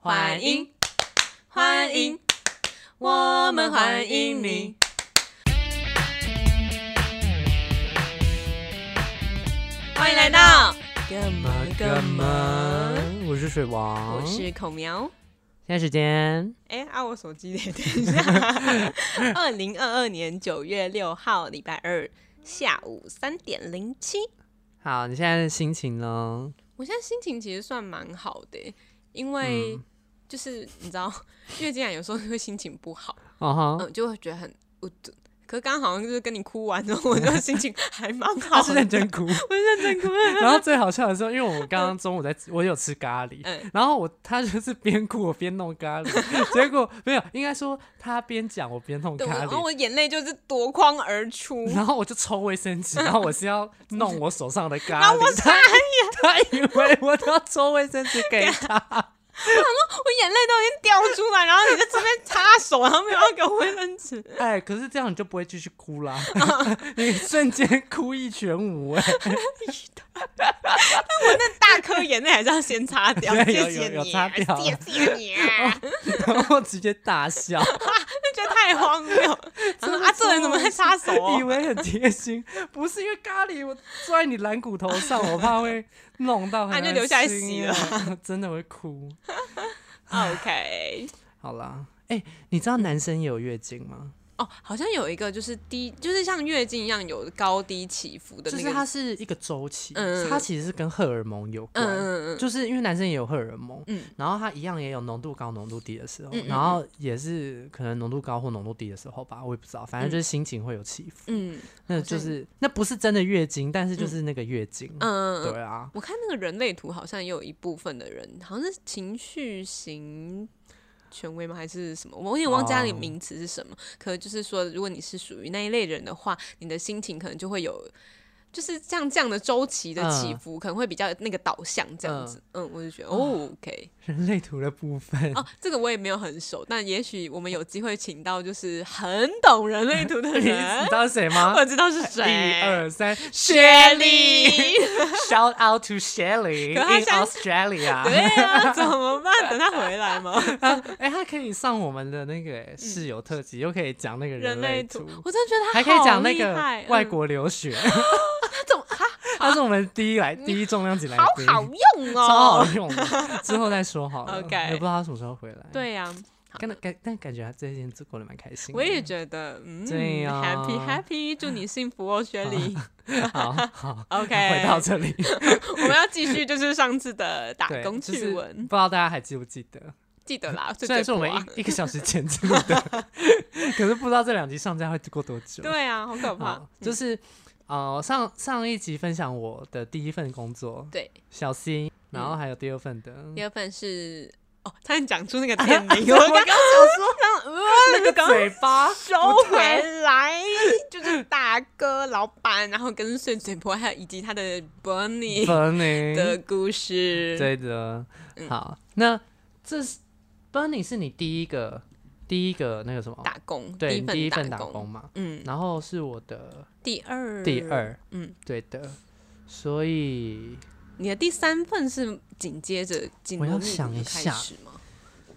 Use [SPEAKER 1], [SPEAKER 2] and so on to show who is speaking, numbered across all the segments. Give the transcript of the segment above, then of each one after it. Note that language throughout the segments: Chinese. [SPEAKER 1] 欢迎，欢迎，我们欢迎你。欢迎来到干嘛干嘛？？
[SPEAKER 2] 我是水王，
[SPEAKER 1] 我是孔苗。
[SPEAKER 2] 现在时间
[SPEAKER 1] 哦哎、啊，我手机嘞，等一 下。二零二二年九月六号，礼拜二下午三点零七。
[SPEAKER 2] 好，你现在的心情呢？
[SPEAKER 1] 我现在心情其实算蛮好的欸，因为就是、你知道，月经来有时候会心情不好，
[SPEAKER 2] 哦哈，
[SPEAKER 1] 嗯，就会觉得很我。可是刚刚好像就是跟你哭完之后，我就心情还蛮好
[SPEAKER 2] 他
[SPEAKER 1] 的。
[SPEAKER 2] 是认真哭。
[SPEAKER 1] 我认真哭。
[SPEAKER 2] 然后最好笑的时候，因为我刚刚中午在，我有吃咖喱，
[SPEAKER 1] 嗯
[SPEAKER 2] 然后我他就是边哭我边弄咖 喱，结果没有，应该说他边讲我边弄
[SPEAKER 1] 对，我
[SPEAKER 2] 咖
[SPEAKER 1] 然后
[SPEAKER 2] 喱，
[SPEAKER 1] 我眼泪就是夺眶而出。
[SPEAKER 2] 然后我就抽卫生 纸，然后我是要弄我手上的咖喱，他 他以为我要抽卫生纸给他，
[SPEAKER 1] 我眼泪都已经掉出来，然后你就这边擦手，然后没有要给我卫生 纸。
[SPEAKER 2] 哎，可是这样你就不会继续哭 啦，你瞬间哭一全无哎、，
[SPEAKER 1] 那大颗眼泪还是要先擦 掉
[SPEAKER 2] 有
[SPEAKER 1] 谢
[SPEAKER 2] 有
[SPEAKER 1] 谢
[SPEAKER 2] 有
[SPEAKER 1] 你
[SPEAKER 2] 擦
[SPEAKER 1] 啊，
[SPEAKER 2] 掉
[SPEAKER 1] 谢谢你啊，
[SPEAKER 2] 然后直接大笑，
[SPEAKER 1] 就觉得太荒谬。 然后说啊，这人怎么会擦手哦？
[SPEAKER 2] 以为很贴心，不是因为咖喱我坐在你蓝骨头上，我怕会弄 到很、
[SPEAKER 1] 啊
[SPEAKER 2] 啊，
[SPEAKER 1] 就留下来洗了，
[SPEAKER 2] 真的会哭。
[SPEAKER 1] OK，
[SPEAKER 2] 好啦，哎、你知道男生也有月经吗？
[SPEAKER 1] 哦，好像有一个就是低，就是像月经一样有高低起伏的
[SPEAKER 2] 就
[SPEAKER 1] 那
[SPEAKER 2] 是
[SPEAKER 1] 个，
[SPEAKER 2] 它是一个周期，
[SPEAKER 1] 嗯嗯嗯
[SPEAKER 2] 它其实是跟荷尔蒙有关。
[SPEAKER 1] 嗯嗯嗯嗯，
[SPEAKER 2] 就是因为男生也有荷尔蒙，
[SPEAKER 1] 嗯
[SPEAKER 2] 然后他一样也有浓度高、浓度低的时候，
[SPEAKER 1] 嗯嗯嗯
[SPEAKER 2] 然后也是可能浓度高或浓度低的时候吧，我也不知道，反正就是心情会有起伏。
[SPEAKER 1] 嗯
[SPEAKER 2] 那
[SPEAKER 1] 好像
[SPEAKER 2] 就是那不是真的月经，但是就是那个月经，
[SPEAKER 1] 嗯嗯嗯。
[SPEAKER 2] 对啊，
[SPEAKER 1] 我看那个人类图好像也有一部分的人，好像是情绪型权威吗？还是什么？我有点忘记它的
[SPEAKER 2] 哦
[SPEAKER 1] 名词是什么。可能就是说，如果你是属于那一类人的话，你的心情可能就会有，就是像这样的周期的起
[SPEAKER 2] 嗯
[SPEAKER 1] 伏，可能会比较那个导向这样子。嗯我就觉得哦，OK，
[SPEAKER 2] 人类图的部分。
[SPEAKER 1] 哦，这个我也没有很熟，但也许我们有机会请到就是很懂人类图的
[SPEAKER 2] 你你
[SPEAKER 1] 人
[SPEAKER 2] 知，道是谁吗？
[SPEAKER 1] 我知道是
[SPEAKER 2] 一
[SPEAKER 1] 谁。
[SPEAKER 2] 二三
[SPEAKER 1] Shelly
[SPEAKER 2] ，Shout out to Shelly
[SPEAKER 1] 可他
[SPEAKER 2] in
[SPEAKER 1] 现在 对
[SPEAKER 2] Australia。
[SPEAKER 1] 啊，怎么办？等他回来吗？
[SPEAKER 2] 哎，他可以上我们的那个哎室友特辑，又可以讲那个
[SPEAKER 1] 人
[SPEAKER 2] 类
[SPEAKER 1] 类
[SPEAKER 2] 图
[SPEAKER 1] 图，，我真的觉得他
[SPEAKER 2] 还可以讲那
[SPEAKER 1] 好厉害
[SPEAKER 2] 个外，国留学，
[SPEAKER 1] 嗯 他怎么他
[SPEAKER 2] 他是我们第一来第一重量级来
[SPEAKER 1] 好
[SPEAKER 2] 宾，
[SPEAKER 1] 好用
[SPEAKER 2] 超好
[SPEAKER 1] 哦？
[SPEAKER 2] 用的，之后再说好了。
[SPEAKER 1] OK
[SPEAKER 2] 也不知道他什么时候回来。，
[SPEAKER 1] 对呀、
[SPEAKER 2] 跟他感但感觉他最近过得蛮开心的。
[SPEAKER 1] 我也觉得，嗯，
[SPEAKER 2] 对呀
[SPEAKER 1] h a p p y Happy，祝你幸福哦，雪莉。
[SPEAKER 2] 好好
[SPEAKER 1] OK
[SPEAKER 2] 回到这里，
[SPEAKER 1] 我们要继续就是上次的打
[SPEAKER 2] 对，
[SPEAKER 1] 工
[SPEAKER 2] 就
[SPEAKER 1] 趣
[SPEAKER 2] 是
[SPEAKER 1] 闻，
[SPEAKER 2] 不知道大家还记不记得？
[SPEAKER 1] 记得啦，最
[SPEAKER 2] 虽然
[SPEAKER 1] 最
[SPEAKER 2] 说我
[SPEAKER 1] 破
[SPEAKER 2] 们
[SPEAKER 1] 啊。
[SPEAKER 2] 一一个小时前录的， 可是不知道这两集上架会过多久。
[SPEAKER 1] 对啊，好可怕
[SPEAKER 2] 好，。就是呃，上上一集分享我的第一份工作，
[SPEAKER 1] 嗯对，
[SPEAKER 2] 小新，然
[SPEAKER 1] 嗯
[SPEAKER 2] 后还有第二份的，
[SPEAKER 1] 第二份是哦，差点讲出那个 店名，
[SPEAKER 2] 嗯我
[SPEAKER 1] 我刚
[SPEAKER 2] 刚
[SPEAKER 1] 刚想说，让呃，那个刚
[SPEAKER 2] 嘴巴
[SPEAKER 1] 收回来，就是大哥老板，然后跟碎嘴婆，还有以及他的 Bonnie
[SPEAKER 2] 分呢？
[SPEAKER 1] 的故事。
[SPEAKER 2] 对的
[SPEAKER 1] 嗯。
[SPEAKER 2] 好，那这是 Bunny 是你第一个第一个那个什么？
[SPEAKER 1] 打工，
[SPEAKER 2] 对，
[SPEAKER 1] 一
[SPEAKER 2] 你第一份打
[SPEAKER 1] 工，
[SPEAKER 2] 工嘛。
[SPEAKER 1] 嗯，
[SPEAKER 2] 然后是我的
[SPEAKER 1] 第二，
[SPEAKER 2] 第，二，
[SPEAKER 1] 嗯，
[SPEAKER 2] 对的。所以
[SPEAKER 1] 你的第三份是紧接着紧
[SPEAKER 2] 我要
[SPEAKER 1] 锣密
[SPEAKER 2] 想
[SPEAKER 1] 鼓
[SPEAKER 2] 一
[SPEAKER 1] 的开
[SPEAKER 2] 下
[SPEAKER 1] 始吗？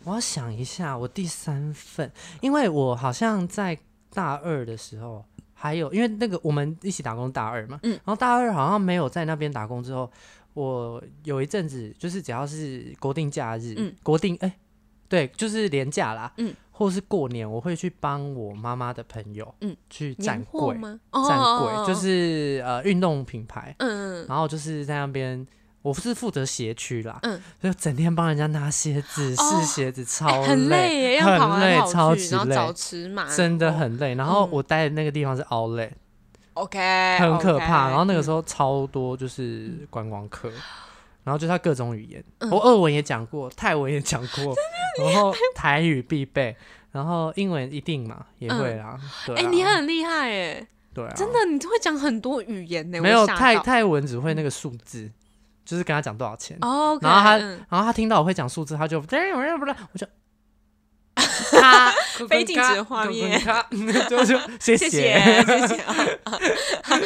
[SPEAKER 2] 我要想一下，我第三份，因为我好像在大二的时候，还有因为那个我们一起打工大二嘛，
[SPEAKER 1] 嗯
[SPEAKER 2] 然后大二好像没有在那边打工之后，我有一阵子就是只要是国定假日，
[SPEAKER 1] 嗯
[SPEAKER 2] 国定哎、对，就是年假啦，
[SPEAKER 1] 嗯
[SPEAKER 2] 或是过年，我会去帮我妈妈的朋友，
[SPEAKER 1] 嗯
[SPEAKER 2] 去
[SPEAKER 1] 年
[SPEAKER 2] 展
[SPEAKER 1] 货
[SPEAKER 2] 柜，
[SPEAKER 1] 吗？
[SPEAKER 2] 展
[SPEAKER 1] 哦
[SPEAKER 2] 柜就是呃运动品牌，
[SPEAKER 1] 嗯，
[SPEAKER 2] 然后就是在那边，我是负责鞋区啦，
[SPEAKER 1] 嗯
[SPEAKER 2] 就整天帮人家拿鞋子、
[SPEAKER 1] 哦
[SPEAKER 2] 试鞋子，超
[SPEAKER 1] 哎很
[SPEAKER 2] 累，
[SPEAKER 1] 耶，要跑
[SPEAKER 2] 很
[SPEAKER 1] 来
[SPEAKER 2] 累
[SPEAKER 1] 跑
[SPEAKER 2] 超
[SPEAKER 1] 去，
[SPEAKER 2] 级
[SPEAKER 1] 然后
[SPEAKER 2] 累
[SPEAKER 1] 找尺码，
[SPEAKER 2] 真的
[SPEAKER 1] 然后
[SPEAKER 2] 很累。然后
[SPEAKER 1] 嗯哎
[SPEAKER 2] 我待的那个地方是 Outlet，、
[SPEAKER 1] 哦 OK，
[SPEAKER 2] 很可怕。然后那个时
[SPEAKER 1] 候，
[SPEAKER 2] 候超多就是观光客，然后就是他各种语言，
[SPEAKER 1] 嗯
[SPEAKER 2] 我俄文也讲过，泰文也讲 过，然后台语必备，然后英文一定嘛也会啦。对
[SPEAKER 1] 哎，
[SPEAKER 2] 啊，
[SPEAKER 1] 你很厉害哎，
[SPEAKER 2] 对啊，
[SPEAKER 1] 真的，你会讲很多语言呢，
[SPEAKER 2] 没有泰
[SPEAKER 1] 太
[SPEAKER 2] 泰文只会那个数字，就是跟他讲多少钱。
[SPEAKER 1] 嗯哦，
[SPEAKER 2] 然后他
[SPEAKER 1] 嗯
[SPEAKER 2] 然后他听到我会讲数字，他就不是， 我就他
[SPEAKER 1] 非静止画面，
[SPEAKER 2] 他 就就谢
[SPEAKER 1] 谢谢
[SPEAKER 2] 谢。
[SPEAKER 1] 谢谢，啊啊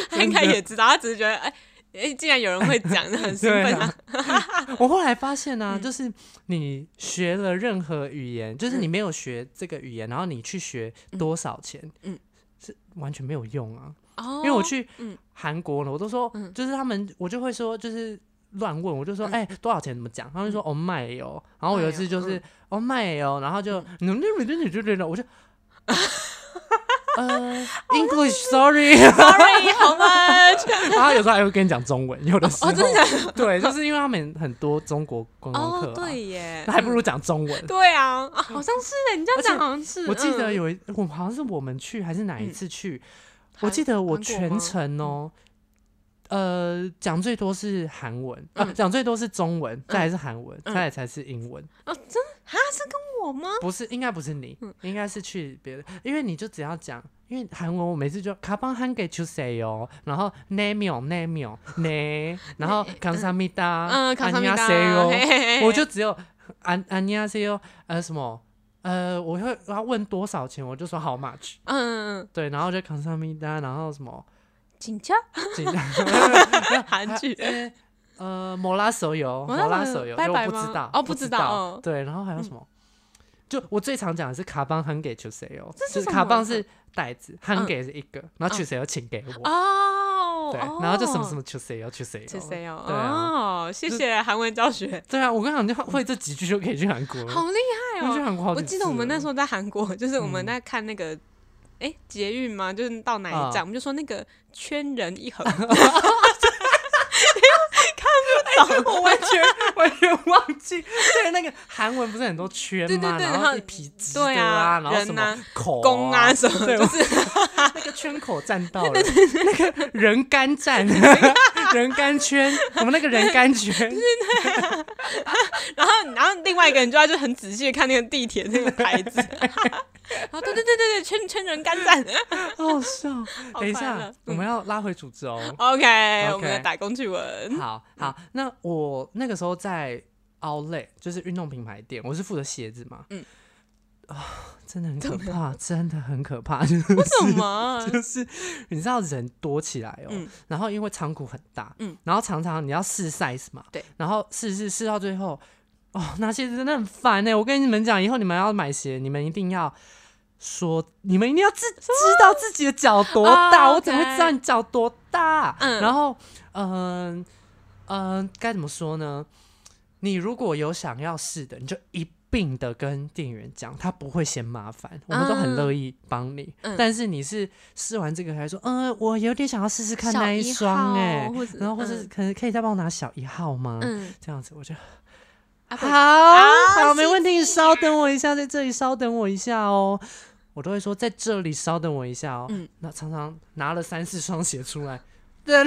[SPEAKER 1] 他应该也知道，他只是觉得哎。哎，竟然有人会讲，那很兴
[SPEAKER 2] 对
[SPEAKER 1] 奋啊嗯
[SPEAKER 2] 啊！ 我后来发现呢、啊，就是你学了任何语言，就是你没有学这个语言，然后你去学多少钱，
[SPEAKER 1] 嗯
[SPEAKER 2] 是完全没有用啊。
[SPEAKER 1] 哦，
[SPEAKER 2] 因为我去
[SPEAKER 1] 嗯
[SPEAKER 2] 韩国了，我都说，就是他们，我就会说，就是乱问，我就说，
[SPEAKER 1] 嗯
[SPEAKER 2] 哎、多少钱怎么讲？他们说，哦卖哟。然后我有一次
[SPEAKER 1] 嗯
[SPEAKER 2] 就是，哦卖哟，然后就，你你你你你， 我就，
[SPEAKER 1] 哦
[SPEAKER 2] 呃，English，sorry，
[SPEAKER 1] sorry how much
[SPEAKER 2] 然后有时候还会跟你讲中文，有的时候
[SPEAKER 1] 哦，，真的假的
[SPEAKER 2] 对，就是因为他们很多中国观光客、
[SPEAKER 1] 哦
[SPEAKER 2] 啊，，
[SPEAKER 1] 对耶，
[SPEAKER 2] 那还不如讲中文。
[SPEAKER 1] 对啊，啊好像是的，你这样讲好像是，
[SPEAKER 2] 我记得
[SPEAKER 1] 嗯
[SPEAKER 2] 有一，我好像是我们去还是哪一次去，
[SPEAKER 1] 韩
[SPEAKER 2] 我记得我
[SPEAKER 1] 韩国吗
[SPEAKER 2] 全程哦、呃，讲最多是韩文，啊、
[SPEAKER 1] 嗯
[SPEAKER 2] 讲、最多是中文，再来是韩文，
[SPEAKER 1] 嗯
[SPEAKER 2] 再来才是英文。
[SPEAKER 1] 哦，真的啊，是跟我吗？
[SPEAKER 2] 不是，应该不是你，
[SPEAKER 1] 嗯
[SPEAKER 2] 应该是去别的，因为你就只要讲，因为韩文我每次就卡邦汉给出谁哦，然后 name name ne，然后康萨米达，
[SPEAKER 1] 嗯，卡萨米达，
[SPEAKER 2] 谁哦，
[SPEAKER 1] 嘿嘿嘿
[SPEAKER 2] 啊我就只有安安妮亚 C O 呃什么呃，我会他问多少钱，我就说 how much，
[SPEAKER 1] 嗯，
[SPEAKER 2] 对，然后就 c o n s u m i d a 然后什 么
[SPEAKER 1] 紧张，
[SPEAKER 2] 紧
[SPEAKER 1] 韩剧
[SPEAKER 2] 呃呃摩拉手游，
[SPEAKER 1] 摩
[SPEAKER 2] 摩
[SPEAKER 1] 拉手
[SPEAKER 2] 拉
[SPEAKER 1] 游
[SPEAKER 2] 手游，
[SPEAKER 1] 拜
[SPEAKER 2] 就我
[SPEAKER 1] 拜
[SPEAKER 2] 不
[SPEAKER 1] 吗
[SPEAKER 2] 知道
[SPEAKER 1] 哦
[SPEAKER 2] 不
[SPEAKER 1] 不
[SPEAKER 2] 知
[SPEAKER 1] 知道哦
[SPEAKER 2] 对，然后还有什么？就我最常讲的是卡邦很给 to say 哦，就是是
[SPEAKER 1] 什
[SPEAKER 2] 卡
[SPEAKER 1] 么
[SPEAKER 2] 邦
[SPEAKER 1] 啊
[SPEAKER 2] 是袋子，汉给是一个，然后 to say 请给我，
[SPEAKER 1] 哦，
[SPEAKER 2] 对
[SPEAKER 1] 哦，
[SPEAKER 2] 然后就什么什么 to say 哦 to say
[SPEAKER 1] 谢谢哦，
[SPEAKER 2] 对啊，
[SPEAKER 1] 哦，谢谢韩文教学，
[SPEAKER 2] 对啊，我跟你讲，你就会这几句就可以去韩国了，
[SPEAKER 1] 好厉害
[SPEAKER 2] 我去
[SPEAKER 1] 哦！
[SPEAKER 2] 韩国好
[SPEAKER 1] 我
[SPEAKER 2] 几
[SPEAKER 1] 记得
[SPEAKER 2] 次
[SPEAKER 1] 我们
[SPEAKER 2] 了
[SPEAKER 1] 那时候在韩国， 就是我们
[SPEAKER 2] 嗯
[SPEAKER 1] 在看那个。哎，捷运吗？就是到哪一
[SPEAKER 2] 啊
[SPEAKER 1] 站，我们就说那个圈人一 横，
[SPEAKER 2] 我完全完全忘记，对那个韩文不是很多圈吗？
[SPEAKER 1] 对对对
[SPEAKER 2] 然
[SPEAKER 1] 然后
[SPEAKER 2] 一匹直的
[SPEAKER 1] 对啊
[SPEAKER 2] 然后什么
[SPEAKER 1] 人啊
[SPEAKER 2] 口
[SPEAKER 1] 弓啊什么，
[SPEAKER 2] 对，
[SPEAKER 1] 就
[SPEAKER 2] 我
[SPEAKER 1] 是
[SPEAKER 2] 那个圈口站到 了，那个人干站，人干圈，我们那个人干圈，
[SPEAKER 1] 然后然后另外一个人就要就很仔细的看那个地铁那个牌 子，然后对对对对对，圈圈人干站
[SPEAKER 2] 好好笑。
[SPEAKER 1] 好
[SPEAKER 2] 等一
[SPEAKER 1] 烦
[SPEAKER 2] 下
[SPEAKER 1] 了，嗯
[SPEAKER 2] 我们要拉回主轴。
[SPEAKER 1] ，OK，我们的
[SPEAKER 2] OK
[SPEAKER 1] 打工趣闻，
[SPEAKER 2] 好好，那我那个时候在 Outlet，就是运动品牌店，我是负责鞋子嘛，
[SPEAKER 1] 嗯
[SPEAKER 2] 啊，真的很可怕，真的很可怕，就是
[SPEAKER 1] 为什么？
[SPEAKER 2] 就是你知道人多起来哦，
[SPEAKER 1] 嗯
[SPEAKER 2] 然后因为仓库很大，
[SPEAKER 1] 嗯
[SPEAKER 2] 然后常常你要试 size 嘛，
[SPEAKER 1] 对，
[SPEAKER 2] 然后试试试到最后，哦，那些真的很烦欸呢、我跟你们讲，以后你们要买鞋，你们一定要说，你们一定要自知道自己的脚多大，
[SPEAKER 1] 哦
[SPEAKER 2] 我怎么会
[SPEAKER 1] OK
[SPEAKER 2] 知道你脚多大？
[SPEAKER 1] 嗯
[SPEAKER 2] 然后，嗯、嗯、该怎么说呢？你如果有想要试的，你就一并的跟店员讲，他不会嫌麻烦，我们都很
[SPEAKER 1] 嗯
[SPEAKER 2] 乐意帮你。
[SPEAKER 1] 嗯
[SPEAKER 2] 但是你是试完这个还说，嗯，我有点想要试试 看
[SPEAKER 1] 小
[SPEAKER 2] 那一双
[SPEAKER 1] 号
[SPEAKER 2] 哎、
[SPEAKER 1] 或者
[SPEAKER 2] 然后或者
[SPEAKER 1] 嗯
[SPEAKER 2] 可能可以再帮我拿小一号吗？
[SPEAKER 1] 嗯，
[SPEAKER 2] 这样子我就
[SPEAKER 1] 啊不
[SPEAKER 2] 好、
[SPEAKER 1] 啊
[SPEAKER 2] 好，没
[SPEAKER 1] 谢
[SPEAKER 2] 问题，稍等我一下，在这里稍等我一下哦。我都会说在这里稍等我一下哦。
[SPEAKER 1] 嗯
[SPEAKER 2] 那常常拿了三四双鞋出 来，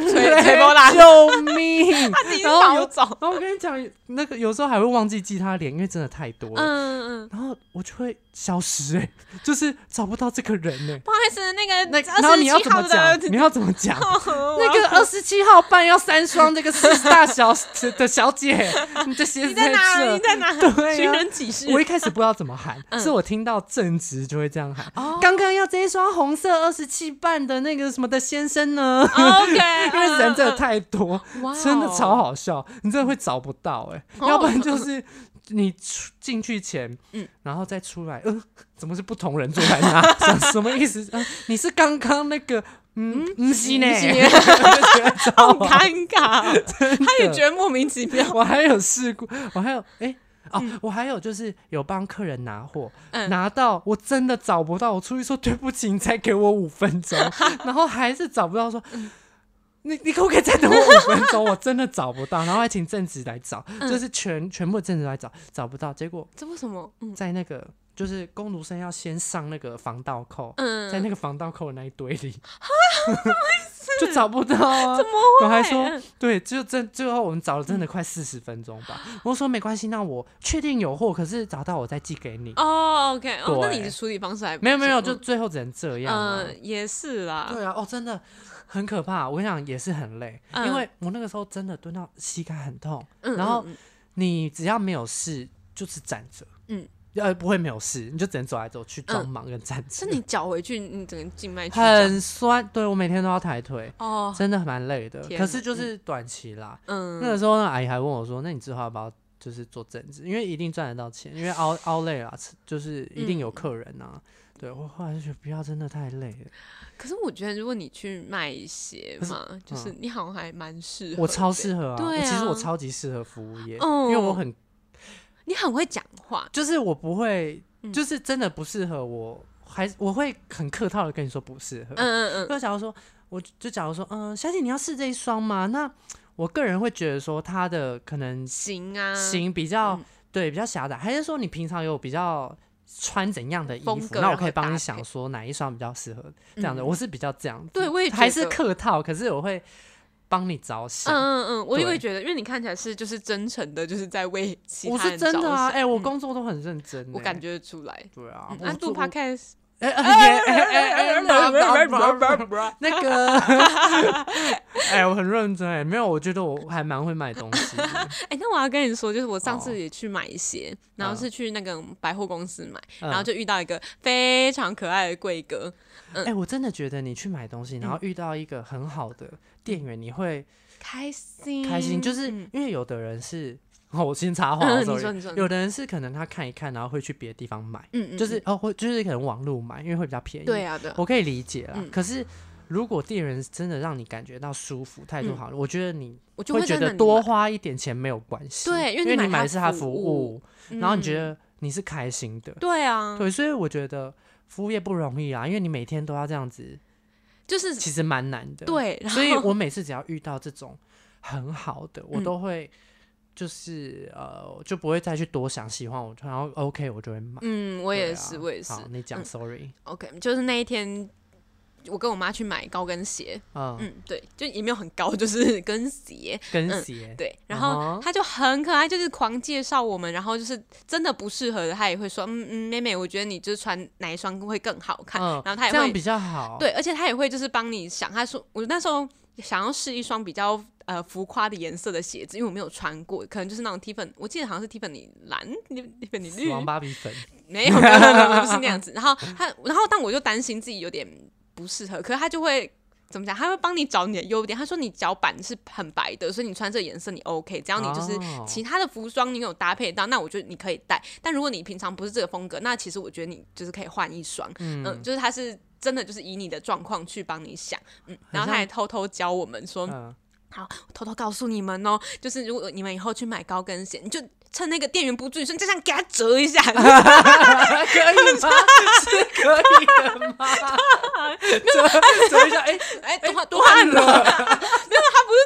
[SPEAKER 1] 吹波浪
[SPEAKER 2] 救命！
[SPEAKER 1] 自己是
[SPEAKER 2] 然后
[SPEAKER 1] 保
[SPEAKER 2] 有，
[SPEAKER 1] 种，
[SPEAKER 2] 然后我跟你讲，那个有时候还会忘记记他脸，因为真的太多了。
[SPEAKER 1] 嗯嗯，
[SPEAKER 2] 然后我就会消失、欸，就是找不到这个人呢、欸。
[SPEAKER 1] 不好意思，那个
[SPEAKER 2] 那
[SPEAKER 1] 27
[SPEAKER 2] 然后你要怎么
[SPEAKER 1] 号
[SPEAKER 2] 讲
[SPEAKER 1] 的？ 哦
[SPEAKER 2] 你要怎么讲？
[SPEAKER 1] 那
[SPEAKER 2] 那个二十七号半要三双，那个四十大小的小姐， 你的鞋
[SPEAKER 1] 你
[SPEAKER 2] 子
[SPEAKER 1] 在哪？嗯
[SPEAKER 2] 这
[SPEAKER 1] 你在 哪？
[SPEAKER 2] 对啊
[SPEAKER 1] 寻人启事。
[SPEAKER 2] 我一开始不知道怎么喊，是我听到正直就会这样喊。
[SPEAKER 1] 哦
[SPEAKER 2] 刚刚要这一双红色二十七半的那个什么的先生呢？
[SPEAKER 1] OK，
[SPEAKER 2] 因为人真的
[SPEAKER 1] 嗯
[SPEAKER 2] 太多，
[SPEAKER 1] 嗯哇哦
[SPEAKER 2] 真的超好笑，你真的会找不到哎、
[SPEAKER 1] 哦
[SPEAKER 2] 要不然就是你出进去前，
[SPEAKER 1] 嗯
[SPEAKER 2] 然后再出来，嗯、怎么是不同人坐在那？什什么意思？嗯你是刚刚那个，嗯，不是呢，
[SPEAKER 1] 不是
[SPEAKER 2] 我就觉得超
[SPEAKER 1] 好
[SPEAKER 2] 好
[SPEAKER 1] 尴尬，他也觉得莫名其妙。
[SPEAKER 2] 我还有试过，我还有哎、哦，我还有就是有帮客人拿货，
[SPEAKER 1] 嗯
[SPEAKER 2] 拿到我真的找不到，我出去说对不起，你再给我五分 钟，然后还是找不到说。
[SPEAKER 1] 嗯
[SPEAKER 2] 你你可不可以再等我五分钟？我真的找不 到，然后还请正职来找，
[SPEAKER 1] 嗯
[SPEAKER 2] 就是全全部正职来找，找不到。结果
[SPEAKER 1] 这为什么？嗯
[SPEAKER 2] 在那个就是工读生要先上那个防盗扣，
[SPEAKER 1] 嗯，啊
[SPEAKER 2] 在那个防盗扣的那一堆里，就找不到啊！
[SPEAKER 1] 怎么
[SPEAKER 2] 我还说
[SPEAKER 1] 嗯，
[SPEAKER 2] 对，就真最后我们找了真的快四十分钟吧。我说没关系，那我确定有货，可是找到我再寄给你。
[SPEAKER 1] 哦，OK，哦，那
[SPEAKER 2] 对
[SPEAKER 1] 你的处理方式还不
[SPEAKER 2] 没有没有，
[SPEAKER 1] 错
[SPEAKER 2] 就最后只能这样、啊。
[SPEAKER 1] 嗯也是啦，
[SPEAKER 2] 对啊，哦，真的很可怕。我跟你讲，也是很累，
[SPEAKER 1] 嗯
[SPEAKER 2] 因为我那个时候真的蹲到膝盖很痛。
[SPEAKER 1] 嗯
[SPEAKER 2] 然后
[SPEAKER 1] 嗯嗯
[SPEAKER 2] 你只要没有事，就是站着。
[SPEAKER 1] 嗯，
[SPEAKER 2] 呃，不会没有事，你就只能走来走去装忙跟站着
[SPEAKER 1] 是，你脚回去，你整个静脉曲张。
[SPEAKER 2] 很酸。对我每天都要抬腿，
[SPEAKER 1] 哦，
[SPEAKER 2] 真的蛮累的。
[SPEAKER 1] 天
[SPEAKER 2] 可
[SPEAKER 1] 哪
[SPEAKER 2] 是就是短期啦，那
[SPEAKER 1] 嗯，
[SPEAKER 2] 个时候呢，阿姨还问我说：“那你之后要不要就是做正职？因为一定赚得到钱，因为 熬熬累了，就是一
[SPEAKER 1] 嗯
[SPEAKER 2] 定有客人呐、对我后来就觉得不要，真的太累了。
[SPEAKER 1] 可是我觉得如果你去卖鞋嘛，就是你好像还蛮适合，
[SPEAKER 2] 我超，适合啊，
[SPEAKER 1] 对啊
[SPEAKER 2] 我其实我超级适合服务业，
[SPEAKER 1] 嗯
[SPEAKER 2] 因为我很
[SPEAKER 1] 你很会讲话，
[SPEAKER 2] 就是我不会，
[SPEAKER 1] 嗯
[SPEAKER 2] 就是真的不适合我，还我会很客套的跟你说不适合。
[SPEAKER 1] 嗯嗯嗯，
[SPEAKER 2] 就假如说，我就假如说，嗯，小姐你要试这一双吗？那我个人会觉得说，它的可能
[SPEAKER 1] 行啊，，
[SPEAKER 2] 型比较、
[SPEAKER 1] 嗯
[SPEAKER 2] 对比较狭窄，还是说你平常有比较穿怎样的衣
[SPEAKER 1] 风
[SPEAKER 2] 服？
[SPEAKER 1] 格
[SPEAKER 2] 那我
[SPEAKER 1] 然
[SPEAKER 2] 可以
[SPEAKER 1] 后搭
[SPEAKER 2] 帮你
[SPEAKER 1] 配
[SPEAKER 2] 想说哪一双比较适合这样的。
[SPEAKER 1] 嗯
[SPEAKER 2] 我是比较这样子，
[SPEAKER 1] 对我也
[SPEAKER 2] 还
[SPEAKER 1] 觉
[SPEAKER 2] 是
[SPEAKER 1] 得
[SPEAKER 2] 客套，可是我会帮你着
[SPEAKER 1] 嗯
[SPEAKER 2] 想。
[SPEAKER 1] 嗯嗯，我也
[SPEAKER 2] 对
[SPEAKER 1] 会觉得，因为你看起来是就是真诚的，就是在为其
[SPEAKER 2] 我
[SPEAKER 1] 他
[SPEAKER 2] 是
[SPEAKER 1] 人
[SPEAKER 2] 真
[SPEAKER 1] 着
[SPEAKER 2] 的啊，
[SPEAKER 1] 想
[SPEAKER 2] 哎、我
[SPEAKER 1] 嗯
[SPEAKER 2] 工作都很认真、
[SPEAKER 1] 我感。觉得出来。
[SPEAKER 2] 对啊
[SPEAKER 1] 嗯，
[SPEAKER 2] 我
[SPEAKER 1] 啊，录
[SPEAKER 2] 做过
[SPEAKER 1] podcast
[SPEAKER 2] 哎哎哎哎哎，那个，哎，我很认真哎，没有，我觉得我还蛮会卖东西的。
[SPEAKER 1] 哎、那我要跟你说，就是我上
[SPEAKER 2] 哦
[SPEAKER 1] 次也去买鞋，然后
[SPEAKER 2] 嗯
[SPEAKER 1] 是去那个百货公司买，
[SPEAKER 2] 嗯
[SPEAKER 1] 然后就遇到一个非常可爱的贵哥，
[SPEAKER 2] 哎、我真的觉得你去买东西，然后遇到一个很好的店员，你会
[SPEAKER 1] 开心
[SPEAKER 2] 开心，就是
[SPEAKER 1] 嗯
[SPEAKER 2] 因为有的人是， 哦、我先插话
[SPEAKER 1] 嗯
[SPEAKER 2] 了
[SPEAKER 1] 你说
[SPEAKER 2] sorry，
[SPEAKER 1] 你说你说
[SPEAKER 2] 有的人是可能他看一看，然后会去别的地方买，
[SPEAKER 1] 嗯，嗯
[SPEAKER 2] 就是
[SPEAKER 1] 嗯
[SPEAKER 2] 哦，会就是可能网络买，因为会比较便宜。
[SPEAKER 1] 对啊对啊，
[SPEAKER 2] 我可以理解啦。
[SPEAKER 1] 嗯
[SPEAKER 2] 可是如果店员真的让你感觉到舒服，态度
[SPEAKER 1] 嗯
[SPEAKER 2] 好了，我觉得你
[SPEAKER 1] 我就
[SPEAKER 2] 会
[SPEAKER 1] 会
[SPEAKER 2] 觉
[SPEAKER 1] 在那
[SPEAKER 2] 得
[SPEAKER 1] 里
[SPEAKER 2] 多
[SPEAKER 1] 买，
[SPEAKER 2] 花一点钱没有关系，
[SPEAKER 1] 对因为
[SPEAKER 2] 因
[SPEAKER 1] 你
[SPEAKER 2] 你
[SPEAKER 1] 买
[SPEAKER 2] 买
[SPEAKER 1] 他
[SPEAKER 2] 的是他
[SPEAKER 1] 服
[SPEAKER 2] 服
[SPEAKER 1] 务
[SPEAKER 2] 务，然后你
[SPEAKER 1] 嗯
[SPEAKER 2] 觉得你是开心的，
[SPEAKER 1] 对啊，
[SPEAKER 2] 对，所以我觉得服务业不容易啊，因为你每天都要这样子，
[SPEAKER 1] 就是
[SPEAKER 2] 其实蛮难的。，
[SPEAKER 1] 对，然后
[SPEAKER 2] 所以我每次只要遇到这种很好的，我
[SPEAKER 1] 嗯
[SPEAKER 2] 都会就是、呃，就不会再去多想，喜欢我，然后 OK 我就会买。
[SPEAKER 1] 嗯，我
[SPEAKER 2] 我
[SPEAKER 1] 也是、我也是
[SPEAKER 2] 啊好，你讲
[SPEAKER 1] 嗯
[SPEAKER 2] sorry，
[SPEAKER 1] ，OK，就是那一天。我跟我妈去买高跟鞋，
[SPEAKER 2] 嗯，
[SPEAKER 1] 嗯，对，就也没有很高，就是 跟鞋，
[SPEAKER 2] 跟
[SPEAKER 1] 嗯
[SPEAKER 2] 鞋，
[SPEAKER 1] 对，
[SPEAKER 2] 嗯
[SPEAKER 1] 然后
[SPEAKER 2] 哼
[SPEAKER 1] 他就很可爱，就是狂介绍我们，然后就是真的不适合的，他也会说，嗯嗯，妹妹，我觉得你就是穿哪一双会更好看，
[SPEAKER 2] 嗯，
[SPEAKER 1] 然后他也
[SPEAKER 2] 这样
[SPEAKER 1] 会
[SPEAKER 2] 比较好。
[SPEAKER 1] 对，而且他也会就是帮你想，他说我那时候想要试一双比较呃浮夸的颜色的鞋子，因为我没有穿过，可能就是那种 Tiffany，我记得好像是 Tiffany 蓝，Tiffany
[SPEAKER 2] 死
[SPEAKER 1] 绿，
[SPEAKER 2] 亡芭比粉，
[SPEAKER 1] 没有没有没有没有不是 那样子。然后他，然后但我就担心自己有点不适合，可是他就会。怎么讲？他会帮你找你的优点。他说你脚板是很白的，所以你穿这个颜色你 OK。只要你就是
[SPEAKER 2] 哦
[SPEAKER 1] 其他的服装你有搭配到，那我觉得你可以戴。但如果你平常不是这个风格，那其实我觉得你就是可以换一双。嗯、就是他是真的就是以你的状况去帮你想。嗯，然后他还偷偷教我们说，
[SPEAKER 2] 嗯，
[SPEAKER 1] 偷偷告诉你们哦，就是如果你们以后去买高跟鞋，你就趁那个店员不注意的时候，你就这样给他折一下。
[SPEAKER 2] 可以吗？ 是可以的吗？ 折折一下，哎，哦
[SPEAKER 1] 哎，断
[SPEAKER 2] 断
[SPEAKER 1] 断了，
[SPEAKER 2] 了。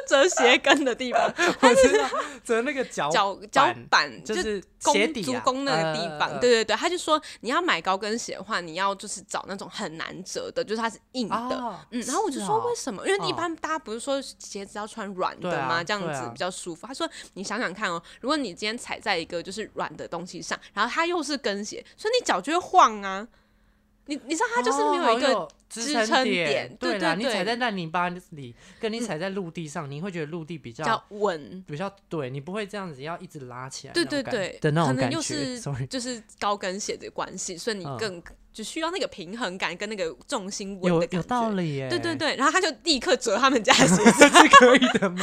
[SPEAKER 1] 折鞋跟的 地方，
[SPEAKER 2] 我知道，折那个脚
[SPEAKER 1] 脚脚板
[SPEAKER 2] 就
[SPEAKER 1] 就是弓
[SPEAKER 2] 鞋底、
[SPEAKER 1] 足
[SPEAKER 2] 啊、
[SPEAKER 1] 弓那个地方，
[SPEAKER 2] 呃
[SPEAKER 1] 对对对，他就说你要买高跟鞋的话，你要就是找那种很难折的，就是它是硬的。
[SPEAKER 2] 啊
[SPEAKER 1] 嗯，然后我就是说
[SPEAKER 2] 哦
[SPEAKER 1] 为什么？因为一
[SPEAKER 2] 嗯
[SPEAKER 1] 般大家不是说鞋子要穿软的
[SPEAKER 2] 对啊
[SPEAKER 1] 吗？这样
[SPEAKER 2] 对
[SPEAKER 1] 子
[SPEAKER 2] 啊
[SPEAKER 1] 比较舒服。他说你想想看哦，如果你今天踩在一个就是软的东西上，然后它又是跟鞋，所以你脚就会晃啊。你你知道它就是没
[SPEAKER 2] 哦好
[SPEAKER 1] 有一个
[SPEAKER 2] 支
[SPEAKER 1] 支
[SPEAKER 2] 撑
[SPEAKER 1] 撑
[SPEAKER 2] 点
[SPEAKER 1] 点，对
[SPEAKER 2] 啦，
[SPEAKER 1] 对
[SPEAKER 2] 你
[SPEAKER 1] 对
[SPEAKER 2] 踩在烂泥巴里，跟你踩在陆地上，你会觉得陆地比
[SPEAKER 1] 比
[SPEAKER 2] 较
[SPEAKER 1] 较稳，
[SPEAKER 2] 比较对，你不会这样子要一直拉起来那
[SPEAKER 1] 对
[SPEAKER 2] 种感
[SPEAKER 1] 对
[SPEAKER 2] 觉，的
[SPEAKER 1] 对
[SPEAKER 2] 那
[SPEAKER 1] 可
[SPEAKER 2] 种
[SPEAKER 1] 能
[SPEAKER 2] 感
[SPEAKER 1] 又
[SPEAKER 2] 觉。
[SPEAKER 1] 是
[SPEAKER 2] sorry，
[SPEAKER 1] 就是高跟鞋的关系，所以你
[SPEAKER 2] 嗯
[SPEAKER 1] 更就需要那个平衡感跟那个重心稳
[SPEAKER 2] 有
[SPEAKER 1] 的感觉。
[SPEAKER 2] 有道理欸耶，
[SPEAKER 1] 对对，对，然后他就立刻折他们家的鞋，
[SPEAKER 2] 这是可以的吗？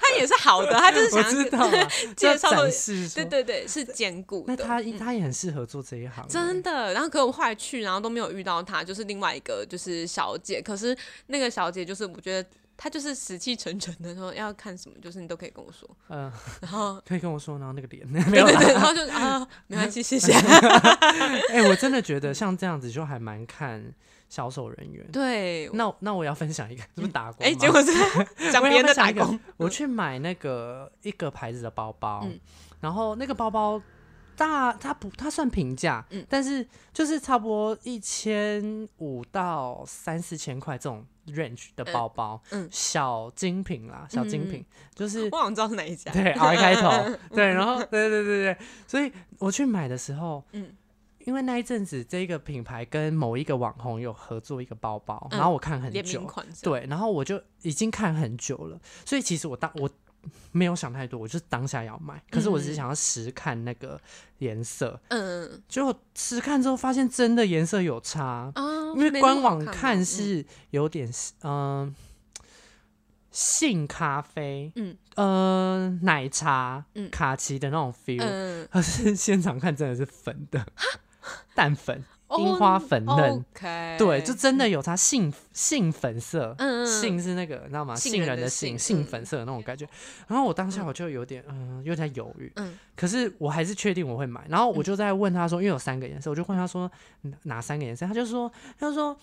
[SPEAKER 1] 他也是好的，他就是
[SPEAKER 2] 我
[SPEAKER 1] 想
[SPEAKER 2] 知
[SPEAKER 1] 要
[SPEAKER 2] 道啊，
[SPEAKER 1] 介
[SPEAKER 2] 就
[SPEAKER 1] 绍
[SPEAKER 2] 展
[SPEAKER 1] 的
[SPEAKER 2] 示说
[SPEAKER 1] 对，对对，是兼顾
[SPEAKER 2] 那
[SPEAKER 1] 的。
[SPEAKER 2] 他他也很适合做这一行耶，
[SPEAKER 1] 真的，然后可我后来去，然后都没有遇到他，就是另外一个就是小姐，可是那个小姐就是我觉得她就是死气沉沉的说要看什么，就是你都可以跟我说，
[SPEAKER 2] 嗯，
[SPEAKER 1] 然后
[SPEAKER 2] 可以跟我说，然后那个 脸 没
[SPEAKER 1] 对
[SPEAKER 2] 有
[SPEAKER 1] 对
[SPEAKER 2] 啦。
[SPEAKER 1] 对，然后就啊没关系，谢 谢，
[SPEAKER 2] 哎，我真的觉得像这样子就还蛮看销售人员。
[SPEAKER 1] 对，
[SPEAKER 2] 那那我也要分享一个，是不是打工吗？
[SPEAKER 1] 哎、结果是讲
[SPEAKER 2] 我
[SPEAKER 1] 别
[SPEAKER 2] 要
[SPEAKER 1] 人
[SPEAKER 2] 分
[SPEAKER 1] 的
[SPEAKER 2] 享
[SPEAKER 1] 打
[SPEAKER 2] 一个
[SPEAKER 1] 工，
[SPEAKER 2] 我去买那个一个牌子的包包，
[SPEAKER 1] 嗯
[SPEAKER 2] 然后那个包包大，它不它算平价，
[SPEAKER 1] 嗯
[SPEAKER 2] 但是就是差不多一千五到三四千块这种 range 的包包，
[SPEAKER 1] 嗯嗯嗯
[SPEAKER 2] 小精品啦，小精品、就是
[SPEAKER 1] 我好嗯像知道是哪一家。
[SPEAKER 2] 对 R 开头，对，然后对对对对，所以我去买的时候，
[SPEAKER 1] 嗯
[SPEAKER 2] 因为那一阵子这个品牌跟某一个网红有合作一个包包，
[SPEAKER 1] 嗯
[SPEAKER 2] 然后我看很
[SPEAKER 1] 联
[SPEAKER 2] 久
[SPEAKER 1] 名，款这样，
[SPEAKER 2] 对，然后我就已经看很久了，所以其实我当我没有想太多，我就是当下要买，可是我只是想要实看那个颜色，
[SPEAKER 1] 嗯
[SPEAKER 2] 结果实看之后发现真的颜色有差，
[SPEAKER 1] 啊，
[SPEAKER 2] 因为
[SPEAKER 1] 没那么
[SPEAKER 2] 官
[SPEAKER 1] 好
[SPEAKER 2] 网
[SPEAKER 1] 嘛
[SPEAKER 2] 看
[SPEAKER 1] 嗯
[SPEAKER 2] 是有点嗯、呃杏咖啡，
[SPEAKER 1] 嗯
[SPEAKER 2] 呃奶茶，
[SPEAKER 1] 嗯
[SPEAKER 2] 卡其的那种 feel，、
[SPEAKER 1] 嗯
[SPEAKER 2] 可是现场看真的是粉的淡粉，
[SPEAKER 1] 哦
[SPEAKER 2] 樱花粉嫩。
[SPEAKER 1] ，OK，
[SPEAKER 2] 对，就真
[SPEAKER 1] 嗯
[SPEAKER 2] 的有它杏杏粉色，
[SPEAKER 1] 嗯嗯嗯
[SPEAKER 2] 杏是那个你知道吗？
[SPEAKER 1] 杏
[SPEAKER 2] 杏
[SPEAKER 1] 仁
[SPEAKER 2] 仁
[SPEAKER 1] 的
[SPEAKER 2] 的杏，
[SPEAKER 1] 杏
[SPEAKER 2] 杏
[SPEAKER 1] 嗯
[SPEAKER 2] 粉色的那种感觉。然后我当下我就有点嗯、有点犹豫，
[SPEAKER 1] 嗯
[SPEAKER 2] 可是我还是确定我会买。然后我就在问他说，因为有三个颜色，我就问他说哪哪三个颜色，他就说他就说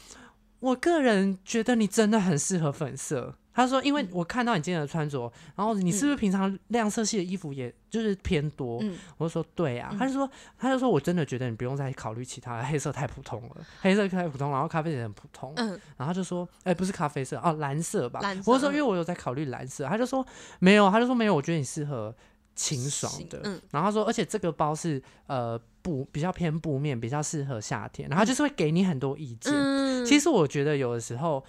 [SPEAKER 2] 我个人觉得你真的很适合粉色。他说：“因为我看到你今天的穿着，然后你是不是平常亮色系的衣服也就是偏多？”
[SPEAKER 1] 嗯
[SPEAKER 2] 我就说：“对啊。他就说：“他就说我真的觉得你不用再考虑其他的，黑色太普通了，黑色太普通，然后咖啡也很普通。
[SPEAKER 1] 嗯
[SPEAKER 2] 然后他就说：“哎、不是咖啡色哦，蓝色吧？”
[SPEAKER 1] 蓝色
[SPEAKER 2] 我就说：“
[SPEAKER 1] 嗯
[SPEAKER 2] 因为我有在考虑蓝色。”他就说：“没有。”他就说：“没有，我觉得你适合清爽
[SPEAKER 1] 行
[SPEAKER 2] 的。
[SPEAKER 1] 嗯
[SPEAKER 2] 然后他说：“而且这个包是呃布比较偏布面，比较适合夏天。”然后就是会给你很多意见。
[SPEAKER 1] 嗯，
[SPEAKER 2] 其实我觉得有的时候，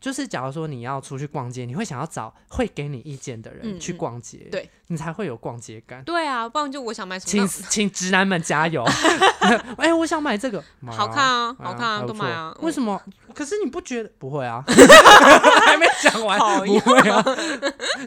[SPEAKER 2] 就是假如说你要出去逛街，你会想要找会给你意见的
[SPEAKER 1] 嗯
[SPEAKER 2] 人去逛街，
[SPEAKER 1] 对
[SPEAKER 2] 你才会有逛街感。
[SPEAKER 1] 对啊，不然就我想买什么
[SPEAKER 2] 请
[SPEAKER 1] 那
[SPEAKER 2] 请直男们加 油！哎、我想买这个，买啊
[SPEAKER 1] 好看啊，
[SPEAKER 2] 买
[SPEAKER 1] 好看啊，
[SPEAKER 2] 还
[SPEAKER 1] 都
[SPEAKER 2] 不
[SPEAKER 1] 买
[SPEAKER 2] 错
[SPEAKER 1] 啊。
[SPEAKER 2] 为
[SPEAKER 1] 么？
[SPEAKER 2] 什么？可是你不觉得不会 啊？还没讲完，
[SPEAKER 1] 讨
[SPEAKER 2] 不
[SPEAKER 1] 厌
[SPEAKER 2] 会啊，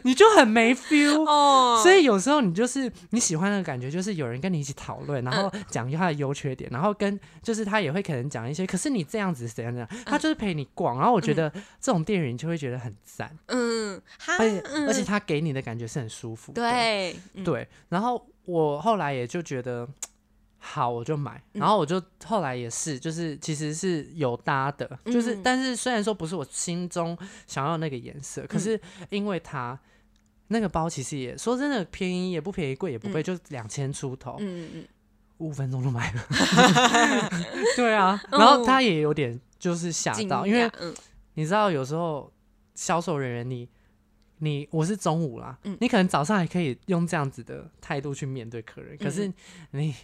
[SPEAKER 2] 你就很没 feel。
[SPEAKER 1] 哦，
[SPEAKER 2] 所以有时候你就是你喜欢的感觉，就是有人跟你一起讨论，然
[SPEAKER 1] 嗯
[SPEAKER 2] 后讲他的优缺点，然后跟就是他也会可能讲一些，可是你这样子怎
[SPEAKER 1] 嗯
[SPEAKER 2] 样怎样，他就是陪你逛，然后我觉得这种电影就会觉得很赞，
[SPEAKER 1] 嗯，哈，
[SPEAKER 2] 而且
[SPEAKER 1] 嗯
[SPEAKER 2] 而且他给你的感觉是很舒服的，
[SPEAKER 1] 对，嗯
[SPEAKER 2] 对，然后我后来也就觉得好，我就买，然
[SPEAKER 1] 嗯
[SPEAKER 2] 后我就后来也是，就是其实是有搭的，就是、
[SPEAKER 1] 嗯
[SPEAKER 2] 但是虽然说不是我心中想要那个颜色，
[SPEAKER 1] 嗯
[SPEAKER 2] 可是因为它。那个包其实也说真的便宜也不便宜，贵也不贵，就两千出头，
[SPEAKER 1] 嗯嗯
[SPEAKER 2] 五分钟就买 了。 对啊，然后
[SPEAKER 1] 哦
[SPEAKER 2] 他也有点就是吓
[SPEAKER 1] 嗯，惊
[SPEAKER 2] 到，因为哦
[SPEAKER 1] 讶嗯
[SPEAKER 2] 你知道有时候销售人员你你我是中午啦，
[SPEAKER 1] 嗯
[SPEAKER 2] 你可能早上还可以用这样子的态度去面对客人，可是
[SPEAKER 1] 嗯
[SPEAKER 2] 你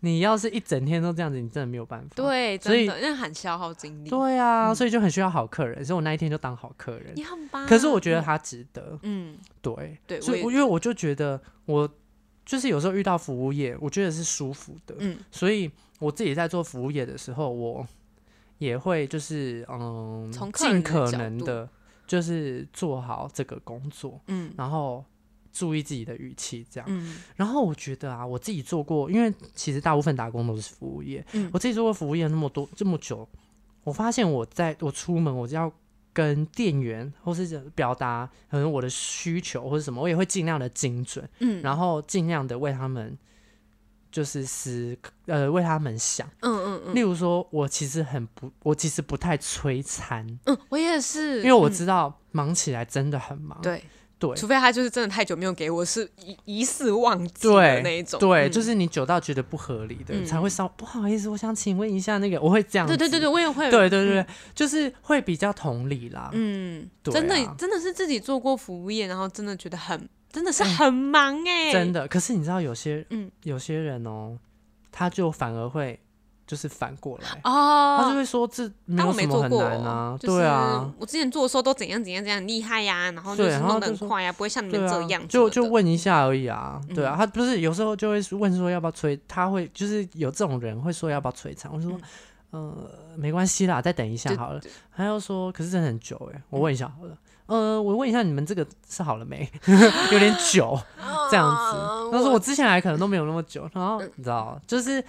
[SPEAKER 2] 你要是一整天都这样子，你真的没有办法。
[SPEAKER 1] 对，嗯
[SPEAKER 2] 所以
[SPEAKER 1] 真的那很消耗精力。
[SPEAKER 2] 对啊，所以就很需要好客人，所以我那一天就当好客人
[SPEAKER 1] 你。很棒。啊
[SPEAKER 2] 可是我觉得，他值得，
[SPEAKER 1] 嗯，
[SPEAKER 2] 对，
[SPEAKER 1] 对
[SPEAKER 2] 所以
[SPEAKER 1] 我
[SPEAKER 2] 我因为我就觉得我就是有时候遇到服务业，我觉得是舒服的，
[SPEAKER 1] 嗯
[SPEAKER 2] 所以我自己在做服务业的时候，我也会就是嗯，
[SPEAKER 1] 从客人
[SPEAKER 2] 尽
[SPEAKER 1] 的
[SPEAKER 2] 可
[SPEAKER 1] 角
[SPEAKER 2] 能
[SPEAKER 1] 度
[SPEAKER 2] 的，就是做好这个工作，
[SPEAKER 1] 嗯
[SPEAKER 2] 然后注意自己的语气这样。
[SPEAKER 1] 嗯
[SPEAKER 2] 然后我觉得啊，我自己做过，因为其实大部分打工都是服务业，
[SPEAKER 1] 嗯
[SPEAKER 2] 我自己做过服务业那么多这么久，我发现我在我出门我就要。跟店员或是表达可能我的需求或者什么，我也会尽量的精准，
[SPEAKER 1] 嗯，
[SPEAKER 2] 然后尽量的为他们就是思呃为他们想。
[SPEAKER 1] 嗯嗯嗯
[SPEAKER 2] 例如说，我其实很不，我其实不太催餐，
[SPEAKER 1] 嗯，我也是，
[SPEAKER 2] 因为我
[SPEAKER 1] 嗯
[SPEAKER 2] 知道忙起来真的很忙。
[SPEAKER 1] 对，
[SPEAKER 2] 对
[SPEAKER 1] 除非他就是真的太久没有给我，是疑疑似忘记的
[SPEAKER 2] 对
[SPEAKER 1] 那一种。
[SPEAKER 2] 对，
[SPEAKER 1] 嗯
[SPEAKER 2] 就是你久到觉得不合理的，
[SPEAKER 1] 嗯
[SPEAKER 2] 才会稍不好意思，我想请问一下那个，我会这样子。
[SPEAKER 1] 对对对对，我也会。
[SPEAKER 2] 对对对对就是会比较同理啦。
[SPEAKER 1] 嗯，
[SPEAKER 2] 对
[SPEAKER 1] 真的
[SPEAKER 2] 啊
[SPEAKER 1] 真的是自己做过服务业，然后真的觉得很真的是很忙哎，
[SPEAKER 2] 真的，可是你知道有些
[SPEAKER 1] 嗯
[SPEAKER 2] 有些人哦，他就反而会就是反过来，
[SPEAKER 1] 哦，
[SPEAKER 2] 他就会说这没
[SPEAKER 1] 但
[SPEAKER 2] 有
[SPEAKER 1] 我
[SPEAKER 2] 什
[SPEAKER 1] 没
[SPEAKER 2] 么
[SPEAKER 1] 做
[SPEAKER 2] 很
[SPEAKER 1] 过，哦
[SPEAKER 2] 难啊，
[SPEAKER 1] 就是
[SPEAKER 2] 对啊。
[SPEAKER 1] 我之前做的时候都怎样怎样怎样很厉害呀、然后就
[SPEAKER 2] 对
[SPEAKER 1] 是
[SPEAKER 2] 然后
[SPEAKER 1] 弄得
[SPEAKER 2] 就
[SPEAKER 1] 很
[SPEAKER 2] 说
[SPEAKER 1] 快呀、不会像你们
[SPEAKER 2] 对
[SPEAKER 1] 嗯这
[SPEAKER 2] 啊
[SPEAKER 1] 样、、嗯
[SPEAKER 2] 就就，问一下而已啊，对啊，他不是有时候就会问说要不要催，他会就是有这种人会说要不要催场，我就说。呃，没关系啦，再等一下
[SPEAKER 1] 嗯对
[SPEAKER 2] 好了
[SPEAKER 1] 对。嗯
[SPEAKER 2] 他又说，可是真的很久哎、我问一下好了。呃，我问一下你们这个是好了 没？有点久这样子。
[SPEAKER 1] 哦
[SPEAKER 2] 他说我之前来可能都没有那么久，然后你知道，就是
[SPEAKER 1] 嗯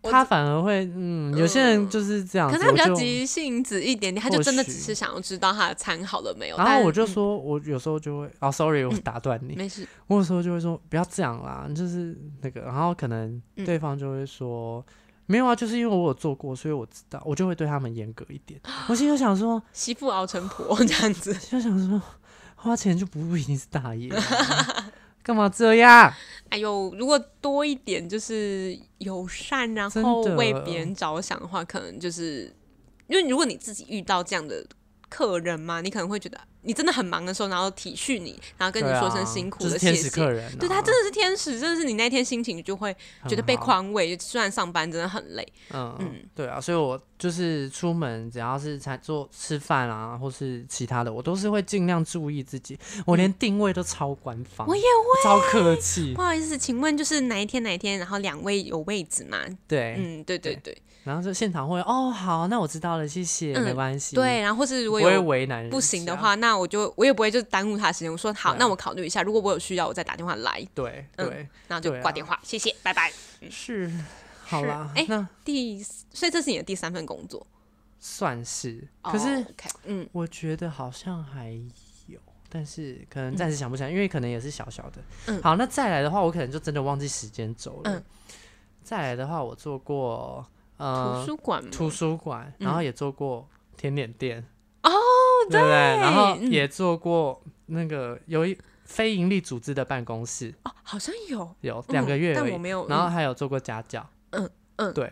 [SPEAKER 1] 我
[SPEAKER 2] 他
[SPEAKER 1] 知
[SPEAKER 2] 反而会，嗯，有些人就是这样
[SPEAKER 1] 可
[SPEAKER 2] 子。
[SPEAKER 1] 是他比较
[SPEAKER 2] 我就
[SPEAKER 1] 急性子一点点，他就
[SPEAKER 2] 或
[SPEAKER 1] 真的
[SPEAKER 2] 许
[SPEAKER 1] 只是想要知道他的餐好了没有。
[SPEAKER 2] 然后
[SPEAKER 1] 但
[SPEAKER 2] 我就
[SPEAKER 1] 嗯
[SPEAKER 2] 说，我有时候就会，哦，sorry，我打断你。
[SPEAKER 1] 没事，
[SPEAKER 2] 我有时候就会说不要这样啦，就是那个，然后可能
[SPEAKER 1] 嗯
[SPEAKER 2] 对方就会说、没有啊，就是因为我有做过，所以我知道，我就会对他们严格一 点。我心里就想说，
[SPEAKER 1] 媳妇熬成婆 这样子，
[SPEAKER 2] 就想说花钱就不一定是大爷啊、 干嘛这样？
[SPEAKER 1] 哎呦，如果多一点就是友善，然
[SPEAKER 2] 真
[SPEAKER 1] 后
[SPEAKER 2] 的
[SPEAKER 1] 为别人着想的话，可能就是因为如果你自己遇到这样的客人嘛，你可能会觉得啊你真的很忙的时候，然后体恤你，然后跟你
[SPEAKER 2] 对啊
[SPEAKER 1] 说声辛苦
[SPEAKER 2] 就是
[SPEAKER 1] 的谢
[SPEAKER 2] 天使
[SPEAKER 1] 谢。
[SPEAKER 2] 客人啊、
[SPEAKER 1] 对他真的是天使，真的是你那天心情就会觉得被
[SPEAKER 2] 很好
[SPEAKER 1] 宽慰。虽然上班真的很累，
[SPEAKER 2] 嗯，
[SPEAKER 1] 嗯
[SPEAKER 2] 嗯，对啊，所以我就是出门，只要是才做吃饭啊，或是其他的，我都是会尽量注意自己。我连定位都超官方，
[SPEAKER 1] 嗯我也
[SPEAKER 2] 会超客气
[SPEAKER 1] 不。好意思，请问就是哪一天哪一天，然后两位有位置吗？
[SPEAKER 2] 哎对，
[SPEAKER 1] 嗯，对对对
[SPEAKER 2] 然后就现场会哦，好，那我知道了，谢谢，
[SPEAKER 1] 嗯
[SPEAKER 2] 没关系。
[SPEAKER 1] 对，，然后或是如
[SPEAKER 2] 不
[SPEAKER 1] 果
[SPEAKER 2] 会
[SPEAKER 1] 有
[SPEAKER 2] 为难人。
[SPEAKER 1] 不行的，话，那我就我也不会就耽误他时间。我说好，
[SPEAKER 2] 啊
[SPEAKER 1] 那我考虑一下，如果我有需要，我再打电话来，
[SPEAKER 2] 对
[SPEAKER 1] 嗯
[SPEAKER 2] 对、
[SPEAKER 1] 然后就
[SPEAKER 2] 对啊
[SPEAKER 1] 挂电话，谢谢，拜拜。
[SPEAKER 2] 是，好
[SPEAKER 1] 是
[SPEAKER 2] 啦，
[SPEAKER 1] 哎
[SPEAKER 2] 那
[SPEAKER 1] 第，所以这是你的第三份工作，
[SPEAKER 2] 算是。可是
[SPEAKER 1] 哦，OK，嗯，
[SPEAKER 2] 我觉得好像还有，但是可能暂时想不起来，因为可能也是小小的。
[SPEAKER 1] 嗯
[SPEAKER 2] 好，那再来的话，我可能就真的忘记时间轴了。
[SPEAKER 1] 嗯
[SPEAKER 2] 再来的话，我做过
[SPEAKER 1] 图
[SPEAKER 2] 呃
[SPEAKER 1] 书馆吗，
[SPEAKER 2] 图书馆，然后也做过甜点店。
[SPEAKER 1] 嗯哦，
[SPEAKER 2] 对不对？然后
[SPEAKER 1] 嗯
[SPEAKER 2] 也做过那个有一非营利组织的办公室，
[SPEAKER 1] 哦，好像有，
[SPEAKER 2] 有
[SPEAKER 1] 嗯
[SPEAKER 2] 两个月而已。
[SPEAKER 1] 但我没有
[SPEAKER 2] 然后啊
[SPEAKER 1] 嗯
[SPEAKER 2] 还有做过家教。
[SPEAKER 1] 嗯嗯
[SPEAKER 2] 对。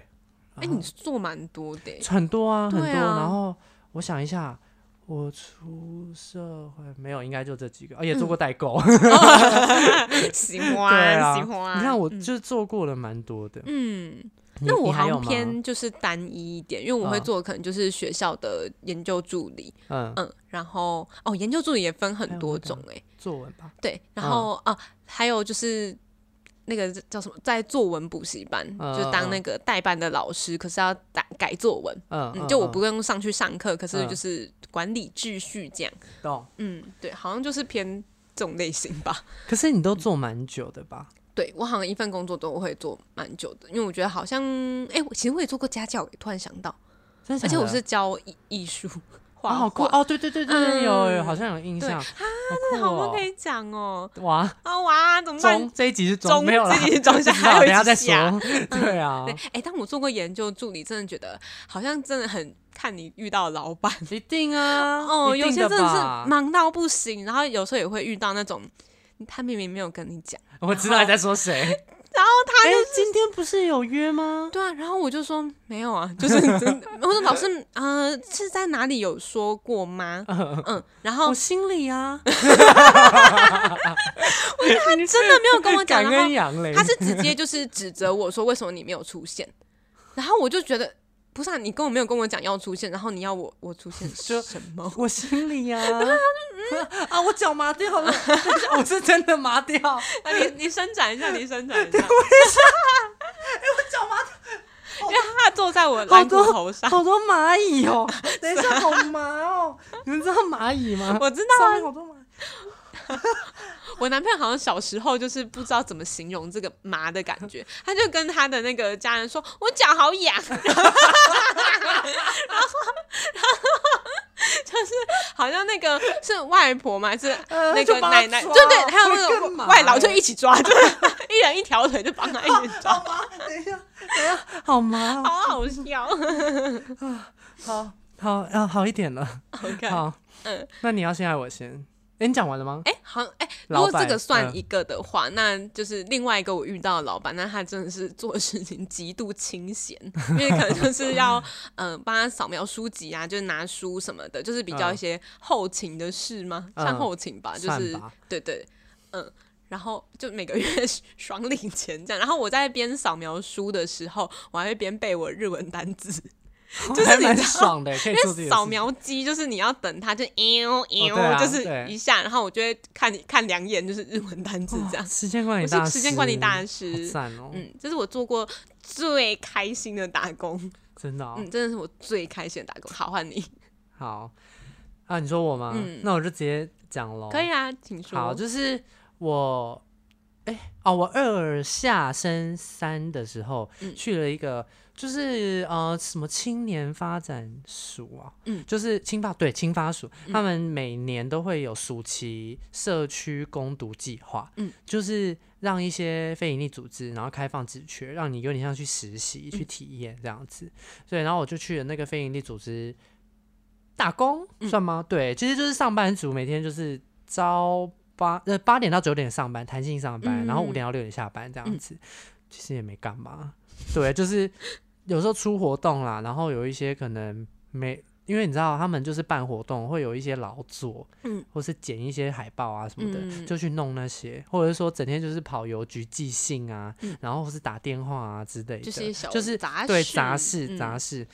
[SPEAKER 1] 哎，你做蛮多 的耶，
[SPEAKER 2] 很多啊，
[SPEAKER 1] 对
[SPEAKER 2] 很
[SPEAKER 1] 啊
[SPEAKER 2] 多。然后我想一下，我出社会没有，应该就这几个，而、也做过代购。
[SPEAKER 1] 嗯欸喜
[SPEAKER 2] 对
[SPEAKER 1] 欢
[SPEAKER 2] 啊
[SPEAKER 1] 喜 欢。
[SPEAKER 2] 你看，我就是做过了蛮多的。
[SPEAKER 1] 嗯，
[SPEAKER 2] 你
[SPEAKER 1] 那我
[SPEAKER 2] 你
[SPEAKER 1] 好
[SPEAKER 2] 还有
[SPEAKER 1] 像
[SPEAKER 2] 吗？
[SPEAKER 1] 偏就是单一一点，因为我会
[SPEAKER 2] 嗯
[SPEAKER 1] 做的可能就是学校的研究助理，
[SPEAKER 2] 嗯，
[SPEAKER 1] 嗯，然后哦，研究助理也分
[SPEAKER 2] 还
[SPEAKER 1] 很
[SPEAKER 2] 有
[SPEAKER 1] 多
[SPEAKER 2] 那个
[SPEAKER 1] 种哎、
[SPEAKER 2] 作文吧。
[SPEAKER 1] 对，然后啊、还有就是那个叫什么，在作文补习班，
[SPEAKER 2] 嗯
[SPEAKER 1] 就是当那个代班的老师，可是要打改作文，
[SPEAKER 2] 嗯，
[SPEAKER 1] 嗯，
[SPEAKER 2] 嗯
[SPEAKER 1] 就我不
[SPEAKER 2] 嗯
[SPEAKER 1] 用上去上课，可是
[SPEAKER 2] 嗯
[SPEAKER 1] 就是管理秩序这样，
[SPEAKER 2] 懂。
[SPEAKER 1] 嗯，对，好像就是偏这种类型吧。
[SPEAKER 2] 可是你都做蛮久的吧？
[SPEAKER 1] 对我好像一份工作都会做蛮久的，因为我觉得好像，哎、我其实我也做过家教，突然想到，
[SPEAKER 2] 真的
[SPEAKER 1] 而且
[SPEAKER 2] 假
[SPEAKER 1] 我
[SPEAKER 2] 的
[SPEAKER 1] 是教艺艺术画
[SPEAKER 2] 啊，
[SPEAKER 1] 画，
[SPEAKER 2] 好酷哦！对对对对对，有有，
[SPEAKER 1] 嗯
[SPEAKER 2] 好像有印
[SPEAKER 1] 对
[SPEAKER 2] 象。
[SPEAKER 1] 啊
[SPEAKER 2] 好酷
[SPEAKER 1] 好多
[SPEAKER 2] 哦
[SPEAKER 1] 可！以讲哦，
[SPEAKER 2] 哇，
[SPEAKER 1] 啊哇，怎么办？
[SPEAKER 2] 中这一集是
[SPEAKER 1] 中
[SPEAKER 2] 中没有啦，
[SPEAKER 1] 这集是中
[SPEAKER 2] 不知
[SPEAKER 1] 下还
[SPEAKER 2] 道
[SPEAKER 1] 有一
[SPEAKER 2] 等下
[SPEAKER 1] 集
[SPEAKER 2] 再
[SPEAKER 1] 下
[SPEAKER 2] 说。对啊
[SPEAKER 1] 对，，哎、当我做过研究助理，真的觉得好像真的很看你遇到的老板。
[SPEAKER 2] 一定啊，
[SPEAKER 1] 哦，
[SPEAKER 2] 一
[SPEAKER 1] 有
[SPEAKER 2] 定
[SPEAKER 1] 些真的
[SPEAKER 2] 吧
[SPEAKER 1] 是忙到不行，然后有时候也会遇到那种他明明没有跟你讲，
[SPEAKER 2] 我知道你在说 谁。然后他就、今天不是有约吗？
[SPEAKER 1] 对啊，然后我就说没有啊，就是真的， 我说老师，呃，是在哪里有说过吗？ 嗯，然后
[SPEAKER 2] 我心里啊，
[SPEAKER 1] 真的没有跟我 讲，
[SPEAKER 2] 感
[SPEAKER 1] 然
[SPEAKER 2] 恩
[SPEAKER 1] 后
[SPEAKER 2] 杨嘞。
[SPEAKER 1] 他是直接就是指责我说为什么你没有出现，然后我就觉得不是啊，你根本没有跟我讲要出现，然后你要我我出现
[SPEAKER 2] 就
[SPEAKER 1] 什么？
[SPEAKER 2] 我心里 呀、啊，
[SPEAKER 1] 嗯
[SPEAKER 2] 啊，我脚麻掉了，我是真的麻 掉，
[SPEAKER 1] 啊，你你伸展一下，你伸 展一下。
[SPEAKER 2] 哎脚麻掉，
[SPEAKER 1] 因为他坐在我蓝骨头上，
[SPEAKER 2] 好多蚂蚁 哦，等一下好麻哦，你们知道蚂蚁吗？
[SPEAKER 1] 我知道啊
[SPEAKER 2] 上面好多蚂蚁，
[SPEAKER 1] 我男朋友好像小时候就是不知道怎么形容这个麻的感觉，他就跟他的那个家人说：“我脚好痒。” 然后，然后就是好像那个是外婆嘛，还是
[SPEAKER 2] 呃
[SPEAKER 1] 那个
[SPEAKER 2] 就把他
[SPEAKER 1] 奶奶，
[SPEAKER 2] 抓
[SPEAKER 1] 对对，还
[SPEAKER 2] 会
[SPEAKER 1] 有那
[SPEAKER 2] 更
[SPEAKER 1] 个
[SPEAKER 2] 麻
[SPEAKER 1] 外劳就一起抓，就是 一人一条腿就绑在一起抓，
[SPEAKER 2] 好麻，等一下，等一下，好麻
[SPEAKER 1] 好
[SPEAKER 2] 哦，
[SPEAKER 1] 好笑。
[SPEAKER 2] 好好啊，好一点了，
[SPEAKER 1] OK，
[SPEAKER 2] 好，
[SPEAKER 1] 嗯
[SPEAKER 2] 那你要先爱我先，哎，你讲完了吗？
[SPEAKER 1] 哎、好像，哎、如
[SPEAKER 2] 老
[SPEAKER 1] 果
[SPEAKER 2] 板
[SPEAKER 1] 这个算
[SPEAKER 2] 嗯
[SPEAKER 1] 一个的话，那就是另外一个我遇到的老板，那他真的是做事情极度清闲，因为可能就是 要嗯帮、他扫描书籍啊，就是拿书什么的，就是比较
[SPEAKER 2] 嗯
[SPEAKER 1] 一些后勤的事吗？
[SPEAKER 2] 嗯
[SPEAKER 1] 算后勤吧，就
[SPEAKER 2] 算
[SPEAKER 1] 是
[SPEAKER 2] 吧
[SPEAKER 1] 对对，嗯。然后就每个月 爽领钱这样，然后我在边扫描书的时候，我还会边背我日文单字，就是
[SPEAKER 2] 还
[SPEAKER 1] 你
[SPEAKER 2] 蛮
[SPEAKER 1] 知道
[SPEAKER 2] 爽的，可以
[SPEAKER 1] 因
[SPEAKER 2] 做这
[SPEAKER 1] 为
[SPEAKER 2] 个
[SPEAKER 1] 扫
[SPEAKER 2] 事
[SPEAKER 1] 描机就是你要等它就呦呦、
[SPEAKER 2] 对啊
[SPEAKER 1] 就是
[SPEAKER 2] 对
[SPEAKER 1] 一下，然后我就会看你看两眼，就是日文单字
[SPEAKER 2] 情
[SPEAKER 1] 这样
[SPEAKER 2] 哇。时间管
[SPEAKER 1] 我
[SPEAKER 2] 理
[SPEAKER 1] 是
[SPEAKER 2] 大师，
[SPEAKER 1] 时间管理大
[SPEAKER 2] 好
[SPEAKER 1] 师，
[SPEAKER 2] 赞哦，
[SPEAKER 1] 嗯，这是我做过最开心的打工，
[SPEAKER 2] 真的哦，
[SPEAKER 1] 嗯，真的是我最开心的打工。好，换你，
[SPEAKER 2] 好啊，你说我吗？
[SPEAKER 1] 嗯
[SPEAKER 2] 那我就直接讲喽，
[SPEAKER 1] 可以啊，请说。
[SPEAKER 2] 好，就是我，哎、哦，我二下升三的时候、
[SPEAKER 1] 嗯
[SPEAKER 2] 去了一个，就是呃，什么青年发展署啊，
[SPEAKER 1] 嗯
[SPEAKER 2] 就是青发对青发署，他们每年都会有暑期社区攻读计划，
[SPEAKER 1] 嗯，
[SPEAKER 2] 就是让一些非营利组织，然后开放职缺，让你有点像去实
[SPEAKER 1] 嗯
[SPEAKER 2] 习、去体验这样子。对，然后我就去了那个非营利组织。打工
[SPEAKER 1] 嗯
[SPEAKER 2] 算吗？对，其实就是上班族每天就是朝八呃八点到九点上班，弹性上班，然后
[SPEAKER 1] 嗯
[SPEAKER 2] 五点到六点下班这样子，其实也没干嘛。对，就是有时候出活动啦，然后有一些可能没因为你知道他们就是办活动会有一些劳作，
[SPEAKER 1] 嗯，
[SPEAKER 2] 或是剪一些海报啊什么的，
[SPEAKER 1] 嗯
[SPEAKER 2] 就去弄那些，或者是说整天就是跑邮局寄信啊，然后或是打电话啊之类的，
[SPEAKER 1] 嗯就是一些小
[SPEAKER 2] 就是
[SPEAKER 1] 杂事，
[SPEAKER 2] 对杂事、
[SPEAKER 1] 嗯
[SPEAKER 2] 杂事，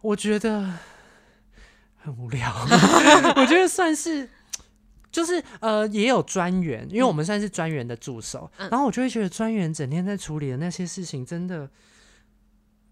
[SPEAKER 2] 我觉得很无聊， 我觉得算是。就是呃，也有专员，因为
[SPEAKER 1] 嗯
[SPEAKER 2] 我们算是专员的助手，然后我就会觉得专员整天在处理的那些事情真的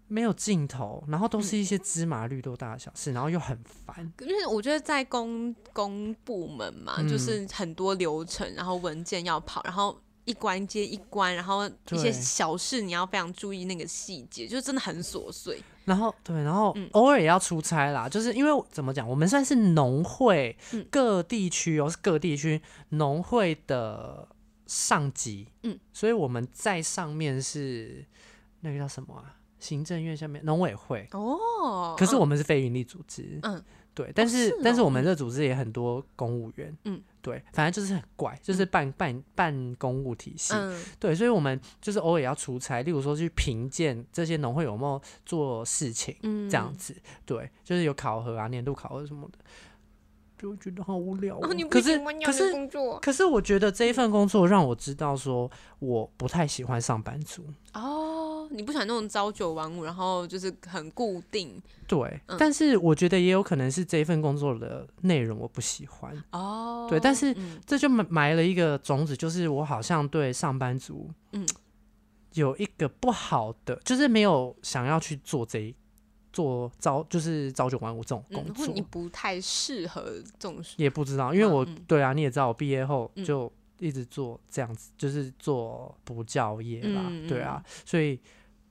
[SPEAKER 2] 没有尽头，然后都
[SPEAKER 1] 嗯
[SPEAKER 2] 是一些芝麻绿豆大的小事，然后又很烦。
[SPEAKER 1] 因为我觉得在公公部门嘛，
[SPEAKER 2] 嗯
[SPEAKER 1] 就是很多流程，然后文件要跑，然后一关接一关，然后一
[SPEAKER 2] 对
[SPEAKER 1] 些小事你要非常注意那个细节，就真的很琐碎。
[SPEAKER 2] 然后对，然
[SPEAKER 1] 嗯
[SPEAKER 2] 后偶尔也要出差啦，就是因为怎么讲，我们算是农会、
[SPEAKER 1] 嗯
[SPEAKER 2] 各地区哦，是各地区农会的上级，
[SPEAKER 1] 嗯，
[SPEAKER 2] 所以我们在上面是那个叫什么啊？行政院下面农委会，
[SPEAKER 1] 哦，
[SPEAKER 2] 可是
[SPEAKER 1] 嗯
[SPEAKER 2] 我们是非营利组织，
[SPEAKER 1] 嗯，
[SPEAKER 2] 对，但是、
[SPEAKER 1] 是哦
[SPEAKER 2] 但是我们这组织也很多公务员，
[SPEAKER 1] 嗯，
[SPEAKER 2] 对，反正就是很怪，就是办、办办公务体系，
[SPEAKER 1] 嗯
[SPEAKER 2] 对，所以我们就是偶尔也要出差，例如说去评鉴这些农会有没有做事情，
[SPEAKER 1] 嗯
[SPEAKER 2] 这样子，对，就是有考核啊，年度考核什么的，就觉得好无聊哦、
[SPEAKER 1] 哦你不
[SPEAKER 2] 可
[SPEAKER 1] 喜
[SPEAKER 2] 是
[SPEAKER 1] 欢
[SPEAKER 2] 可
[SPEAKER 1] 这样的
[SPEAKER 2] 是
[SPEAKER 1] 工作
[SPEAKER 2] 可是我觉得这一份工作让我知道说我不太喜欢上班族，
[SPEAKER 1] 哦，你不喜欢那种朝九晚五，然后就是很固定
[SPEAKER 2] 对，
[SPEAKER 1] 嗯
[SPEAKER 2] 但是我觉得也有可能是这一份工作的内容我不喜欢，
[SPEAKER 1] 哦。
[SPEAKER 2] 对但是
[SPEAKER 1] 嗯
[SPEAKER 2] 这就埋埋了一个种子，就是我好像对上班族，
[SPEAKER 1] 嗯，
[SPEAKER 2] 有一个不好的，就是没有想要去做这一做朝就是朝九晚五这种工
[SPEAKER 1] 嗯，或
[SPEAKER 2] 作，
[SPEAKER 1] 你不太适合这种事。
[SPEAKER 2] 也不知道，因为我、
[SPEAKER 1] 嗯嗯
[SPEAKER 2] 对啊，你也知道，我毕业后
[SPEAKER 1] 嗯
[SPEAKER 2] 就一直做这样子，就是做补教业啦，
[SPEAKER 1] 嗯嗯
[SPEAKER 2] 对啊，所以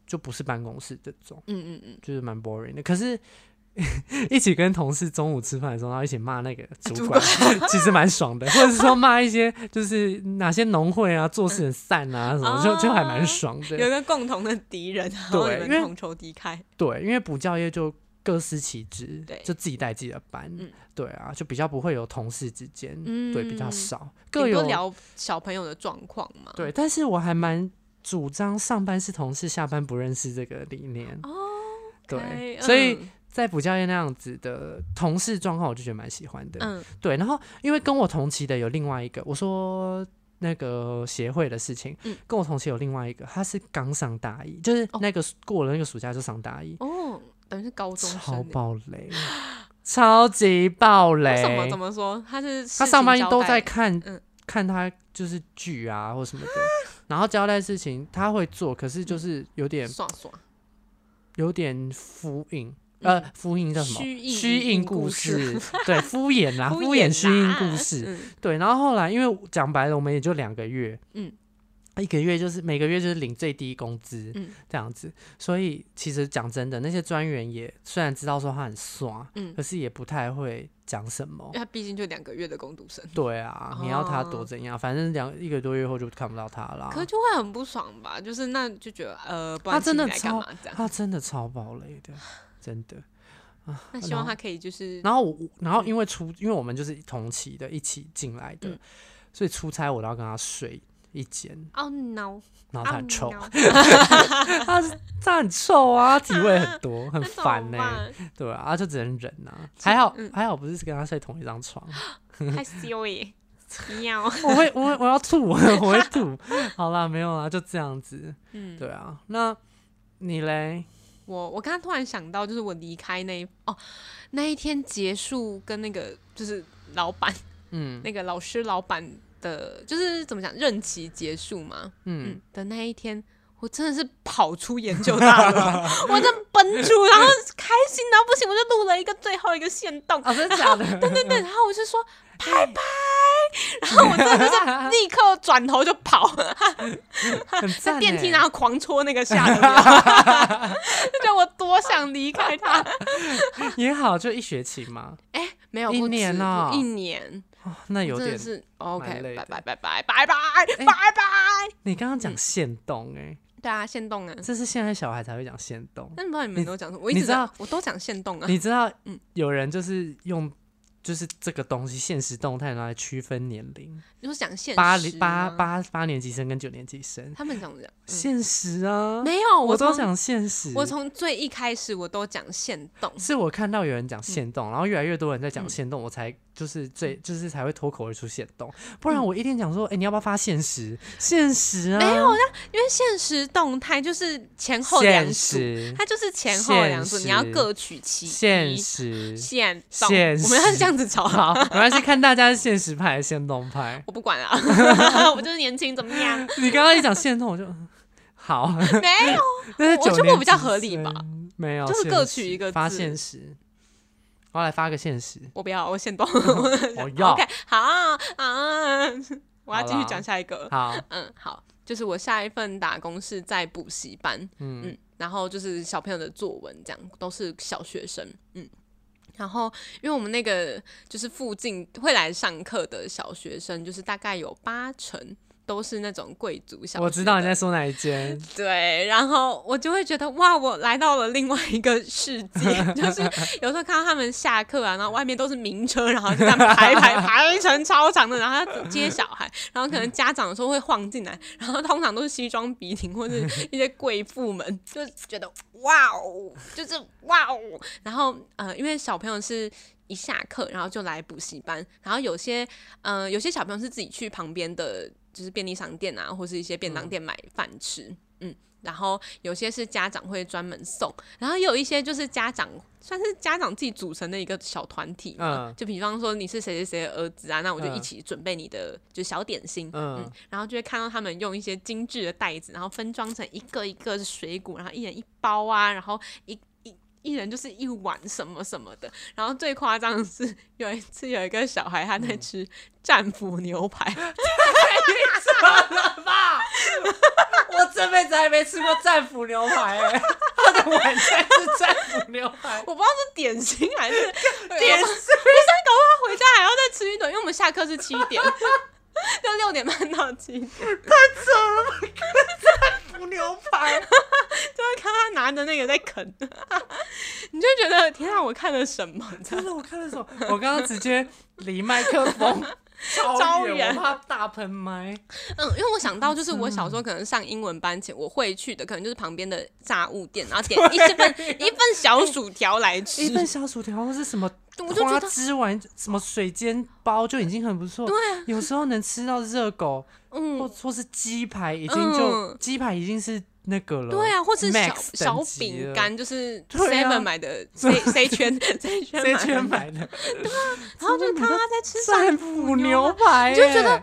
[SPEAKER 2] 就不是办公室这种，
[SPEAKER 1] 嗯嗯嗯，
[SPEAKER 2] 就是蛮 boring 的。可是 一起跟同事中午吃饭的时候，然后一起骂那个主
[SPEAKER 1] 主
[SPEAKER 2] 管， 其实蛮爽的，或者是说骂一些就是哪些农会啊做事很散啊什么，就就还蛮爽
[SPEAKER 1] 哦有
[SPEAKER 2] 的。
[SPEAKER 1] 一个共同的敌人，然后
[SPEAKER 2] 对
[SPEAKER 1] 你
[SPEAKER 2] 因
[SPEAKER 1] 们
[SPEAKER 2] 为
[SPEAKER 1] 同仇敌忾。
[SPEAKER 2] 对，因为补教业就。各司其职
[SPEAKER 1] 对，
[SPEAKER 2] 就自己带自己的班，
[SPEAKER 1] 嗯
[SPEAKER 2] 对啊，就比较不会有同事之间，
[SPEAKER 1] 嗯
[SPEAKER 2] 对比较少，各
[SPEAKER 1] 顶多
[SPEAKER 2] 有
[SPEAKER 1] 聊小朋友的状况嘛。
[SPEAKER 2] 对，但是我还蛮主张上班是同事，下班不认识这个理念。
[SPEAKER 1] 哦，
[SPEAKER 2] 对
[SPEAKER 1] OK，
[SPEAKER 2] 所以
[SPEAKER 1] 嗯
[SPEAKER 2] 在补教业那样子的同事状况，我就觉得蛮喜欢的。
[SPEAKER 1] 嗯
[SPEAKER 2] 对，然后因为跟我同期的有另外一个，我说那个协会的事情，
[SPEAKER 1] 嗯
[SPEAKER 2] 跟我同期有另外一个，他是刚上大一，就是
[SPEAKER 1] 哦
[SPEAKER 2] 那个、过了那个暑假就上大一，
[SPEAKER 1] 哦，等于是高中
[SPEAKER 2] 超
[SPEAKER 1] 生欸。
[SPEAKER 2] 爆雷， 超级爆雷。
[SPEAKER 1] 为什么？怎么说？他是
[SPEAKER 2] 他上班都在
[SPEAKER 1] 看，
[SPEAKER 2] 看，
[SPEAKER 1] 嗯
[SPEAKER 2] 看他就是剧啊或什么的，然后交代事情他会做，可是
[SPEAKER 1] 嗯
[SPEAKER 2] 就是有点
[SPEAKER 1] 爽爽。
[SPEAKER 2] 有点敷衍，呃，敷衍叫什么？
[SPEAKER 1] 嗯虚应
[SPEAKER 2] 虚应故事， 对，敷衍啦，敷
[SPEAKER 1] 衍
[SPEAKER 2] 衍虚应
[SPEAKER 1] 啦
[SPEAKER 2] 故事，
[SPEAKER 1] 嗯
[SPEAKER 2] 对。然后后来，因为讲白了，我们也就两个月，
[SPEAKER 1] 嗯，
[SPEAKER 2] 一个月就是每个月就是领最低工资，
[SPEAKER 1] 嗯
[SPEAKER 2] 这样子。所以其实讲真的，那些专员也虽然知道说他很爽，
[SPEAKER 1] 嗯
[SPEAKER 2] 可是也不太会讲什么
[SPEAKER 1] 因为。他毕竟就两个月的工读生，
[SPEAKER 2] 对啊，你要他多
[SPEAKER 1] 哦
[SPEAKER 2] 怎样？反正两一个多月后就看不到他啊啦。
[SPEAKER 1] 可是就会很不爽吧？就是那就觉得呃，不然
[SPEAKER 2] 他真的
[SPEAKER 1] 请你来干嘛这样？
[SPEAKER 2] 他真的超爆雷的，真的。
[SPEAKER 1] 那希望他可以就是嗯
[SPEAKER 2] 然后我，然后因为出，因为我们就是同期的，一起进来的，所以出差我都要跟他睡一间，
[SPEAKER 1] 哦 no，
[SPEAKER 2] 然后他
[SPEAKER 1] 哦
[SPEAKER 2] 很臭，
[SPEAKER 1] no，
[SPEAKER 2] 他是他很臭啊，体味很多，很
[SPEAKER 1] 那怎
[SPEAKER 2] 烦
[SPEAKER 1] 么
[SPEAKER 2] 呢、
[SPEAKER 1] 办？嗯
[SPEAKER 2] 对啊，就只能忍啊。还好、还好不是跟他睡同一张床，
[SPEAKER 1] 害 羞耶，喵。
[SPEAKER 2] 我会我会我要吐，我会吐。好啦，没有啦，就这样子。
[SPEAKER 1] 嗯，
[SPEAKER 2] 对啊，那你嘞？
[SPEAKER 1] 我我刚刚突然想到，就是我离开那一哦那一天结束跟那个就是老板
[SPEAKER 2] 嗯
[SPEAKER 1] 那个老师老板的，就是怎么讲任期结束嘛，
[SPEAKER 2] 嗯
[SPEAKER 1] 嗯的那一天，我真的是跑出研究大楼， 我真的奔出，然后开心到不行，我就录了一个最后一个线动，
[SPEAKER 2] 啊，真的假的？
[SPEAKER 1] 对对对，然后我 就说拜拜，然后我真的就是立刻转头就跑，
[SPEAKER 2] 很赞
[SPEAKER 1] 啊在
[SPEAKER 2] 欸
[SPEAKER 1] 电梯然后狂戳那个下 楼梯，就觉得我多想离开他，
[SPEAKER 2] 也好，就一学期嘛，
[SPEAKER 1] 哎，没有
[SPEAKER 2] 一
[SPEAKER 1] 不止
[SPEAKER 2] 年哦
[SPEAKER 1] 不一年，
[SPEAKER 2] 哦那有
[SPEAKER 1] 真
[SPEAKER 2] 点
[SPEAKER 1] 的是
[SPEAKER 2] 蛮累
[SPEAKER 1] OK，
[SPEAKER 2] 的哎
[SPEAKER 1] 拜拜拜拜拜拜拜拜，
[SPEAKER 2] 你刚
[SPEAKER 1] 嗯
[SPEAKER 2] 刚讲限动哎、
[SPEAKER 1] 对啊，限动啊。
[SPEAKER 2] 这是现在小孩才会讲限动。
[SPEAKER 1] 但不知道你们都讲什么，我一
[SPEAKER 2] 你
[SPEAKER 1] 直
[SPEAKER 2] 知道
[SPEAKER 1] 在我都讲限动啊。
[SPEAKER 2] 你知道
[SPEAKER 1] 嗯，
[SPEAKER 2] 有人就是用，就是这个东西现实动态拿来区分年龄，
[SPEAKER 1] 你说讲现实
[SPEAKER 2] 八零八
[SPEAKER 1] 吗，
[SPEAKER 2] 八八年级生跟九年级生，
[SPEAKER 1] 他们讲讲、嗯
[SPEAKER 2] 现实啊，
[SPEAKER 1] 没有，
[SPEAKER 2] 我都
[SPEAKER 1] 从
[SPEAKER 2] 讲现实，
[SPEAKER 1] 我从最一开始我都讲现动，
[SPEAKER 2] 是我看到有人
[SPEAKER 1] 嗯
[SPEAKER 2] 讲限动，然后越来越多人在讲限动，我才就是最就是才会脱口而出限动，不
[SPEAKER 1] 嗯
[SPEAKER 2] 然我一定讲说，哎、你要不要发现实？现实啊，没有
[SPEAKER 1] 因为现实动态就是前后两
[SPEAKER 2] 现
[SPEAKER 1] 组，
[SPEAKER 2] 实，
[SPEAKER 1] 它就是前后两组，
[SPEAKER 2] 现实
[SPEAKER 1] 你要各取其一。
[SPEAKER 2] 现实，
[SPEAKER 1] 现动，
[SPEAKER 2] 现实
[SPEAKER 1] 我们要这样子吵啊
[SPEAKER 2] 好，没关系，看大家是现实派还是限动派。
[SPEAKER 1] 我不管啊， 我就是年轻，怎么 样？
[SPEAKER 2] 你刚刚一讲限动，我就嗯好，
[SPEAKER 1] 没有，
[SPEAKER 2] 但是
[SPEAKER 1] 我觉得
[SPEAKER 2] 9年
[SPEAKER 1] 我比较
[SPEAKER 2] 级
[SPEAKER 1] 合理吧
[SPEAKER 2] 生，没有，
[SPEAKER 1] 就是
[SPEAKER 2] 现
[SPEAKER 1] 各
[SPEAKER 2] 实
[SPEAKER 1] 取一个
[SPEAKER 2] 发
[SPEAKER 1] 字
[SPEAKER 2] 现实，我要来发个现 实，
[SPEAKER 1] 我不要，我先动。
[SPEAKER 2] 我要
[SPEAKER 1] OK，好啊， 我要继
[SPEAKER 2] 好
[SPEAKER 1] 续
[SPEAKER 2] 啦
[SPEAKER 1] 讲下一个。
[SPEAKER 2] 好，
[SPEAKER 1] 嗯，好，就是我下一份打工是在补习班，嗯然后就是小朋友的作文，这样都是小学生，嗯。然后，因为我们那个就是附近会来上课的小学生，就是大概有八成都是那种贵族小学的，
[SPEAKER 2] 我知道你在说哪一间，
[SPEAKER 1] 对，然后我就会觉得哇，我来到了另外一个世界， 就是有时候看到他们下课啊，然后外面都是名车，然后就这样排排排成超长的，然后要接小孩，然后可能家长有时候会晃进来，然后通常都是西装笔挺或是一些贵妇们，就觉得哇哦，就是哇哦，然后呃，因为小朋友是。一下课，然后就来补习班，然后有些，嗯、有些小朋友是自己去旁边的，就是便利商店啊，或是一些便当店买饭吃，嗯然后有些是家长会专门送，然后也有一些就是家长算是家长自己组成的一个小团体嘛，
[SPEAKER 2] 嗯
[SPEAKER 1] 就比方说你是谁谁谁的儿子啊，那我就
[SPEAKER 2] 嗯
[SPEAKER 1] 一起准备你的就小点心，嗯
[SPEAKER 2] 嗯，
[SPEAKER 1] 然后就会看到他们用一些精致的袋子，然后分装成一个一个是水果，然后一人一包啊，然后一。一一人就是一碗什么什么的，然后最夸张的是有一次有一个小孩他在吃战斧牛 排，
[SPEAKER 2] 怎么吧？我这辈子还没吃过战斧牛排、欸， 他的晚餐是战斧牛排，
[SPEAKER 1] 我不知道是点心还是
[SPEAKER 2] 点心
[SPEAKER 1] 他回家还要再吃一顿，因为我们下课是七 点，就六点半到七点，
[SPEAKER 2] 斧牛排，
[SPEAKER 1] 就会看他拿着那个在啃， 你就觉得天啊，我看了什么？这
[SPEAKER 2] 真
[SPEAKER 1] 样
[SPEAKER 2] 的，我看了什么？我刚刚直接离麦克风超
[SPEAKER 1] 超
[SPEAKER 2] 远，
[SPEAKER 1] 远
[SPEAKER 2] 我怕大喷麦。
[SPEAKER 1] 嗯，因为我想到就是我小时
[SPEAKER 2] 嗯
[SPEAKER 1] 候可能上英文班前我会去的，可能就是旁边的炸物店，然后点一份一份小薯条来吃
[SPEAKER 2] 啊一。份小薯条或是什么
[SPEAKER 1] 我就觉
[SPEAKER 2] 花
[SPEAKER 1] 得
[SPEAKER 2] 枝丸、什么水煎包就已经很不错。对、有时候能吃到热狗，
[SPEAKER 1] 啊嗯
[SPEAKER 2] 或说是鸡排，已经就
[SPEAKER 1] 嗯
[SPEAKER 2] 鸡、排已经是那个了。
[SPEAKER 1] 对啊，或是小
[SPEAKER 2] Max
[SPEAKER 1] 小
[SPEAKER 2] 等级
[SPEAKER 1] 饼
[SPEAKER 2] 了
[SPEAKER 1] 干，就是
[SPEAKER 2] 对啊
[SPEAKER 1] Seven 买的 C C 圈 C 圈
[SPEAKER 2] 谁
[SPEAKER 1] 买
[SPEAKER 2] 去
[SPEAKER 1] 的，
[SPEAKER 2] 买的？
[SPEAKER 1] 然后就看到他在吃
[SPEAKER 2] 战
[SPEAKER 1] 战
[SPEAKER 2] 斧
[SPEAKER 1] 斧
[SPEAKER 2] 牛
[SPEAKER 1] 牛
[SPEAKER 2] 排耶，
[SPEAKER 1] 你就觉得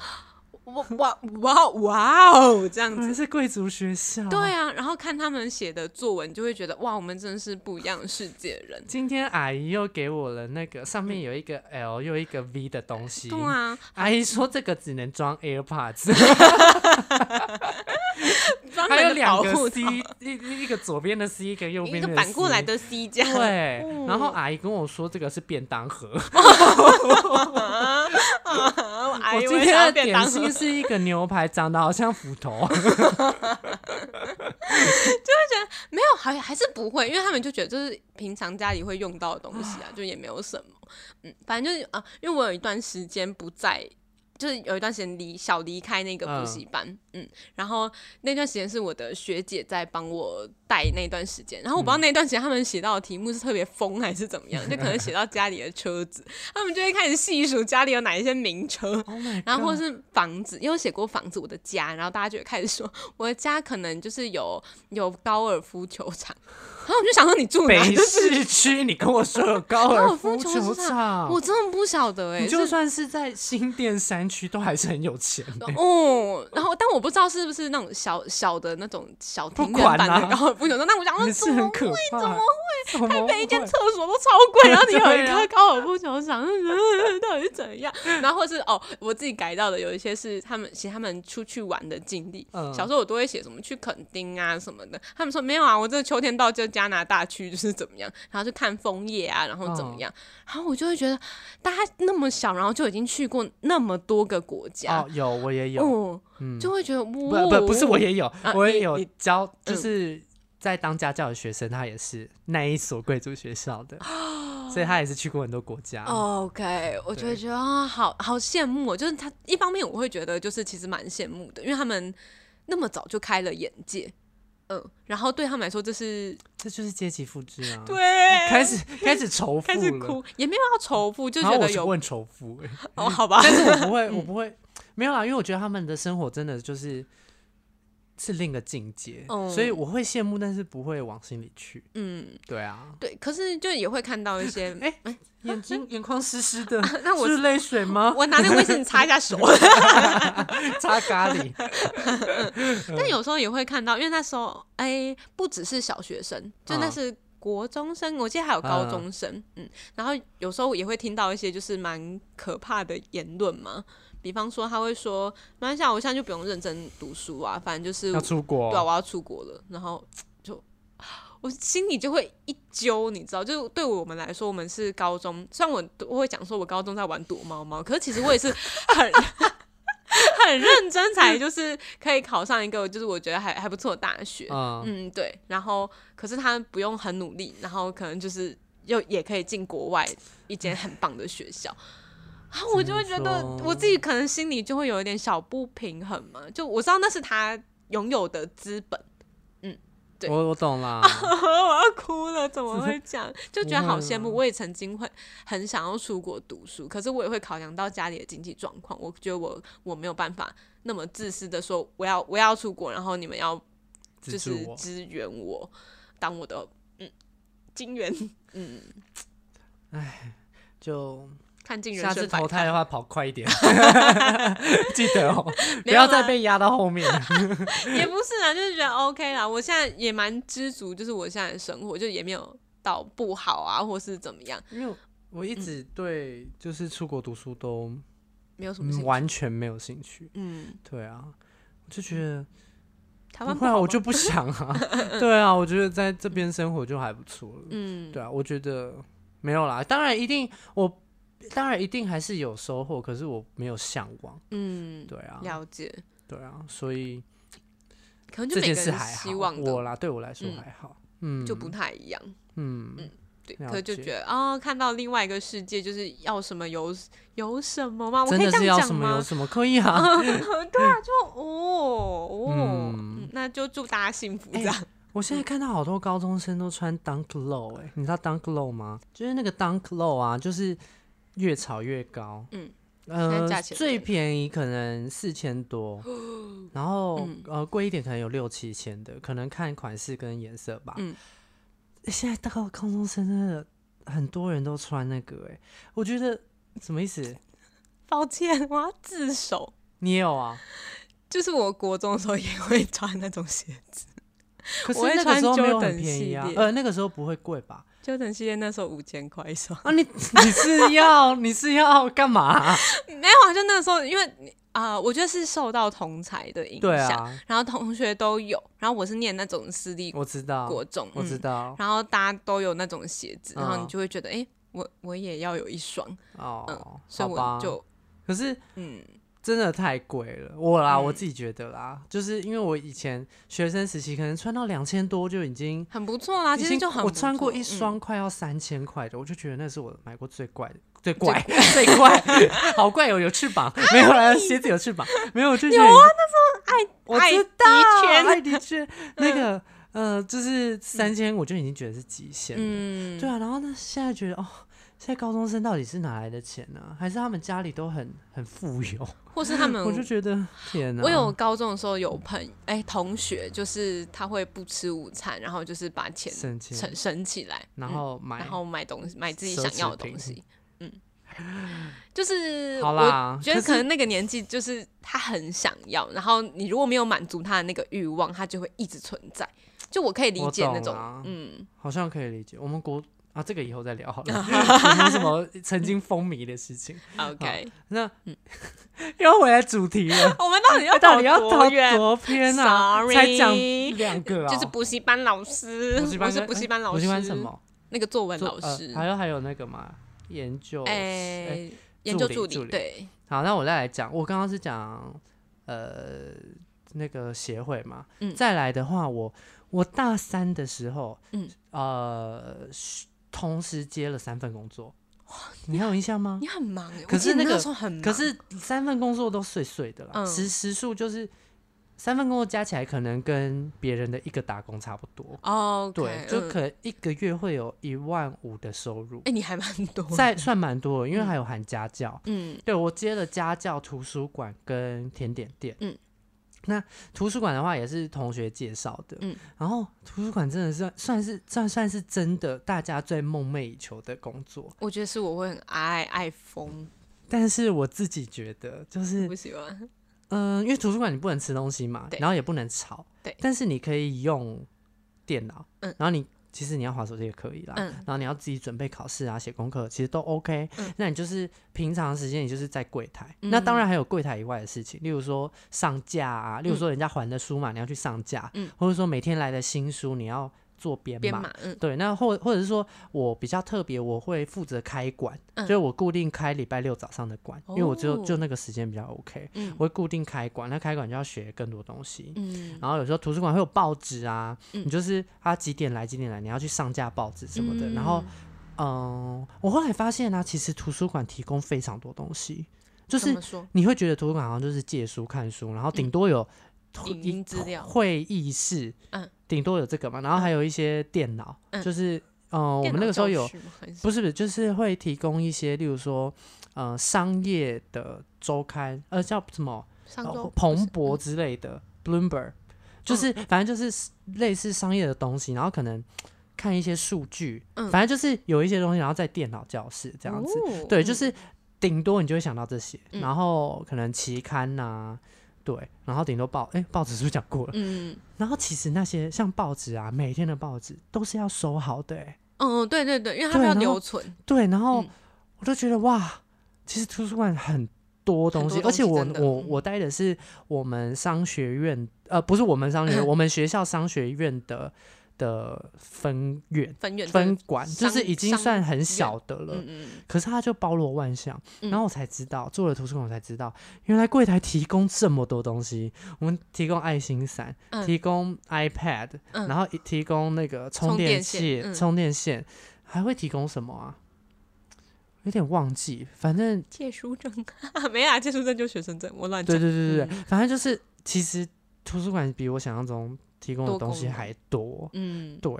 [SPEAKER 1] 哇哇哇哇哦这样
[SPEAKER 2] 我
[SPEAKER 1] 子
[SPEAKER 2] 们。是贵族学校。
[SPEAKER 1] 对，啊，然后看他们写的作文，就会觉得哇，我们真的是不一样的世界人。
[SPEAKER 2] 今天阿姨又给我了那个上面有一个 L 又一个 V 的东西。
[SPEAKER 1] 对啊，
[SPEAKER 2] 阿姨说这个只能装 AirPods，
[SPEAKER 1] 专
[SPEAKER 2] 还有
[SPEAKER 1] 门的
[SPEAKER 2] 两
[SPEAKER 1] 保
[SPEAKER 2] 个
[SPEAKER 1] 护
[SPEAKER 2] C，
[SPEAKER 1] 套
[SPEAKER 2] 一一一个左边的 C，一个右
[SPEAKER 1] 一
[SPEAKER 2] 边
[SPEAKER 1] 个
[SPEAKER 2] 的 C，
[SPEAKER 1] 反过来的嗯 C 加。
[SPEAKER 2] 对，然后阿姨跟我说这个是便当盒，
[SPEAKER 1] 啊，我
[SPEAKER 2] 我
[SPEAKER 1] 阿姨
[SPEAKER 2] 今
[SPEAKER 1] 我
[SPEAKER 2] 天
[SPEAKER 1] 想
[SPEAKER 2] 的
[SPEAKER 1] 要便
[SPEAKER 2] 点
[SPEAKER 1] 当盒，
[SPEAKER 2] 心是一个牛排，长得好像斧 头。
[SPEAKER 1] 没有，好像还是不会，因为他们就觉得这是平常家里会用到的东西啊，就也没有什么。嗯，反正就是啊，因为我有一段时间不在。就是有一段时间离小离开那个补习班，嗯然后那段时间是我的学姐在帮我带那段时间，然后我不
[SPEAKER 2] 嗯
[SPEAKER 1] 知道那段时间他们写到的题目是特别疯还是怎么样，就可能写到家里的车子，他们就会开始细数家里有哪一些名车，
[SPEAKER 2] Oh my
[SPEAKER 1] 然后或
[SPEAKER 2] god
[SPEAKER 1] 是房子，也有写过房子，我的家，然后大家就会开始说我的家可能就是有有高尔夫球场，然后我就想说你住哪？
[SPEAKER 2] 北
[SPEAKER 1] 就
[SPEAKER 2] 市
[SPEAKER 1] 是
[SPEAKER 2] 区，你跟我说有高
[SPEAKER 1] 高
[SPEAKER 2] 尔
[SPEAKER 1] 尔夫
[SPEAKER 2] 球
[SPEAKER 1] 球
[SPEAKER 2] 场，
[SPEAKER 1] 我真的不晓得哎、
[SPEAKER 2] 你
[SPEAKER 1] 欸，
[SPEAKER 2] 就是算是在新店山区，都还是很有钱欸。
[SPEAKER 1] 哦，然后但我不知道是不是那种小小的那种小
[SPEAKER 2] 不
[SPEAKER 1] 庭
[SPEAKER 2] 管
[SPEAKER 1] 院
[SPEAKER 2] 啦
[SPEAKER 1] 版的高尔夫球场，那我想
[SPEAKER 2] 你
[SPEAKER 1] 说
[SPEAKER 2] 是
[SPEAKER 1] 怎
[SPEAKER 2] 很
[SPEAKER 1] 么
[SPEAKER 2] 可怕，怎么会？
[SPEAKER 1] 台北一间厕所都超
[SPEAKER 2] 对
[SPEAKER 1] 贵，然后你有
[SPEAKER 2] 对
[SPEAKER 1] 一
[SPEAKER 2] 啊
[SPEAKER 1] 个高尔夫球场，嗯到底是怎样？然后或是哦，我自己改到的有一些是他们写他们出去玩的经历。
[SPEAKER 2] 嗯
[SPEAKER 1] 小时候我都会写什么去垦丁啊什么的，他们说没有啊，我这个秋天到就加拿大去就是怎么样，然后去看枫叶啊，然后怎么样？
[SPEAKER 2] 哦
[SPEAKER 1] 然后我就会觉得大家那么小，然后就已经去过那么多个国家
[SPEAKER 2] 哦，，有我也有，嗯
[SPEAKER 1] 哦，就会觉得
[SPEAKER 2] 不
[SPEAKER 1] 哇，
[SPEAKER 2] 不不是我也有，我也
[SPEAKER 1] 哦啊你
[SPEAKER 2] 有
[SPEAKER 1] 你嗯
[SPEAKER 2] 教，
[SPEAKER 1] 啊
[SPEAKER 2] 就是在当家教的学生，他也是那一所贵族学校的，所以他也是去过很多国家。
[SPEAKER 1] 哦 OK，我就会觉得啊，好好羡慕哦。就是他一方面我会觉得就是其实蛮羡慕的，因为他们那么早就开了眼界，嗯，然后对他们来说这是
[SPEAKER 2] 这就是阶级复制啊！，
[SPEAKER 1] 对
[SPEAKER 2] 开始开始仇富
[SPEAKER 1] 开始
[SPEAKER 2] 了。
[SPEAKER 1] 哭，也没有要仇富，就
[SPEAKER 2] 然
[SPEAKER 1] 觉
[SPEAKER 2] 后我
[SPEAKER 1] 得
[SPEAKER 2] 去
[SPEAKER 1] 有
[SPEAKER 2] 问仇富、欸，
[SPEAKER 1] 哦，好吧，
[SPEAKER 2] 但是我不会，我不会，没有啦，因为我觉得他们的生活真的就是是另一个境界，
[SPEAKER 1] 嗯
[SPEAKER 2] 所以我会羡慕，但是不会往心里去。
[SPEAKER 1] 嗯，
[SPEAKER 2] 对 啊，
[SPEAKER 1] 对，可是就也会看到一些，
[SPEAKER 2] 哎眼睛眼眶湿湿的，
[SPEAKER 1] 那我
[SPEAKER 2] 是泪水吗？
[SPEAKER 1] 我拿那个卫生纸擦一下手，
[SPEAKER 2] 擦咖喱，
[SPEAKER 1] 但有时候也会看到，因为那时候哎、不只是小学生，就那
[SPEAKER 2] 嗯
[SPEAKER 1] 是国中生，我记得还有高中生，嗯，然后有时候也会听到一些就是蛮可怕的言论嘛，比方说他会说，马来西亚啊我现在就不用认真读书啊，反正就是
[SPEAKER 2] 要出国，
[SPEAKER 1] 对啊，我要出国了，然后就我心里就会一揪，你知道，就对我们来说，我们是高中，虽然我都我会讲说我高中在玩躲猫猫，可是其实我也是很 很认真才就是可以考上一个就是我觉得还还不错的大学，
[SPEAKER 2] 嗯，
[SPEAKER 1] 嗯，对，然后可是他不用很努力，然后可能就是又也可以进国外一间很棒的学校。啊，我就会觉得
[SPEAKER 2] 说
[SPEAKER 1] 我自己可能心里就会有一点小不平衡嘛，就我知道那是他拥有的资本， 对
[SPEAKER 2] 我我懂 啦，
[SPEAKER 1] 我要哭了，怎么会这样？就觉得好羡
[SPEAKER 2] 不
[SPEAKER 1] 慕。
[SPEAKER 2] 会啊
[SPEAKER 1] 我也曾经会很想要出国读书，可是我也会考量到家里的经济状况，我觉得我我没有办法那么自私的说我要我要出国，然后你们要就
[SPEAKER 2] 资
[SPEAKER 1] 是
[SPEAKER 2] 助我。
[SPEAKER 1] 支援我，当我的嗯金援，嗯，
[SPEAKER 2] 就
[SPEAKER 1] 看尽人
[SPEAKER 2] 下次
[SPEAKER 1] 生百
[SPEAKER 2] 投
[SPEAKER 1] 态。
[SPEAKER 2] 胎的话，跑快一点，记得哦，不
[SPEAKER 1] 没有
[SPEAKER 2] 要再
[SPEAKER 1] 啦
[SPEAKER 2] 被压到后面。
[SPEAKER 1] 也不是啦，啊就是觉得 OK 啦。我现在也蛮知足，就是我现在的生活就也没有到不好啊，或是怎么样，
[SPEAKER 2] 因为我一直对就是出国读书都
[SPEAKER 1] 没有嗯什
[SPEAKER 2] 嗯
[SPEAKER 1] 么兴趣。
[SPEAKER 2] 完全没有兴趣。
[SPEAKER 1] 嗯，
[SPEAKER 2] 对啊，我就觉得
[SPEAKER 1] 台
[SPEAKER 2] 不
[SPEAKER 1] 湾
[SPEAKER 2] 会啊，
[SPEAKER 1] 好吗
[SPEAKER 2] 我就不想 啊。对啊，我觉得在这边生活就还不错了。
[SPEAKER 1] 嗯
[SPEAKER 2] 对啊，我觉得没有啦。当然一定，我当然一定还是有收获，可是我没有向往。
[SPEAKER 1] 嗯，
[SPEAKER 2] 对啊，
[SPEAKER 1] 了解。
[SPEAKER 2] 对啊，所以
[SPEAKER 1] 可能就
[SPEAKER 2] 这
[SPEAKER 1] 每
[SPEAKER 2] 件
[SPEAKER 1] 个
[SPEAKER 2] 事
[SPEAKER 1] 人
[SPEAKER 2] 还好
[SPEAKER 1] 希望。
[SPEAKER 2] 我
[SPEAKER 1] 的
[SPEAKER 2] 啦，对我来说
[SPEAKER 1] 嗯
[SPEAKER 2] 还好。嗯，
[SPEAKER 1] 就不太一样，
[SPEAKER 2] 嗯，
[SPEAKER 1] 对，
[SPEAKER 2] 了
[SPEAKER 1] 可就
[SPEAKER 2] 解
[SPEAKER 1] 觉得啊、看到另外一个世界，就是要什么有有什么啊吗？我
[SPEAKER 2] 真
[SPEAKER 1] 可以
[SPEAKER 2] 的
[SPEAKER 1] 这
[SPEAKER 2] 是
[SPEAKER 1] 样
[SPEAKER 2] 要
[SPEAKER 1] 讲
[SPEAKER 2] 什么有
[SPEAKER 1] 吗？
[SPEAKER 2] 什么可以啊。
[SPEAKER 1] 对啊，就哦哦、
[SPEAKER 2] 嗯
[SPEAKER 1] 嗯那就祝大家幸福这
[SPEAKER 2] 哎
[SPEAKER 1] 样。
[SPEAKER 2] 我现在看到好多高中生都穿 dunk low，哎、你知道 dunk low 吗？就是那个 dunk low 啊，就是越炒越高。
[SPEAKER 1] 嗯，现在
[SPEAKER 2] 呃，
[SPEAKER 1] 价钱
[SPEAKER 2] 最便宜可能四千 多，然后、
[SPEAKER 1] 嗯
[SPEAKER 2] 呃贵一点可能有六七千的，可能看款式跟颜色吧。
[SPEAKER 1] 嗯
[SPEAKER 2] 现在到高中生真的很多人都穿那个、哎，我觉得什么意思？
[SPEAKER 1] 抱歉，我要自首。
[SPEAKER 2] 你也有啊？
[SPEAKER 1] 就是我国中的时候也会穿那种鞋
[SPEAKER 2] 可是
[SPEAKER 1] 我会
[SPEAKER 2] 那个
[SPEAKER 1] 穿
[SPEAKER 2] 时候没有很
[SPEAKER 1] Jordan
[SPEAKER 2] 便宜啊
[SPEAKER 1] 系，列
[SPEAKER 2] 呃，那个时候不会贵吧？
[SPEAKER 1] ，Jordan 系列那时候五千块一双。
[SPEAKER 2] 啊， 你你是要你是要干嘛 啊、
[SPEAKER 1] 没有啊，就那个时候，因为啊、呃我觉得是受到同才的影
[SPEAKER 2] 对
[SPEAKER 1] 响，
[SPEAKER 2] 啊，
[SPEAKER 1] 然后同学都有，然后我是念那种私立
[SPEAKER 2] 我知道，
[SPEAKER 1] 国中，
[SPEAKER 2] 我知
[SPEAKER 1] 嗯
[SPEAKER 2] 道。
[SPEAKER 1] 然后大家都有那种鞋子，
[SPEAKER 2] 嗯
[SPEAKER 1] 然后你就会觉得，哎、我我也要有一双，
[SPEAKER 2] 哦，
[SPEAKER 1] 嗯所以
[SPEAKER 2] 好吧
[SPEAKER 1] 我就
[SPEAKER 2] 可是
[SPEAKER 1] 嗯
[SPEAKER 2] 真的太贵了，我啦，
[SPEAKER 1] 嗯
[SPEAKER 2] 我自己觉得啦，就是因为我以前学生时期可能穿到两千多就已经。
[SPEAKER 1] 很不错
[SPEAKER 2] 已
[SPEAKER 1] 啦，啊其实
[SPEAKER 2] 经
[SPEAKER 1] 就很
[SPEAKER 2] 我
[SPEAKER 1] 不错
[SPEAKER 2] 穿过一
[SPEAKER 1] 嗯
[SPEAKER 2] 双快要三千块的，我就觉得那是我买过最怪的、最怪、最怪，好怪哦有有翅膀，没有啦，鞋子有翅膀，没有，我就有啊，那时候我
[SPEAKER 1] 爱
[SPEAKER 2] 知
[SPEAKER 1] 迪
[SPEAKER 2] 道，
[SPEAKER 1] 圈嗯
[SPEAKER 2] 爱的确，那个呃，就是三千，我就已经觉得是极限了，
[SPEAKER 1] 嗯，
[SPEAKER 2] 对啊，然后呢，现在觉得哦，现在高中生到底是哪来的钱呢、还是他们家里都很很富有？
[SPEAKER 1] 或是他们
[SPEAKER 2] 我就觉得天哪、
[SPEAKER 1] 嗯我有高中的时候有朋哎、同学，就是他会不吃午餐，然后就是把钱
[SPEAKER 2] 省钱，
[SPEAKER 1] 省省起来，
[SPEAKER 2] 然
[SPEAKER 1] 嗯
[SPEAKER 2] 后买，
[SPEAKER 1] 然后买东西买自己
[SPEAKER 2] 奢
[SPEAKER 1] 想
[SPEAKER 2] 侈
[SPEAKER 1] 要的
[SPEAKER 2] 品
[SPEAKER 1] 东西，嗯， 就是
[SPEAKER 2] 好啦
[SPEAKER 1] 我觉得
[SPEAKER 2] 可是
[SPEAKER 1] 可能那个年纪就是他很想要，然后你如果没有满足他的那个欲望，他就会一直存在。就我可以理
[SPEAKER 2] 我
[SPEAKER 1] 解那
[SPEAKER 2] 懂
[SPEAKER 1] 种
[SPEAKER 2] 啦，
[SPEAKER 1] 嗯，
[SPEAKER 2] 好像可以理解。我们国啊，这个以后再聊好了， 有没有什么曾经风靡的事 情？
[SPEAKER 1] OK，。
[SPEAKER 2] 那、 又回来主题了
[SPEAKER 1] 我们到底要
[SPEAKER 2] 哎到底要
[SPEAKER 1] 跑
[SPEAKER 2] 逃
[SPEAKER 1] 多远？
[SPEAKER 2] 多偏啊
[SPEAKER 1] Sorry
[SPEAKER 2] 才讲两个啊、
[SPEAKER 1] 就是补习班老师，
[SPEAKER 2] 补习班
[SPEAKER 1] 我是
[SPEAKER 2] 跟
[SPEAKER 1] 补习
[SPEAKER 2] 哎
[SPEAKER 1] 班老师，
[SPEAKER 2] 补习班什么？
[SPEAKER 1] 那个作文
[SPEAKER 2] 做
[SPEAKER 1] 老
[SPEAKER 2] 呃
[SPEAKER 1] 师，
[SPEAKER 2] 还有还有那个嘛，研究
[SPEAKER 1] 哎、
[SPEAKER 2] 哎
[SPEAKER 1] 研
[SPEAKER 2] 助
[SPEAKER 1] 究
[SPEAKER 2] 理
[SPEAKER 1] 助
[SPEAKER 2] 助理
[SPEAKER 1] 对，
[SPEAKER 2] 好，那我再来讲，我刚刚是讲呃那个协会嘛，
[SPEAKER 1] 嗯
[SPEAKER 2] 再来的话，我我大三的时候，
[SPEAKER 1] 嗯
[SPEAKER 2] 呃，学同时接了三份工作，你还有印象吗？
[SPEAKER 1] 你很忙哎、
[SPEAKER 2] 可是
[SPEAKER 1] 我记得
[SPEAKER 2] 那个
[SPEAKER 1] 时候很忙，
[SPEAKER 2] 可是三份工作都碎碎的啦，
[SPEAKER 1] 嗯
[SPEAKER 2] 时时数就是三份工作加起来可能跟别人的一个打工差不多，
[SPEAKER 1] 哦，OK，
[SPEAKER 2] 对，
[SPEAKER 1] 嗯
[SPEAKER 2] 就可能一个月会有一万五的收入
[SPEAKER 1] 哎、，你还蛮多，
[SPEAKER 2] 在算蛮多的，因为还有含家教。
[SPEAKER 1] 嗯
[SPEAKER 2] 对我接了家教、图书馆跟甜点店。
[SPEAKER 1] 嗯，
[SPEAKER 2] 那图书馆的话也是同学介绍的。
[SPEAKER 1] 嗯，
[SPEAKER 2] 然后图书馆真的是算是算算是真的大家最梦寐以求的工作，
[SPEAKER 1] 我觉得是我会很爱爱疯，
[SPEAKER 2] 但是我自己觉得就是
[SPEAKER 1] 不喜 欢，
[SPEAKER 2] 嗯、因为图书馆你不能吃东西嘛
[SPEAKER 1] 对，
[SPEAKER 2] 然后也不能吵，
[SPEAKER 1] 对
[SPEAKER 2] 但是你可以用电脑，
[SPEAKER 1] 嗯
[SPEAKER 2] 然后你其实你要划手机也可以啦，
[SPEAKER 1] 嗯
[SPEAKER 2] 然后你要自己准备考试啊、写功课，其实都 OK、那你就是平常时间，你就是在柜台，那
[SPEAKER 1] 嗯
[SPEAKER 2] 当然还有柜台以外的事情，例如说上架啊，例如说人家还的书嘛，你要去上架，
[SPEAKER 1] 嗯
[SPEAKER 2] 或者说每天来的新书你要做编
[SPEAKER 1] 编
[SPEAKER 2] 码，
[SPEAKER 1] 码，嗯
[SPEAKER 2] 对，那或或者是说我比较特别，我会负责开馆，
[SPEAKER 1] 嗯
[SPEAKER 2] 就是我固定开礼拜六早上的馆，因为我只有
[SPEAKER 1] 哦
[SPEAKER 2] 就那个时间比较 OK，、
[SPEAKER 1] 嗯
[SPEAKER 2] 我会固定开馆。那开馆就要学更多东西，
[SPEAKER 1] 嗯
[SPEAKER 2] 然后有时候图书馆会有报纸啊，
[SPEAKER 1] 嗯
[SPEAKER 2] 你就是他几点来几点来，你要去上架报纸什么的。然后，
[SPEAKER 1] 嗯
[SPEAKER 2] 嗯，我后来发现啊，其实图书馆提供非常多东西，就
[SPEAKER 1] 怎
[SPEAKER 2] 是
[SPEAKER 1] 么说，嗯
[SPEAKER 2] 你会觉得图书馆好像就是借书看书，然后顶多有会
[SPEAKER 1] 影音资料
[SPEAKER 2] 会议室，
[SPEAKER 1] 嗯，
[SPEAKER 2] 顶多有这个嘛，然后还有一些电脑，
[SPEAKER 1] 嗯
[SPEAKER 2] 就是呃，我
[SPEAKER 1] 电
[SPEAKER 2] 们
[SPEAKER 1] 脑
[SPEAKER 2] 那个时候
[SPEAKER 1] 教
[SPEAKER 2] 有
[SPEAKER 1] 室吗还是
[SPEAKER 2] 不是不是，就是会提供一些，例如说呃商业的周刊，呃叫什么、
[SPEAKER 1] 上周
[SPEAKER 2] 呃、彭
[SPEAKER 1] 不嗯
[SPEAKER 2] 博之类的、Bloomberg，就是反正就是类似商业的东西，然后可能看一些数据，
[SPEAKER 1] 嗯
[SPEAKER 2] 反正就是有一些东西，然后在电脑教室这样子，
[SPEAKER 1] 是哦
[SPEAKER 2] 对，
[SPEAKER 1] 嗯
[SPEAKER 2] 就是顶多你就会想到这些，
[SPEAKER 1] 嗯
[SPEAKER 2] 然后可能期刊呐、对，然后顶多报，哎、报纸是不是讲过了？
[SPEAKER 1] 嗯
[SPEAKER 2] 然后其实那些像报纸啊，每天的报纸都是要收好的、诶
[SPEAKER 1] 嗯，对对对，因为他
[SPEAKER 2] 对
[SPEAKER 1] 们要
[SPEAKER 2] 然后
[SPEAKER 1] 留存，
[SPEAKER 2] 对，然后
[SPEAKER 1] 嗯
[SPEAKER 2] 我就觉得哇，其实图书馆很多东西，
[SPEAKER 1] 很多
[SPEAKER 2] 而
[SPEAKER 1] 东西
[SPEAKER 2] 且我
[SPEAKER 1] 真的
[SPEAKER 2] 我
[SPEAKER 1] 嗯
[SPEAKER 2] 我待的是我们商学院，呃，不是我们商学 院，我们学校商学院的的分院
[SPEAKER 1] 分院
[SPEAKER 2] 分，馆，就
[SPEAKER 1] 商
[SPEAKER 2] 是已经
[SPEAKER 1] 商
[SPEAKER 2] 算很
[SPEAKER 1] 院
[SPEAKER 2] 小的了
[SPEAKER 1] 对，嗯嗯
[SPEAKER 2] 可是它就包罗万象，
[SPEAKER 1] 嗯
[SPEAKER 2] 然后我才知道，做了图书馆我才知道，原来柜台提供这么多东西。我们提供爱心伞，
[SPEAKER 1] 嗯
[SPEAKER 2] 提供 iPad，、
[SPEAKER 1] 嗯
[SPEAKER 2] 然后也提供那个充
[SPEAKER 1] 充电
[SPEAKER 2] 器、
[SPEAKER 1] 线嗯
[SPEAKER 2] 充电线，还会提供什么啊？有点忘记，反正
[SPEAKER 1] 借书证 没啦，借书证就学生证，我乱
[SPEAKER 2] 对
[SPEAKER 1] 讲。
[SPEAKER 2] 对对对对，
[SPEAKER 1] 嗯
[SPEAKER 2] 反正就是其实图书馆比我想象中提供的
[SPEAKER 1] 多
[SPEAKER 2] 东西
[SPEAKER 1] 功能
[SPEAKER 2] 还多。
[SPEAKER 1] 嗯，
[SPEAKER 2] 对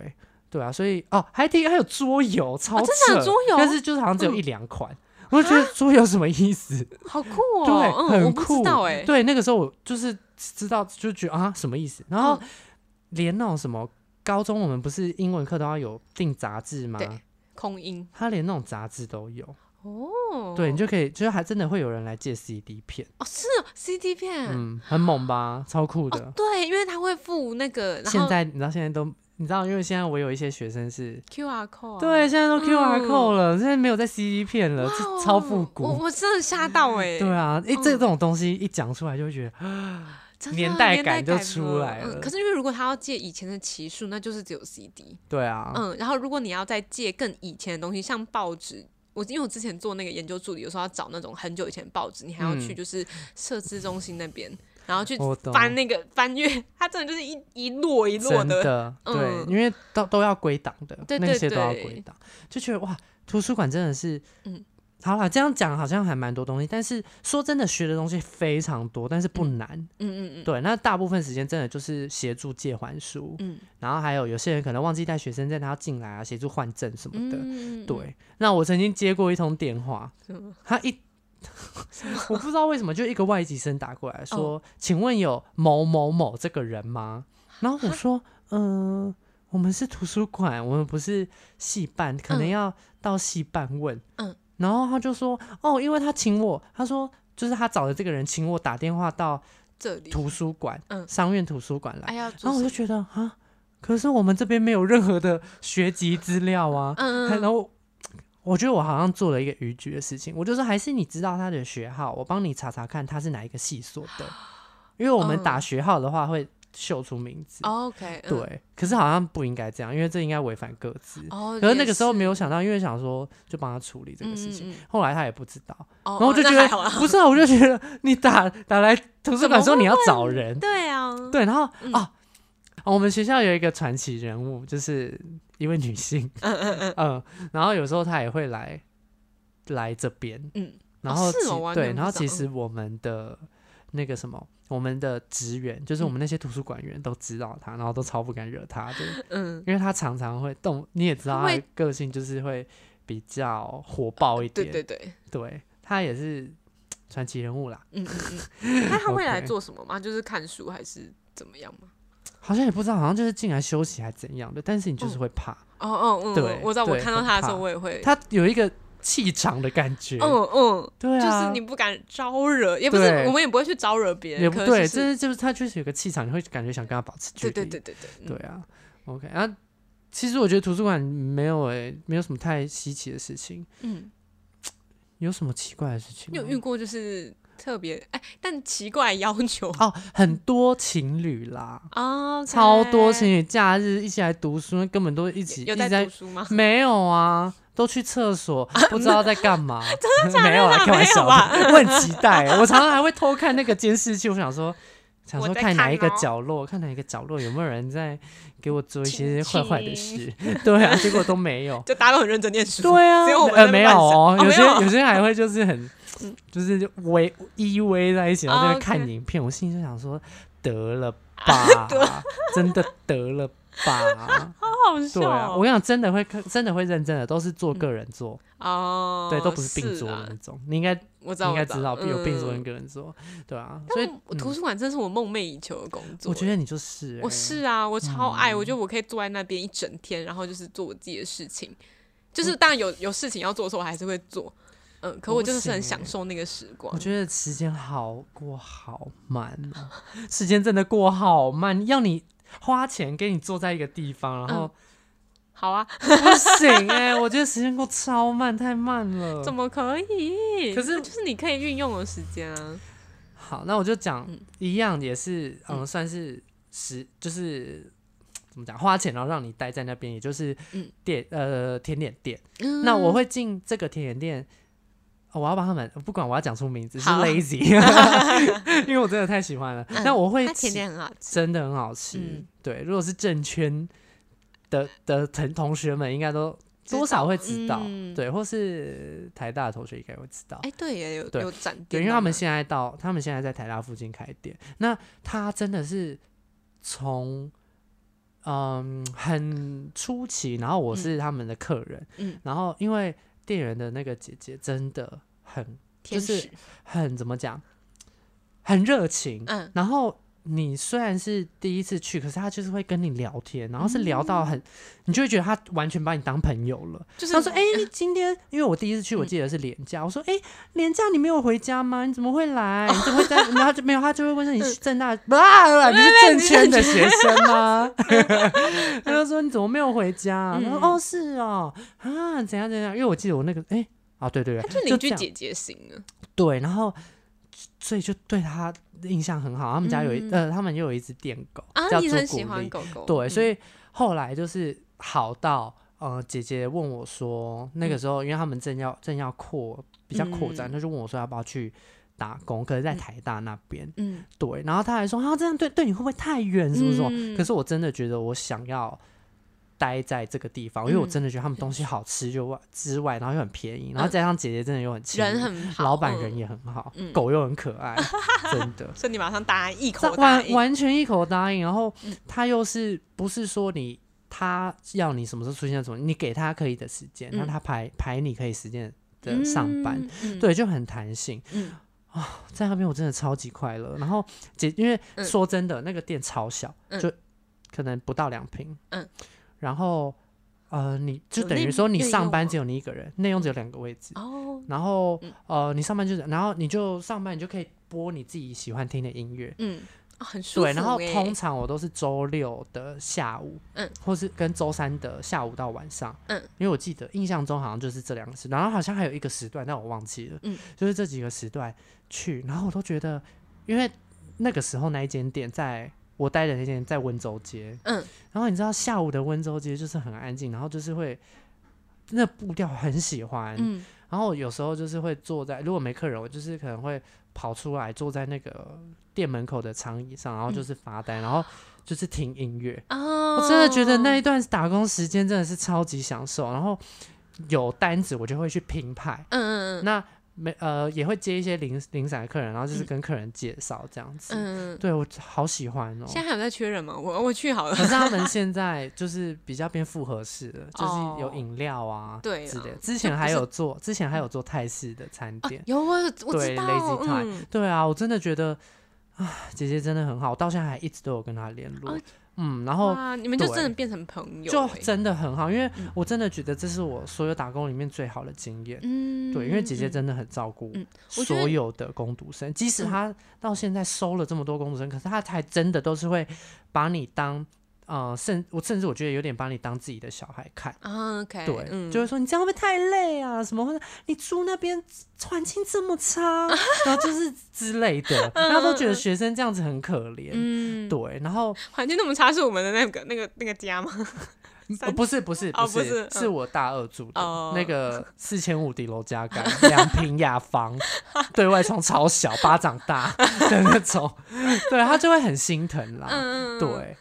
[SPEAKER 2] 对啊，所以哦，还提还有桌游，超扯、
[SPEAKER 1] 啊真的有桌游嗯啊
[SPEAKER 2] 但是就是好像只有一两款，我就觉得桌游什么意思？
[SPEAKER 1] 好酷
[SPEAKER 2] 对，
[SPEAKER 1] 哦，嗯，我
[SPEAKER 2] 很
[SPEAKER 1] 不
[SPEAKER 2] 酷。
[SPEAKER 1] 知道哎，
[SPEAKER 2] 对，那个时候我就是知道，就觉得啊什么意思。然后
[SPEAKER 1] 嗯
[SPEAKER 2] 连那种什么高中，我们不是英文课都要有订杂志吗？
[SPEAKER 1] 对空音
[SPEAKER 2] 他连那种杂志都有，
[SPEAKER 1] 哦，
[SPEAKER 2] 对你就可以，就是还真的会有人来借 CD 片，
[SPEAKER 1] 哦是哦 CD 片，
[SPEAKER 2] 嗯，很猛吧，超酷的。
[SPEAKER 1] 哦对，因为他会附那个，然
[SPEAKER 2] 现
[SPEAKER 1] 后
[SPEAKER 2] 在你知道现在都，你知道，因为现在我有一些学生是，
[SPEAKER 1] QR code，啊
[SPEAKER 2] 对，，现在都 QR
[SPEAKER 1] 嗯
[SPEAKER 2] code 了，现在没有在 CD 片了，
[SPEAKER 1] 哇
[SPEAKER 2] 这
[SPEAKER 1] 哦
[SPEAKER 2] 超复
[SPEAKER 1] 我
[SPEAKER 2] 古。
[SPEAKER 1] 我真的吓到 哎，
[SPEAKER 2] 对啊，哎、
[SPEAKER 1] 嗯
[SPEAKER 2] 这种东西一讲出来就会觉得
[SPEAKER 1] 真的啊
[SPEAKER 2] 年代
[SPEAKER 1] 代
[SPEAKER 2] 感就
[SPEAKER 1] 感
[SPEAKER 2] 出
[SPEAKER 1] 了
[SPEAKER 2] 来
[SPEAKER 1] 嗯
[SPEAKER 2] 了
[SPEAKER 1] 可是因为如果他要借以前的奇数，那就是只有 CD，
[SPEAKER 2] 对啊，
[SPEAKER 1] 嗯，然后如果你要再借更以前的东西，像报纸。我因为我之前做那个研究助理，有时候要找那种很久以前的报纸，你还要去
[SPEAKER 2] 嗯
[SPEAKER 1] 就是设置中心那边，然后去
[SPEAKER 2] 我懂。
[SPEAKER 1] 翻那个翻阅，它真的就是一一摞一摞
[SPEAKER 2] 真的，对，
[SPEAKER 1] 嗯
[SPEAKER 2] 因为都都要归档的，
[SPEAKER 1] 对
[SPEAKER 2] 那
[SPEAKER 1] 对
[SPEAKER 2] 些都要
[SPEAKER 1] 对
[SPEAKER 2] 归档，就觉得哇，图书馆真的是，
[SPEAKER 1] 嗯
[SPEAKER 2] 好啦，这样讲好像还蛮多东西，但是说真的，学的东西非常多，但是不难，
[SPEAKER 1] 嗯嗯嗯
[SPEAKER 2] 对，那大部分时间真的就是协助借还书，
[SPEAKER 1] 嗯
[SPEAKER 2] 然后还有有些人可能忘记带学生证，他要进来啊，协助换证什么
[SPEAKER 1] 嗯
[SPEAKER 2] 的，
[SPEAKER 1] 嗯，嗯，
[SPEAKER 2] 对，那我曾经接过一通电话， 他一 我不知道为什么，就一个外籍生打过来
[SPEAKER 1] 哦
[SPEAKER 2] 说：“请问有某某某这个人吗？”然后我说：“嗯、我们是图书馆，我们不是系办，可能
[SPEAKER 1] 嗯
[SPEAKER 2] 要到系办问。”
[SPEAKER 1] 嗯，
[SPEAKER 2] 然后他就说：“哦，因为他请我，他说就是他找的这个人请我打电话到
[SPEAKER 1] 这里，
[SPEAKER 2] 图书馆，
[SPEAKER 1] 嗯
[SPEAKER 2] 商院图书馆来。
[SPEAKER 1] 哎呀，
[SPEAKER 2] 然后我就
[SPEAKER 1] 做
[SPEAKER 2] 觉得啊，可是我们这边没有任何的学籍资料啊。
[SPEAKER 1] 什么嗯
[SPEAKER 2] 还
[SPEAKER 1] 嗯嗯
[SPEAKER 2] 然后我觉得我好像做了一个逾矩的事情，我就说还是你知道他的学号，我帮你查查看他是哪一个系所 的，因为我们打学号的话会秀出名字，
[SPEAKER 1] 嗯哦，OK，嗯，
[SPEAKER 2] 对，可是好像不应该这样，因为这应该违反各自。
[SPEAKER 1] 哦，
[SPEAKER 2] 可是那
[SPEAKER 1] 也
[SPEAKER 2] 个时候
[SPEAKER 1] 是
[SPEAKER 2] 没有想到，因为想说就帮他处理这个事情，
[SPEAKER 1] 嗯嗯嗯
[SPEAKER 2] 后来他也不知道，
[SPEAKER 1] 哦，
[SPEAKER 2] 然后我就
[SPEAKER 1] 那
[SPEAKER 2] 觉
[SPEAKER 1] 还
[SPEAKER 2] 得、
[SPEAKER 1] 好啦
[SPEAKER 2] 不是啊，我就觉得你打打来图书
[SPEAKER 1] 怎
[SPEAKER 2] 馆
[SPEAKER 1] 么
[SPEAKER 2] 说
[SPEAKER 1] 会
[SPEAKER 2] 你要找人，
[SPEAKER 1] 对啊，
[SPEAKER 2] 对，然后、
[SPEAKER 1] 嗯
[SPEAKER 2] 啊，哦我们学校有一个传奇人物，就是一位女性，嗯 嗯然后有时候她也会来来这边，
[SPEAKER 1] 嗯，
[SPEAKER 2] 然后
[SPEAKER 1] 哦
[SPEAKER 2] 其、
[SPEAKER 1] 是哦我完全
[SPEAKER 2] 对，
[SPEAKER 1] 不
[SPEAKER 2] 然后
[SPEAKER 1] 知道
[SPEAKER 2] 其实我们的那个什么，我们的职员，就是
[SPEAKER 1] 嗯
[SPEAKER 2] 我们那些图书馆员都知道她，然后都超不敢惹她的，
[SPEAKER 1] 嗯，
[SPEAKER 2] 因为她常常会动，你也知道她的
[SPEAKER 1] 会啊
[SPEAKER 2] 个性就是会比较火爆一
[SPEAKER 1] 对
[SPEAKER 2] 点，
[SPEAKER 1] 对对，
[SPEAKER 2] 对她也是传奇人物啦，
[SPEAKER 1] 嗯嗯 嗯。那他未来
[SPEAKER 2] OK
[SPEAKER 1] 做什么吗？就是看书还是怎么样吗？
[SPEAKER 2] 好像也不知道，好像就是进来休息还怎样的，但是你就是会怕，
[SPEAKER 1] 哦哦嗯，
[SPEAKER 2] 对
[SPEAKER 1] 我知道，我
[SPEAKER 2] 对
[SPEAKER 1] 看到他的时候
[SPEAKER 2] 很怕
[SPEAKER 1] 我也会，
[SPEAKER 2] 她有一个气场的感觉，
[SPEAKER 1] 嗯嗯，
[SPEAKER 2] 对
[SPEAKER 1] 就
[SPEAKER 2] 啊，
[SPEAKER 1] 是你不敢招惹，也不是
[SPEAKER 2] 对
[SPEAKER 1] 我们也不会去招惹别
[SPEAKER 2] 也
[SPEAKER 1] 人，
[SPEAKER 2] 不
[SPEAKER 1] 可是
[SPEAKER 2] 对，
[SPEAKER 1] 就
[SPEAKER 2] 就是是就是他确实有个气场，你会感觉想跟他保持距
[SPEAKER 1] 对
[SPEAKER 2] 离。
[SPEAKER 1] 对对对对，嗯
[SPEAKER 2] 对啊，OK 啊。其实我觉得图书馆没有诶、没有什么太稀奇的事情。
[SPEAKER 1] 嗯，
[SPEAKER 2] 有什么奇怪的事情
[SPEAKER 1] 你
[SPEAKER 2] 吗？
[SPEAKER 1] 有遇过就是特别哎，但奇怪要求
[SPEAKER 2] 哦，很多情侣啦，
[SPEAKER 1] 啊，OK
[SPEAKER 2] 超多情侣假日一起来读书，那根本都一起一
[SPEAKER 1] 有
[SPEAKER 2] 直
[SPEAKER 1] 在
[SPEAKER 2] 在
[SPEAKER 1] 读书吗？
[SPEAKER 2] 没有啊，都去厕所，
[SPEAKER 1] 啊
[SPEAKER 2] 不知道在干 嘛。真的没有啦，
[SPEAKER 1] 啦
[SPEAKER 2] 开玩笑的。
[SPEAKER 1] 没啊
[SPEAKER 2] 我很期待，我常常还会偷看那个监视器，我想说。想
[SPEAKER 1] 我
[SPEAKER 2] 说
[SPEAKER 1] 在
[SPEAKER 2] 看哪一个
[SPEAKER 1] 看哦
[SPEAKER 2] 角落，看哪一个角落有没有人在给我做一些
[SPEAKER 1] 亲
[SPEAKER 2] 坏坏的
[SPEAKER 1] 亲 。
[SPEAKER 2] 事，对啊，结果都没有
[SPEAKER 1] 就大家都很认真念书，
[SPEAKER 2] 对啊
[SPEAKER 1] 只有我，们在
[SPEAKER 2] 呃，
[SPEAKER 1] 那
[SPEAKER 2] 没
[SPEAKER 1] 边
[SPEAKER 2] 有
[SPEAKER 1] 乱想
[SPEAKER 2] 哦
[SPEAKER 1] 哦，
[SPEAKER 2] 有
[SPEAKER 1] 没
[SPEAKER 2] 些
[SPEAKER 1] 有哦
[SPEAKER 2] 有些人还会就是很，就是就微依偎在一起，然后在那边
[SPEAKER 1] 哦
[SPEAKER 2] 看
[SPEAKER 1] ，OK
[SPEAKER 2] 影片。我心里就想说，得了 吧，真的得了吧。
[SPEAKER 1] 好好笑
[SPEAKER 2] 对啊，我
[SPEAKER 1] 哦
[SPEAKER 2] 跟你讲，真的会看，真的会认真的，都是做个人做，
[SPEAKER 1] 哦，
[SPEAKER 2] 对，都不是并
[SPEAKER 1] 是
[SPEAKER 2] 桌
[SPEAKER 1] 啊
[SPEAKER 2] 的那种。你应该你
[SPEAKER 1] 我知道，
[SPEAKER 2] 应该
[SPEAKER 1] 我
[SPEAKER 2] 知道有并桌跟
[SPEAKER 1] 嗯
[SPEAKER 2] 个人做，对啊。所
[SPEAKER 1] 所
[SPEAKER 2] 以
[SPEAKER 1] 以图书馆真是我梦寐以求的工作。
[SPEAKER 2] 我觉得你嗯就是欸，
[SPEAKER 1] 我是啊，我超爱，我觉得我可以坐在那边一整天，然后就是做我自己的事情。就是当然有有事情要做的时候，我还是会做。嗯，
[SPEAKER 2] 嗯
[SPEAKER 1] 可
[SPEAKER 2] 我
[SPEAKER 1] 我
[SPEAKER 2] 不
[SPEAKER 1] 就是很
[SPEAKER 2] 行欸
[SPEAKER 1] 享受那个时光
[SPEAKER 2] 我。觉得时间好过好慢哦， 时间真的过好慢，要你花钱给你坐在一个地方，
[SPEAKER 1] 嗯
[SPEAKER 2] 然后
[SPEAKER 1] 好啊，
[SPEAKER 2] 不行哎，我觉得时间过超慢，太慢了。
[SPEAKER 1] 怎么可以？
[SPEAKER 2] 可是
[SPEAKER 1] 那就是你可以运用的时间啊。
[SPEAKER 2] 好，那我就讲
[SPEAKER 1] 嗯
[SPEAKER 2] 一样，也是嗯，算是时就是怎么讲，花钱然后让你待在那边，也就是
[SPEAKER 1] 嗯
[SPEAKER 2] 店呃甜点店。嗯那我会进这个甜点店。哦我要帮他们，不管我要讲出名字是
[SPEAKER 1] 好
[SPEAKER 2] lazy，因为我真的太喜欢了。
[SPEAKER 1] 嗯
[SPEAKER 2] 那我会
[SPEAKER 1] 它甜
[SPEAKER 2] 喜
[SPEAKER 1] 点很好吃。
[SPEAKER 2] 真的很好吃，
[SPEAKER 1] 嗯
[SPEAKER 2] 对。如果是正圈的的同同学们，应该都
[SPEAKER 1] 知道
[SPEAKER 2] 多少会知道，
[SPEAKER 1] 嗯
[SPEAKER 2] 对，或是台大的同学应该会知道。
[SPEAKER 1] 哎，对耶，有
[SPEAKER 2] 对
[SPEAKER 1] 有啊展店到吗，
[SPEAKER 2] 对，因为他们现在到，他们现在在台大附近开店。那他真的是从嗯很初期，然后我是他们的客人，
[SPEAKER 1] 嗯
[SPEAKER 2] 然后因为店员的那个姐姐真的很
[SPEAKER 1] 天
[SPEAKER 2] 就是
[SPEAKER 1] 使
[SPEAKER 2] 很怎么讲，很热情，
[SPEAKER 1] 嗯
[SPEAKER 2] 然后。你虽然是第一次去，可是他就是会跟你聊天，然后是聊到很，你就会觉得他完全把你当朋友了。
[SPEAKER 1] 嗯就是嗯
[SPEAKER 2] 他说：“哎、你今天因为我第一次去，我记得是廉假。我说：‘哎、廉假你没有回家吗？你怎么会来？你怎么会 在？’然后就没有，他就会问说：‘你
[SPEAKER 1] 嗯
[SPEAKER 2] 是正大啊？你是正圈的学生 吗？’他就说：‘你怎么没有回家？’然后
[SPEAKER 1] 嗯
[SPEAKER 2] 哦，是哦，啊，怎样怎样？因为我记得我那个哎、啊，对对对，
[SPEAKER 1] 就
[SPEAKER 2] 就
[SPEAKER 1] 邻
[SPEAKER 2] 这
[SPEAKER 1] 居
[SPEAKER 2] 样
[SPEAKER 1] 姐姐型的，
[SPEAKER 2] 对，然后所以就对他印象很好。他们家有一、
[SPEAKER 1] 嗯
[SPEAKER 2] 呃，他们也有一只电狗，
[SPEAKER 1] 啊，
[SPEAKER 2] 叫
[SPEAKER 1] 你
[SPEAKER 2] 做
[SPEAKER 1] 很喜
[SPEAKER 2] 古
[SPEAKER 1] 欢
[SPEAKER 2] 力
[SPEAKER 1] 狗嗯狗，
[SPEAKER 2] 对，所
[SPEAKER 1] 以
[SPEAKER 2] 以后来就是好到呃，姐姐问我说，那个时候因为他们正要正要扩比较扩展，
[SPEAKER 1] 嗯
[SPEAKER 2] 她就问我说要不要去打工，可是在台大那边。
[SPEAKER 1] 嗯，
[SPEAKER 2] 对，然后她还说啊，这样对对你会不会太远什么什么？
[SPEAKER 1] 嗯
[SPEAKER 2] 可是我真的觉得我想要。待在这个地方，因为我
[SPEAKER 1] 嗯
[SPEAKER 2] 真的觉得他们东西好吃就外之外，然后又很便宜，然后
[SPEAKER 1] 嗯
[SPEAKER 2] 加上姐姐真的又很亲
[SPEAKER 1] 人
[SPEAKER 2] 民
[SPEAKER 1] 很好，
[SPEAKER 2] 老板
[SPEAKER 1] 嗯
[SPEAKER 2] 人也很好，
[SPEAKER 1] 嗯
[SPEAKER 2] 狗又很可 爱，真的。
[SPEAKER 1] 所以你马上答应一
[SPEAKER 2] 这
[SPEAKER 1] 口答
[SPEAKER 2] 完
[SPEAKER 1] 应，嗯
[SPEAKER 2] 完全一口答应，然后他又是不是说你他要你什么时候出现在什么，你给他可以的时间，
[SPEAKER 1] 嗯
[SPEAKER 2] 那他排排你可以时间的上班，
[SPEAKER 1] 嗯，嗯，
[SPEAKER 2] 对，就很弹性。
[SPEAKER 1] 嗯
[SPEAKER 2] 啊，在那边我真的超级快乐。然后姐，因为
[SPEAKER 1] 嗯
[SPEAKER 2] 说真的，那个店超小，
[SPEAKER 1] 嗯
[SPEAKER 2] 就可能不到两平。
[SPEAKER 1] 嗯，
[SPEAKER 2] 然后呃，你就
[SPEAKER 1] 有
[SPEAKER 2] 等于
[SPEAKER 1] 内
[SPEAKER 2] 说你
[SPEAKER 1] 内
[SPEAKER 2] 上
[SPEAKER 1] 用
[SPEAKER 2] 班
[SPEAKER 1] 吗
[SPEAKER 2] 只有你一个人，内用只有两个位置。
[SPEAKER 1] 哦，
[SPEAKER 2] 然后呃，你上班就是，然后你就上班，你就可以播你自己喜欢听的音乐。
[SPEAKER 1] 嗯，哦很舒服
[SPEAKER 2] 对，
[SPEAKER 1] 欸。
[SPEAKER 2] 然后通常我都是周六的下午，
[SPEAKER 1] 嗯，
[SPEAKER 2] 或是跟周三的下午到晚上，
[SPEAKER 1] 嗯，
[SPEAKER 2] 因为我记得印象中好像就是这两个时段，然后好像还有一个时段，但我忘记了，
[SPEAKER 1] 嗯，
[SPEAKER 2] 就是这几个时段去，然后我都觉得，因为那个时候那一间店在我待的那间在温州街，
[SPEAKER 1] 嗯，
[SPEAKER 2] 然后你知道下午的温州街就是很安静，然后就是会那步调很喜欢，
[SPEAKER 1] 嗯，
[SPEAKER 2] 然后有时候就是会坐在，如果没客人，我就是
[SPEAKER 1] 嗯
[SPEAKER 2] 可能会跑出来坐在那个店门口的长椅上，然后就是发呆，然后就是听音乐。
[SPEAKER 1] 哦，
[SPEAKER 2] 我真的觉得那一段打工时间真的是超级享受，然后有单子我就会去拼派，
[SPEAKER 1] 嗯嗯
[SPEAKER 2] 那没呃也会接一些零零散的客人，然后就是跟客人介绍这样子。
[SPEAKER 1] 嗯，
[SPEAKER 2] 对我好喜欢哦、
[SPEAKER 1] 现在还有在缺人吗？我我去好了
[SPEAKER 2] 可。是他们现在就是比较变复合式了，就是有饮料啊，
[SPEAKER 1] 哦对啊
[SPEAKER 2] 之类的。 之前还有做，之前还有做泰式的餐
[SPEAKER 1] 啊
[SPEAKER 2] 点，，
[SPEAKER 1] 有我我知
[SPEAKER 2] 对
[SPEAKER 1] 道，
[SPEAKER 2] ，Lazy Time，、
[SPEAKER 1] 嗯，
[SPEAKER 2] 对啊，我真的觉得，啊，姐姐真的很好，我到现在还一直都有跟她联络，
[SPEAKER 1] 哦
[SPEAKER 2] 嗯，然后
[SPEAKER 1] 哇，你们就
[SPEAKER 2] 对
[SPEAKER 1] 真的变成朋友
[SPEAKER 2] 就
[SPEAKER 1] 欸，
[SPEAKER 2] 真的很好，因为我真的觉得这是我所有打工里面最好的经验。
[SPEAKER 1] 嗯，
[SPEAKER 2] 对，因为姐姐
[SPEAKER 1] 嗯
[SPEAKER 2] 真的很照顾
[SPEAKER 1] 嗯我觉得嗯
[SPEAKER 2] 所有的工读生，即使她到现在收了这么多工读生，可是她还真的都是会把你当呃，甚我甚至我觉得有点把你当自己的小孩看。
[SPEAKER 1] 啊，OK，
[SPEAKER 2] 对，
[SPEAKER 1] 嗯，
[SPEAKER 2] 就会说你这样会不会太累啊？什么或者你住那边环境这么差，然后 就是之类的，大家都觉得学生这样子很可怜。
[SPEAKER 1] 嗯，
[SPEAKER 2] 对，然后
[SPEAKER 1] 环境那么差，是我们的那个那个那个家吗？
[SPEAKER 2] 呃不是不是
[SPEAKER 1] 哦
[SPEAKER 2] 不
[SPEAKER 1] 不是
[SPEAKER 2] 是，是我大二住的
[SPEAKER 1] 哦
[SPEAKER 2] 那个四千五底楼加盖，两平雅 房，对外窗超小，巴掌大的那种，对他就会很心疼啦。
[SPEAKER 1] 嗯，嗯。嗯
[SPEAKER 2] 对，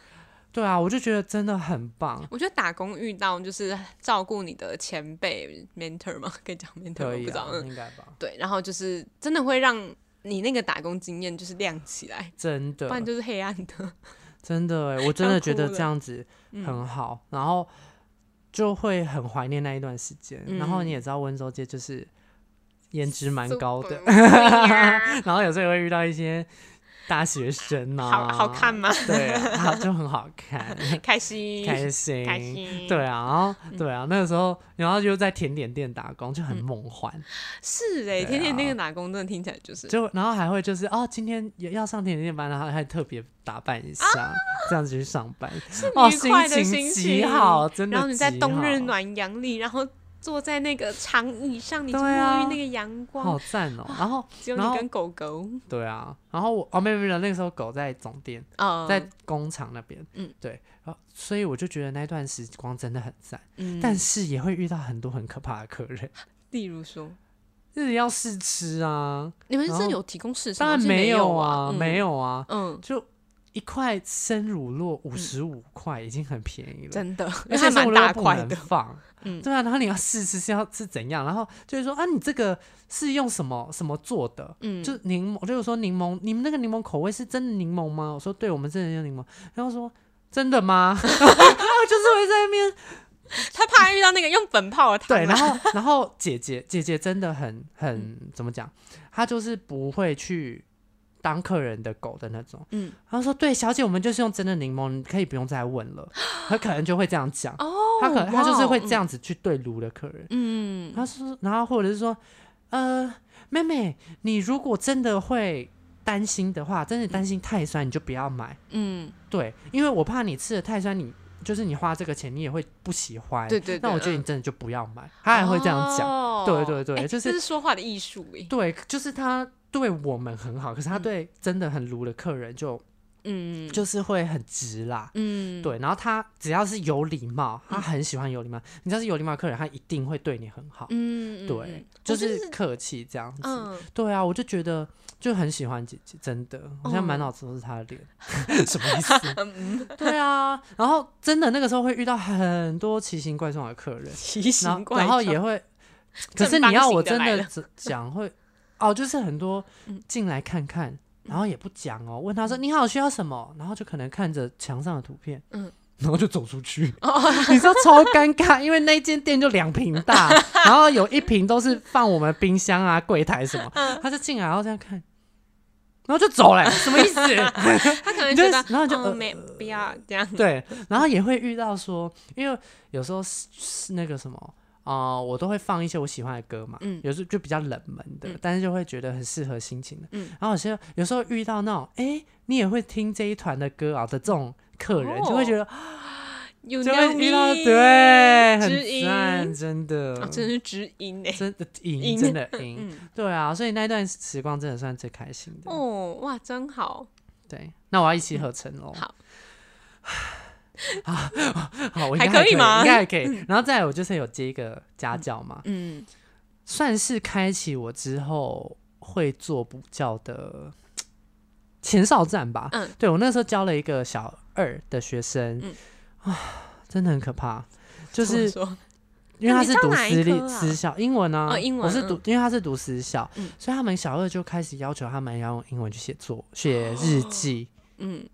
[SPEAKER 2] 对啊，我就觉得真的很棒。
[SPEAKER 1] 我觉得打工遇到就是照顾你的前辈 mentor 嘛，可以讲 mentor，
[SPEAKER 2] 可
[SPEAKER 1] 我不
[SPEAKER 2] 以
[SPEAKER 1] 知
[SPEAKER 2] 啊
[SPEAKER 1] 道，，嗯，
[SPEAKER 2] 应该吧？
[SPEAKER 1] 对，然后就是真的会让你那个打工经验就是亮起来，
[SPEAKER 2] 真的
[SPEAKER 1] 不，然就是黑暗的。
[SPEAKER 2] 真的哎，我真的
[SPEAKER 1] 要
[SPEAKER 2] 觉得
[SPEAKER 1] 哭了
[SPEAKER 2] 这样子
[SPEAKER 1] 嗯
[SPEAKER 2] 很好，然后就会很怀念那一段时间。然
[SPEAKER 1] 嗯
[SPEAKER 2] 后你也知道温州街就是颜值蛮高的，
[SPEAKER 1] 啊
[SPEAKER 2] 然后有时候也会遇到一些大学生啊，
[SPEAKER 1] 好好看，吗？
[SPEAKER 2] 对啊，好就很好 看，
[SPEAKER 1] 开心，
[SPEAKER 2] 开心，
[SPEAKER 1] 开心嗯
[SPEAKER 2] 对啊，然后对啊，那个时候，然后又在甜点店打工，就很梦幻，
[SPEAKER 1] 是哎、
[SPEAKER 2] 对啊
[SPEAKER 1] 天天那个打工真的听起来就是
[SPEAKER 2] 就然后还会就是哦，今天也要上甜点班，然后还特别打扮一下，这样子去上 班，哦，
[SPEAKER 1] 啊愉快的
[SPEAKER 2] 情
[SPEAKER 1] 心
[SPEAKER 2] 极
[SPEAKER 1] 情
[SPEAKER 2] 好，真的极好。
[SPEAKER 1] 然后你在冬日暖阳里，然后坐在那个长椅上，你就
[SPEAKER 2] 对
[SPEAKER 1] 沐
[SPEAKER 2] 啊
[SPEAKER 1] 浴那个阳光，
[SPEAKER 2] 好赞哦！然 后
[SPEAKER 1] 只有
[SPEAKER 2] 然后
[SPEAKER 1] 你跟狗狗，
[SPEAKER 2] 对啊，然后我哦没有没有，那个时候狗在总店，
[SPEAKER 1] 呃，
[SPEAKER 2] 在工厂那边，
[SPEAKER 1] 嗯，
[SPEAKER 2] 对，然后所以我就觉得那段时光真的很赞，
[SPEAKER 1] 嗯，
[SPEAKER 2] 但是也会遇到很多很可怕的客人，
[SPEAKER 1] 例如说，
[SPEAKER 2] 日要试吃啊，
[SPEAKER 1] 你们
[SPEAKER 2] 然
[SPEAKER 1] 真
[SPEAKER 2] 后
[SPEAKER 1] 的有提供试吃
[SPEAKER 2] 当
[SPEAKER 1] 吗？
[SPEAKER 2] 然
[SPEAKER 1] 是没
[SPEAKER 2] 有
[SPEAKER 1] 啊，
[SPEAKER 2] 没
[SPEAKER 1] 有，
[SPEAKER 2] 有啊，
[SPEAKER 1] 嗯，
[SPEAKER 2] 就一块生乳酪五十五块，已经很便宜了，
[SPEAKER 1] 真的，
[SPEAKER 2] 而且
[SPEAKER 1] 而且
[SPEAKER 2] 是
[SPEAKER 1] 蛮
[SPEAKER 2] 我
[SPEAKER 1] 大
[SPEAKER 2] 不
[SPEAKER 1] 块
[SPEAKER 2] 能
[SPEAKER 1] 的，
[SPEAKER 2] 放，
[SPEAKER 1] 嗯
[SPEAKER 2] 对啊，然后你要试吃是要是怎样，然后就是说啊，你这个是用什么什么做的？
[SPEAKER 1] 嗯，
[SPEAKER 2] 就柠檬，就是说柠檬，你们那个柠檬口味是真的柠檬吗？我说对，我们真的用柠檬。然后说真的吗？ 然后就是会在那边
[SPEAKER 1] 他怕遇到那个用粉泡的 汤啊
[SPEAKER 2] 对，
[SPEAKER 1] 啦，
[SPEAKER 2] 然后然后姐姐姐姐真的很很怎么讲？她就是不会去当客人的狗的那种。
[SPEAKER 1] 嗯，
[SPEAKER 2] 然后说对，小姐，我们就是用真的柠檬，你可以不用再问了。她可能就会这样讲哦，嗯她可能她就是会这样子去对撸的客人。
[SPEAKER 1] 嗯，
[SPEAKER 2] 他说，然后或者是说，呃，妹妹，你如果真的会担心的话，真的担心太酸，你就不要买。
[SPEAKER 1] 嗯，
[SPEAKER 2] 对，因为我怕你吃的太酸，你就是你花这个钱，你也会不喜欢。
[SPEAKER 1] 对对对嗯
[SPEAKER 2] 那我觉得你真的就不要买。他还会这样讲。
[SPEAKER 1] 哦
[SPEAKER 2] 对对对
[SPEAKER 1] 哎
[SPEAKER 2] 就是
[SPEAKER 1] 这是说话的艺术哎，
[SPEAKER 2] 对，就是他对我们很好，可是他对真的很卢的客人就、
[SPEAKER 1] 嗯，
[SPEAKER 2] 就是会很直啦。
[SPEAKER 1] 嗯，
[SPEAKER 2] 对，然后他只要是有礼貌，他很喜欢有礼貌。你只要是有礼貌的客人，他一定会对你很好。
[SPEAKER 1] 嗯，嗯，
[SPEAKER 2] 对
[SPEAKER 1] 嗯，
[SPEAKER 2] 就
[SPEAKER 1] 我觉得
[SPEAKER 2] 是客气这样子。
[SPEAKER 1] 嗯，
[SPEAKER 2] 对啊，我就觉得就很喜欢姐姐，真的，我现在满脑子都是她的脸， 什么意思？对啊，然后真的那个时候会遇到很多奇形怪状的客人，
[SPEAKER 1] 奇
[SPEAKER 2] 然
[SPEAKER 1] 形
[SPEAKER 2] 后
[SPEAKER 1] 怪
[SPEAKER 2] 然后
[SPEAKER 1] 状
[SPEAKER 2] 也会，可是
[SPEAKER 1] 正
[SPEAKER 2] 你
[SPEAKER 1] 方
[SPEAKER 2] 要
[SPEAKER 1] 形
[SPEAKER 2] 我
[SPEAKER 1] 的
[SPEAKER 2] 真
[SPEAKER 1] 来
[SPEAKER 2] 的
[SPEAKER 1] 了嗯
[SPEAKER 2] 只讲会，哦，就是很多进来看看，然后也不讲哦，问他说你好需要什么，然后就可能看着墙上的图片，嗯
[SPEAKER 1] 嗯。哦
[SPEAKER 2] 然后就走出去， 你知道超尴尬，因为那间店就两瓶大，然后有一瓶都是放我们冰箱啊、柜台什么，
[SPEAKER 1] 嗯
[SPEAKER 2] 他就进来然后这样看，然后 就走了、什么意思？
[SPEAKER 1] 他可能
[SPEAKER 2] 你就
[SPEAKER 1] 觉
[SPEAKER 2] 是
[SPEAKER 1] 得，
[SPEAKER 2] 然后就
[SPEAKER 1] 嗯
[SPEAKER 2] 呃
[SPEAKER 1] 没不要这样，
[SPEAKER 2] 对，然后也会遇到说，因为有时候是是那个什么。啊、我都会放一些我喜欢的歌嘛，
[SPEAKER 1] 嗯
[SPEAKER 2] 有时候就比较冷门的，
[SPEAKER 1] 嗯
[SPEAKER 2] 但是就会觉得很适合心情的。
[SPEAKER 1] 嗯
[SPEAKER 2] 然后有些有时候遇到那种，哎、你也会听这一团的歌啊的这种客人，就会觉
[SPEAKER 1] 哦
[SPEAKER 2] 得
[SPEAKER 1] You
[SPEAKER 2] 就
[SPEAKER 1] know
[SPEAKER 2] 会
[SPEAKER 1] me，
[SPEAKER 2] 遇到对，
[SPEAKER 1] 知
[SPEAKER 2] 很
[SPEAKER 1] 音
[SPEAKER 2] 赞，真的，
[SPEAKER 1] 哦真的是知 音哎，
[SPEAKER 2] 真的赢，
[SPEAKER 1] 赢
[SPEAKER 2] 真的赢，
[SPEAKER 1] 嗯，
[SPEAKER 2] 对啊，所以那段时光真的算最开心的。
[SPEAKER 1] 哦，哇，真好，
[SPEAKER 2] 对，那我要一起合成哦。
[SPEAKER 1] 好。
[SPEAKER 2] 好，我应
[SPEAKER 1] 还
[SPEAKER 2] 该
[SPEAKER 1] 可
[SPEAKER 2] 以
[SPEAKER 1] 以吗
[SPEAKER 2] 应该 还可以。然后再来，我就是有接一个家教嘛，
[SPEAKER 1] 嗯，
[SPEAKER 2] 算是开启我之后会做补教的前哨站吧。
[SPEAKER 1] 嗯
[SPEAKER 2] 对我那时候教了一个小二的学生，
[SPEAKER 1] 嗯
[SPEAKER 2] 啊，真的很可怕，就
[SPEAKER 1] 怎么
[SPEAKER 2] 是
[SPEAKER 1] 说
[SPEAKER 2] 因为他是读
[SPEAKER 1] 那
[SPEAKER 2] 私
[SPEAKER 1] 你教哪一
[SPEAKER 2] 立、
[SPEAKER 1] 科啊
[SPEAKER 2] 私校英文啊，
[SPEAKER 1] 哦英文
[SPEAKER 2] 我是读，因为他是读私校，
[SPEAKER 1] 嗯
[SPEAKER 2] 所以他们小二就开始要求他们要用英文去写作、写日记，
[SPEAKER 1] 哦嗯，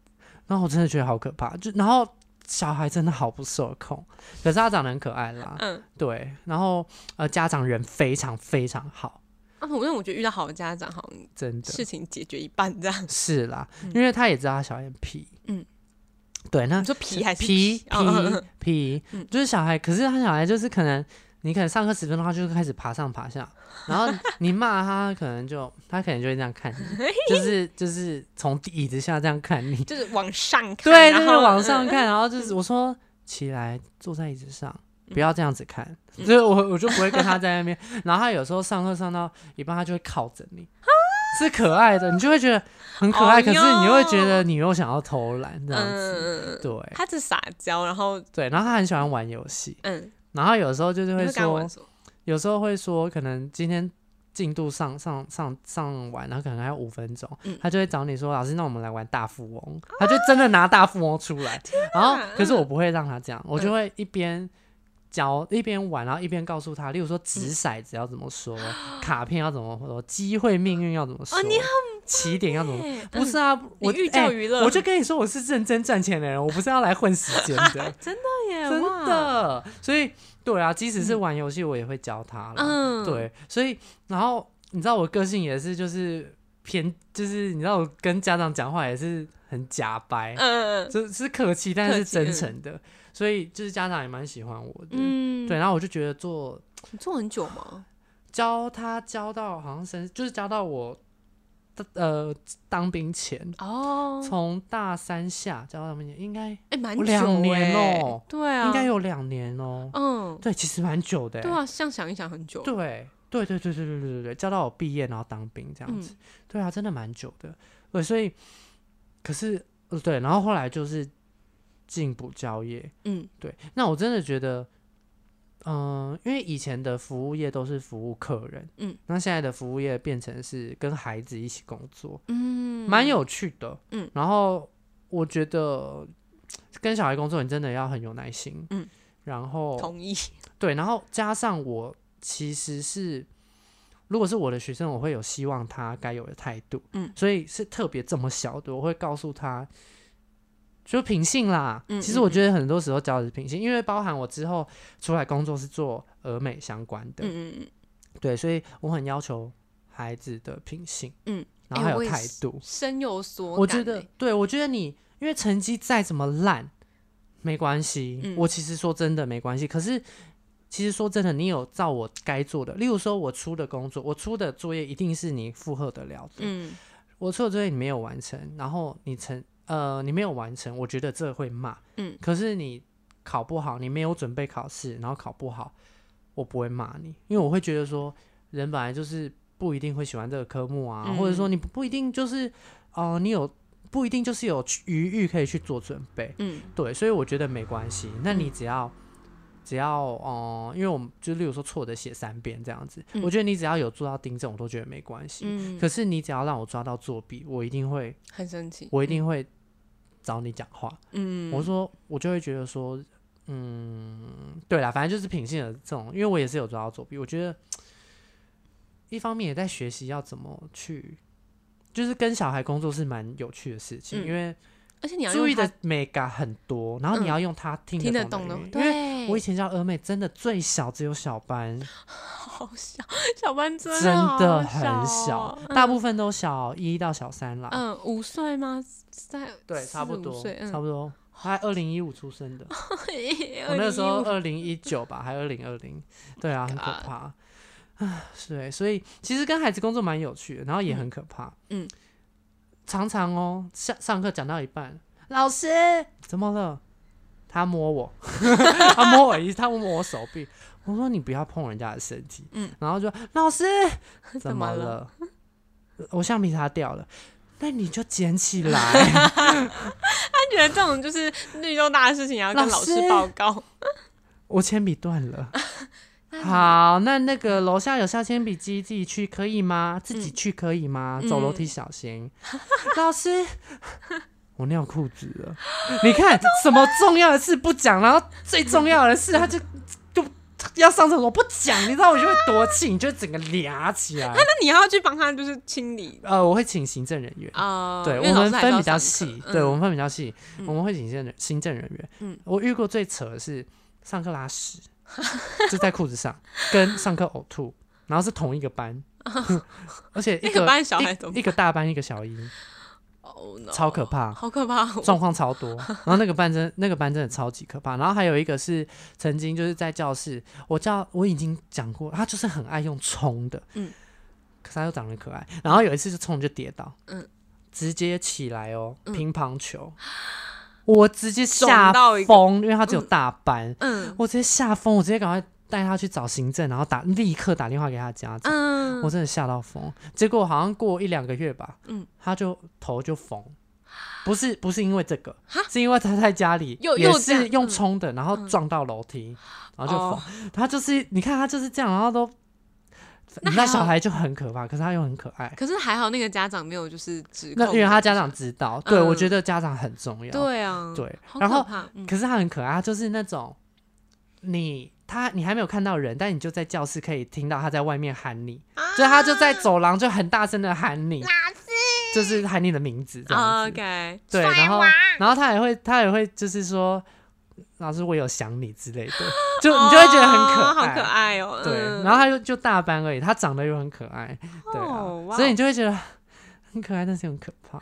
[SPEAKER 2] 然后我真的觉得好可怕，就然后小孩真的好不受控，可是他长得很可爱 啦，
[SPEAKER 1] 嗯，
[SPEAKER 2] 对，然后呃家长人非常非常好，
[SPEAKER 1] 啊，我那我觉得遇到好的家长，好像
[SPEAKER 2] 真的
[SPEAKER 1] 事情解决一半这样。
[SPEAKER 2] 是啦，因为他也知道他小孩很皮，
[SPEAKER 1] 嗯，
[SPEAKER 2] 对，那
[SPEAKER 1] 你说皮还是
[SPEAKER 2] 嗯皮
[SPEAKER 1] 哦嗯嗯
[SPEAKER 2] 皮
[SPEAKER 1] 嗯
[SPEAKER 2] 皮，就是小孩，可是他小孩就是可能你可能上课十分钟，他就开始爬上爬下，然后你骂他，可能就他可能就会这样 看你，就是就是从椅子下这样看你，
[SPEAKER 1] 就是往上看，
[SPEAKER 2] 对，就
[SPEAKER 1] 然
[SPEAKER 2] 是
[SPEAKER 1] 后
[SPEAKER 2] 往
[SPEAKER 1] 嗯
[SPEAKER 2] 上看，然后就是我说起来坐在椅子上。
[SPEAKER 1] 嗯
[SPEAKER 2] 不要这样子看，所以我我就不会跟他在那边。然后他有时候上课上到一半，他就会靠着 你，是可爱的，你就会觉得很可爱。
[SPEAKER 1] 哎
[SPEAKER 2] 可是
[SPEAKER 1] 呦
[SPEAKER 2] 你又会觉得你又想要偷懒这样子，
[SPEAKER 1] 嗯，嗯嗯
[SPEAKER 2] 对
[SPEAKER 1] 他是撒娇，然后
[SPEAKER 2] 对。然后他很喜欢玩游戏，
[SPEAKER 1] 嗯，
[SPEAKER 2] 然后有时候就是
[SPEAKER 1] 你
[SPEAKER 2] 会
[SPEAKER 1] 跟他
[SPEAKER 2] 说
[SPEAKER 1] 玩，什么？
[SPEAKER 2] 有时候会说，可能今天进度上上上上完，然后可能还有五分钟，
[SPEAKER 1] 嗯
[SPEAKER 2] 他就会找你说，老师，那我们来玩大富翁，他就真的拿大富翁出来，然后可是我不会让他这样，我
[SPEAKER 1] 嗯
[SPEAKER 2] 就会一边。教一边玩，然后一边告诉他，例如说
[SPEAKER 1] 嗯
[SPEAKER 2] 掷骰子要怎么说，卡片要怎么说，机会命运要怎么说，
[SPEAKER 1] 哦你
[SPEAKER 2] 起点要怎么，
[SPEAKER 1] 哎
[SPEAKER 2] 不是啊，我
[SPEAKER 1] 你寓
[SPEAKER 2] 哎
[SPEAKER 1] 教于乐
[SPEAKER 2] 我就跟你说我是认真赚钱的人，我不是要来混时间 的。
[SPEAKER 1] 对耶
[SPEAKER 2] 真
[SPEAKER 1] 哎哇
[SPEAKER 2] 的。所以对啊，即使是玩游戏，我也会教他啦。
[SPEAKER 1] 嗯，
[SPEAKER 2] 对，所以然后你知道我个性也是就是偏，就是你知道我跟家长讲话也是很假掰，
[SPEAKER 1] 嗯，嗯
[SPEAKER 2] 就是客气但是
[SPEAKER 1] 客气嗯
[SPEAKER 2] 真诚的，所以就是家长也蛮喜欢我的。
[SPEAKER 1] 嗯，
[SPEAKER 2] 对，，然后我就觉得做
[SPEAKER 1] 你做很久吗？
[SPEAKER 2] 教他教到好像生，就是教到我。呃，当兵前，
[SPEAKER 1] 哦，
[SPEAKER 2] 从大三下教到当兵前，应该
[SPEAKER 1] 哎，蛮
[SPEAKER 2] 我
[SPEAKER 1] 久
[SPEAKER 2] 两
[SPEAKER 1] 哎
[SPEAKER 2] 年哦
[SPEAKER 1] 对啊，
[SPEAKER 2] 应该，有两年哦、
[SPEAKER 1] 嗯，
[SPEAKER 2] 对，其实蛮久的、欸。
[SPEAKER 1] 对啊，这样想一想很久，
[SPEAKER 2] 对对对对对对对对对，教到我毕业然后当兵这
[SPEAKER 1] 嗯
[SPEAKER 2] 样子，对啊，真的蛮久的。对，所以可是呃对，然后后来就是进补教业，
[SPEAKER 1] 嗯
[SPEAKER 2] 对，那我真的觉得。嗯，因为以前的服务业都是服务客人，
[SPEAKER 1] 嗯，
[SPEAKER 2] 那现在的服务业变成是跟孩子一起工作，
[SPEAKER 1] 嗯，
[SPEAKER 2] 蛮有趣的，
[SPEAKER 1] 嗯
[SPEAKER 2] 然后我觉得跟小孩工作，你真的要很有耐心，
[SPEAKER 1] 嗯，
[SPEAKER 2] 然后
[SPEAKER 1] 同意，
[SPEAKER 2] 对，然后加上我其实是，如果是我的学生，我会有希望他该有的态度，
[SPEAKER 1] 嗯
[SPEAKER 2] 所以是特别这么小的，我会告诉他，就品性啦。
[SPEAKER 1] 嗯
[SPEAKER 2] 其实我觉得很多时候教的是品性，因为包含我之后出来工作是做俄美相关的，
[SPEAKER 1] 嗯嗯嗯，
[SPEAKER 2] 对，所以我很要求孩子的品性，
[SPEAKER 1] 嗯，
[SPEAKER 2] 然后
[SPEAKER 1] 哎
[SPEAKER 2] 还有
[SPEAKER 1] 我也
[SPEAKER 2] 态
[SPEAKER 1] 是
[SPEAKER 2] 度。
[SPEAKER 1] 深有所感，
[SPEAKER 2] 我觉得
[SPEAKER 1] 哎，
[SPEAKER 2] 对我觉得你，因为成绩再怎么烂，没关系。
[SPEAKER 1] 嗯
[SPEAKER 2] 我其实说真的没关系，可是其实说真的，你有照我该做的，例如说我出的工作，我出的作业一定是你负荷得了的。
[SPEAKER 1] 嗯
[SPEAKER 2] 我出的作业你没有完成，然后你成呃你没有完成，我觉得这会骂。
[SPEAKER 1] 嗯，
[SPEAKER 2] 可是你考不好，你没有准备考试，然后考不好，我不会骂你，因为我会觉得说人本来就是不一定会喜欢这个科目啊，
[SPEAKER 1] 嗯
[SPEAKER 2] 或者说你不不一定就是哦、呃你有不一定就是有去余裕可以去做准备，
[SPEAKER 1] 嗯
[SPEAKER 2] 对，所以我觉得没关系。那你
[SPEAKER 1] 嗯
[SPEAKER 2] 只要、只要哦、呃因为我们就例如说错的写三遍这样子，
[SPEAKER 1] 嗯
[SPEAKER 2] 我觉得你只要有做到订正，我都觉得没关系。
[SPEAKER 1] 嗯，
[SPEAKER 2] 可是你只要让我抓到作弊，我一定会，
[SPEAKER 1] 很生气，
[SPEAKER 2] 我一定会找你讲话。
[SPEAKER 1] 嗯，
[SPEAKER 2] 我说，我就会觉得说，嗯，对啦，反正就是品性的这种，因为我也是有抓到作弊，我觉得一方面也在学习要怎么去，就是跟小孩工作是蛮有趣的事情，
[SPEAKER 1] 嗯
[SPEAKER 2] 因为
[SPEAKER 1] 而且你要
[SPEAKER 2] 注意
[SPEAKER 1] 用他
[SPEAKER 2] 的美感很多，然后你
[SPEAKER 1] 嗯
[SPEAKER 2] 要用他听
[SPEAKER 1] 听得懂
[SPEAKER 2] 懂的
[SPEAKER 1] 的
[SPEAKER 2] 语，言，因为
[SPEAKER 1] 对，
[SPEAKER 2] 我以前教峨美真的最小只有小班，
[SPEAKER 1] 好小， 小班真
[SPEAKER 2] 真
[SPEAKER 1] 好
[SPEAKER 2] 的很
[SPEAKER 1] 小
[SPEAKER 2] 小
[SPEAKER 1] 哦，，
[SPEAKER 2] 大部分都小一到小三啦。
[SPEAKER 1] 嗯，五岁吗？在
[SPEAKER 2] 对，
[SPEAKER 1] 四
[SPEAKER 2] 差不
[SPEAKER 1] 五
[SPEAKER 2] 多，
[SPEAKER 1] 岁嗯哎
[SPEAKER 2] 差不多。他二零一五出生的， 我
[SPEAKER 1] 我
[SPEAKER 2] 那时候二零一九吧，还二零二 零，对啊，很可怕。啊，是欸所以其实跟孩子工作蛮有趣的，然后也很可怕。
[SPEAKER 1] 嗯，
[SPEAKER 2] 常常哦，上上课讲到一半，老师怎么了？他摸我， 他摸我一，他摸我手臂。我说你不要碰人家的身体。
[SPEAKER 1] 嗯，
[SPEAKER 2] 然后就老师 怎
[SPEAKER 1] 怎
[SPEAKER 2] 么
[SPEAKER 1] 么
[SPEAKER 2] 了？ 我橡皮擦掉了，那你就捡起 来。
[SPEAKER 1] 他觉得这种就是遇到大的事情也要跟
[SPEAKER 2] 老
[SPEAKER 1] 老
[SPEAKER 2] 师
[SPEAKER 1] 师报告，
[SPEAKER 2] 我铅笔断了。
[SPEAKER 1] 那看。
[SPEAKER 2] 好，那那个楼下有削铅笔机，自己去可以吗？自己去可以吗？走楼梯小心。老师，我尿裤子了。你看，什么重要的事不讲，然后最重要的事他就就要上厕所不讲，你知道我就会多气，你就整个俩起来。
[SPEAKER 1] 那你要去帮他就是清理
[SPEAKER 2] 呃，我会请行政人员。
[SPEAKER 1] 啊？
[SPEAKER 2] 对
[SPEAKER 1] 因
[SPEAKER 2] 我
[SPEAKER 1] 为老
[SPEAKER 2] 们
[SPEAKER 1] 师还是
[SPEAKER 2] 分
[SPEAKER 1] 要
[SPEAKER 2] 比较
[SPEAKER 1] 上课
[SPEAKER 2] 细，对我们分比较细，我们会请行政人行政人员。
[SPEAKER 1] 嗯
[SPEAKER 2] 我遇过最扯的是上课拉屎，就在裤子上，跟上课呕吐，然后是同一个 班， 而且一
[SPEAKER 1] 那个
[SPEAKER 2] 个
[SPEAKER 1] 班小
[SPEAKER 2] 一
[SPEAKER 1] 孩怎么
[SPEAKER 2] 一个大班一个小一，
[SPEAKER 1] Oh no
[SPEAKER 2] 超可怕
[SPEAKER 1] 好可怕！
[SPEAKER 2] 状况超多。然后那个班真那 个班真的超级可怕。然后还有一个是曾经就是在教室，我叫我已经讲过，他就是很爱用冲的，
[SPEAKER 1] 嗯
[SPEAKER 2] 可是他又长得可爱。然后有一次就冲就跌倒，
[SPEAKER 1] 嗯
[SPEAKER 2] 直接起来哦，乒乓球，我直接吓
[SPEAKER 1] 肿到一个
[SPEAKER 2] 疯，因为他只有大班，
[SPEAKER 1] 嗯
[SPEAKER 2] 我直接吓疯，我直接赶快带他去找行政，然后打立刻打电话给他家长。
[SPEAKER 1] 嗯，
[SPEAKER 2] 我真的吓到疯。结果好像过一两个月吧，嗯，他就头就缝，不是不是因为这个，是因为他在家里
[SPEAKER 1] 又
[SPEAKER 2] 也
[SPEAKER 1] 又这样嗯
[SPEAKER 2] 是用冲的，然后撞到楼梯，然后就缝。
[SPEAKER 1] 哦
[SPEAKER 2] 他就是你看他就是这样，然后都
[SPEAKER 1] 那还
[SPEAKER 2] 那
[SPEAKER 1] 好
[SPEAKER 2] 小孩就很可怕，可是他又很可爱。
[SPEAKER 1] 可是还好那个家长没有就是指
[SPEAKER 2] 那
[SPEAKER 1] 控
[SPEAKER 2] 因为他
[SPEAKER 1] 你
[SPEAKER 2] 家长知道，对、
[SPEAKER 1] 嗯
[SPEAKER 2] 我觉得家长很重要。
[SPEAKER 1] 对啊，
[SPEAKER 2] 对
[SPEAKER 1] 好
[SPEAKER 2] 然
[SPEAKER 1] 可
[SPEAKER 2] 后
[SPEAKER 1] 怕。嗯
[SPEAKER 2] 可是他很可爱，他就是那种你他你还没有看到人，但你就在教室可以听到他在外面喊你，
[SPEAKER 1] 啊
[SPEAKER 2] 就他就在走廊就很大声的喊你，就是喊你的名字这样子。
[SPEAKER 1] 哦 OK，
[SPEAKER 2] 对，然后然后他也会他也会就是说，老师我有想你之 类的，就你就会觉得很可
[SPEAKER 1] 哦好
[SPEAKER 2] 爱。
[SPEAKER 1] 可爱哦。
[SPEAKER 2] 对，
[SPEAKER 1] 嗯
[SPEAKER 2] 然后他就就大班而已，他长得又很可爱，对啊
[SPEAKER 1] 哦哇
[SPEAKER 2] 所以你就会觉得很可爱，但是又很可 怕。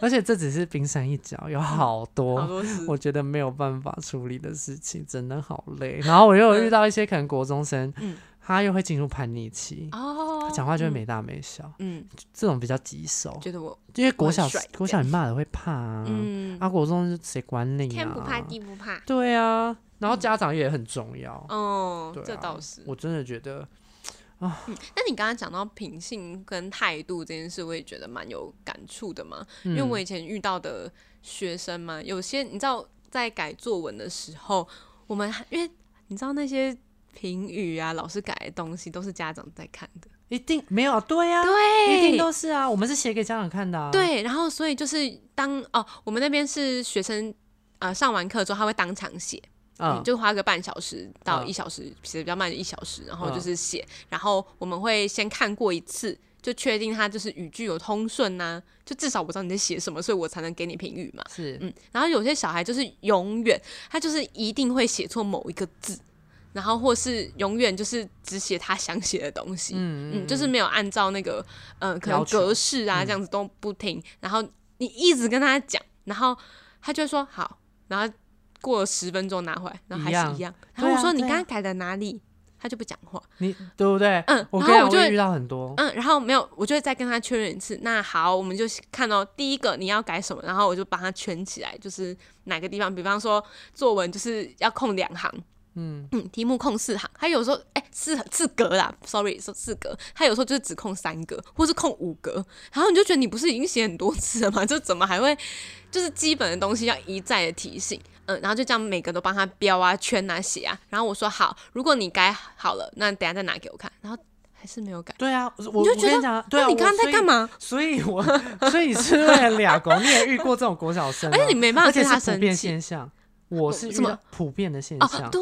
[SPEAKER 2] 而且这只是冰山一角，有好多
[SPEAKER 1] 好多事，
[SPEAKER 2] 我觉得没有办法处理的事情，真的好累。然后我又有遇到一些可能国中生，
[SPEAKER 1] 嗯
[SPEAKER 2] 他又会进入叛逆期，
[SPEAKER 1] 哦
[SPEAKER 2] 他，讲话就会没大没小，
[SPEAKER 1] 嗯，
[SPEAKER 2] 这种比较棘手
[SPEAKER 1] 嗯，觉得我
[SPEAKER 2] 因为国
[SPEAKER 1] 我
[SPEAKER 2] 小
[SPEAKER 1] 很帅
[SPEAKER 2] 国小你骂了会怕啊，
[SPEAKER 1] 嗯，
[SPEAKER 2] 啊国中谁管你啊？
[SPEAKER 3] 天不怕地不怕，
[SPEAKER 2] 对啊，然后家长也很重要，
[SPEAKER 1] 嗯哦
[SPEAKER 2] 对啊，
[SPEAKER 1] 这倒是。
[SPEAKER 2] 我真的觉得
[SPEAKER 1] 那你刚刚讲到品性跟态度这件事，我也觉得蛮有感触的嘛。
[SPEAKER 2] 嗯
[SPEAKER 1] 因为我以前遇到的学生嘛，有些你知道，在改作文的时候，我们还因为你知道那些评语啊，老师改的东西都是家长在看的，
[SPEAKER 2] 嗯一定没有对啊，
[SPEAKER 1] 对
[SPEAKER 2] 一定都是啊，我们是写给家长看的啊，，
[SPEAKER 1] 对，然后所以就是当哦，我们那边是学生啊、呃上完课之后他会当场写，嗯，
[SPEAKER 2] 嗯，
[SPEAKER 1] 就花个半小时到
[SPEAKER 2] 嗯
[SPEAKER 1] 一小时，写的比较慢，一小时，然后就
[SPEAKER 2] 嗯
[SPEAKER 1] 是写，然后我们会先看过一次，就确定它就是语句有通顺呐、就至少我知道你在写什么，所以我才能给你评语嘛。
[SPEAKER 2] 是
[SPEAKER 1] 嗯，然后有些小孩就是永远，他就是一定会写错某一个字，然后或是永远就是只写他想写的东西，嗯就是没有按照那个呃可能
[SPEAKER 2] 要求嗯
[SPEAKER 1] 格式啊这样子都不听，然后你一直跟他讲，然后他就会说好，然后过了十分钟拿回来，然后还
[SPEAKER 2] 一样
[SPEAKER 1] 是一样，然后我
[SPEAKER 2] 对啊
[SPEAKER 1] 说你
[SPEAKER 2] 对啊
[SPEAKER 1] 刚刚改的哪里？他就不讲话，
[SPEAKER 2] 你对不对？
[SPEAKER 1] 嗯
[SPEAKER 2] 我
[SPEAKER 1] 然
[SPEAKER 2] 跟你讲，
[SPEAKER 1] 后我就
[SPEAKER 2] 我也
[SPEAKER 1] 会
[SPEAKER 2] 遇到很多，
[SPEAKER 1] 嗯，然后没有，我就会再跟他确认一次。那好，我们就看到第一个你要改什么，然后我就帮他圈起来，就是哪个地方，比方说作文就是要空两行，嗯嗯， 题目空四行，他有时候哎、四四格啦，sorry 说四格，他有时候就是只空三格，或是空五格，然后你就觉得你不是已经写很多次了吗？就 怎么还会就是基本的东西要一再的提醒，嗯，然后就这样每个都帮他标啊、圈啊、写啊，然后我说好，如果你改好了，那等一下再拿给我看，然后还是没有改。
[SPEAKER 2] 对啊，我我
[SPEAKER 1] 你就
[SPEAKER 2] 我
[SPEAKER 1] 觉
[SPEAKER 2] 跟
[SPEAKER 1] 得
[SPEAKER 2] 你讲，对
[SPEAKER 1] 那
[SPEAKER 2] 啊，
[SPEAKER 1] 你刚刚
[SPEAKER 2] 我
[SPEAKER 1] 在干？嘛？
[SPEAKER 2] 所以我 所以你是为了俩狗，你也遇过这种国小生啊、
[SPEAKER 1] 而且你没办法
[SPEAKER 2] 而且
[SPEAKER 1] 跟他
[SPEAKER 2] 是普
[SPEAKER 1] 生
[SPEAKER 2] 遍
[SPEAKER 1] 气哦
[SPEAKER 2] 现象。我是遇
[SPEAKER 1] 什么
[SPEAKER 2] 到普遍的现
[SPEAKER 1] 哦，
[SPEAKER 2] 象，
[SPEAKER 1] 对，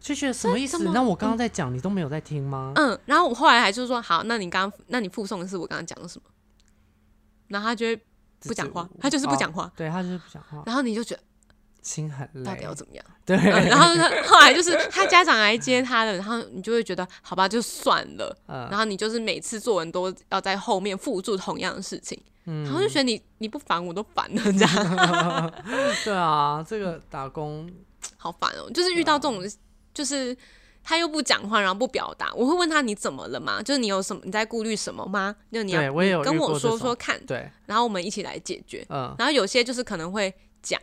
[SPEAKER 2] 就觉得什么意思
[SPEAKER 1] 怎？么
[SPEAKER 2] 那我刚刚在讲，你都没有在听吗？
[SPEAKER 1] 嗯，然后我后来还就是说，好，那你刚刚那你附送的是我刚刚讲的什么？然后他就会不讲话
[SPEAKER 2] 这，哦
[SPEAKER 1] 他就是不讲话，
[SPEAKER 2] 对他就是不讲话，
[SPEAKER 1] 然后你就觉得
[SPEAKER 2] 心很
[SPEAKER 1] 到
[SPEAKER 2] 累
[SPEAKER 1] 底。要怎么样？
[SPEAKER 2] 对，
[SPEAKER 1] 嗯 然后他后来就是他家长来接他的，然后你就会觉得好吧，就算了。然
[SPEAKER 2] 嗯，
[SPEAKER 1] 后你就是每次作文都要在后面附注同样的事情，
[SPEAKER 2] 嗯
[SPEAKER 1] 然后就觉得你你不烦我都烦了，这样
[SPEAKER 2] 对啊，这个打工
[SPEAKER 1] 好烦哦。就是遇到这
[SPEAKER 2] 嗯
[SPEAKER 1] 种，就是他又不讲话，然后不表达，我会问他你怎么了吗？就是你有什么你在顾虑什么吗？就你要
[SPEAKER 2] 对我也有遇
[SPEAKER 1] 跟
[SPEAKER 2] 过
[SPEAKER 1] 我
[SPEAKER 2] 这
[SPEAKER 1] 说
[SPEAKER 2] 种
[SPEAKER 1] 说，看，
[SPEAKER 2] 对，
[SPEAKER 1] 然后我们一起来解决。
[SPEAKER 2] 嗯，
[SPEAKER 1] 然后有些就是可能会讲，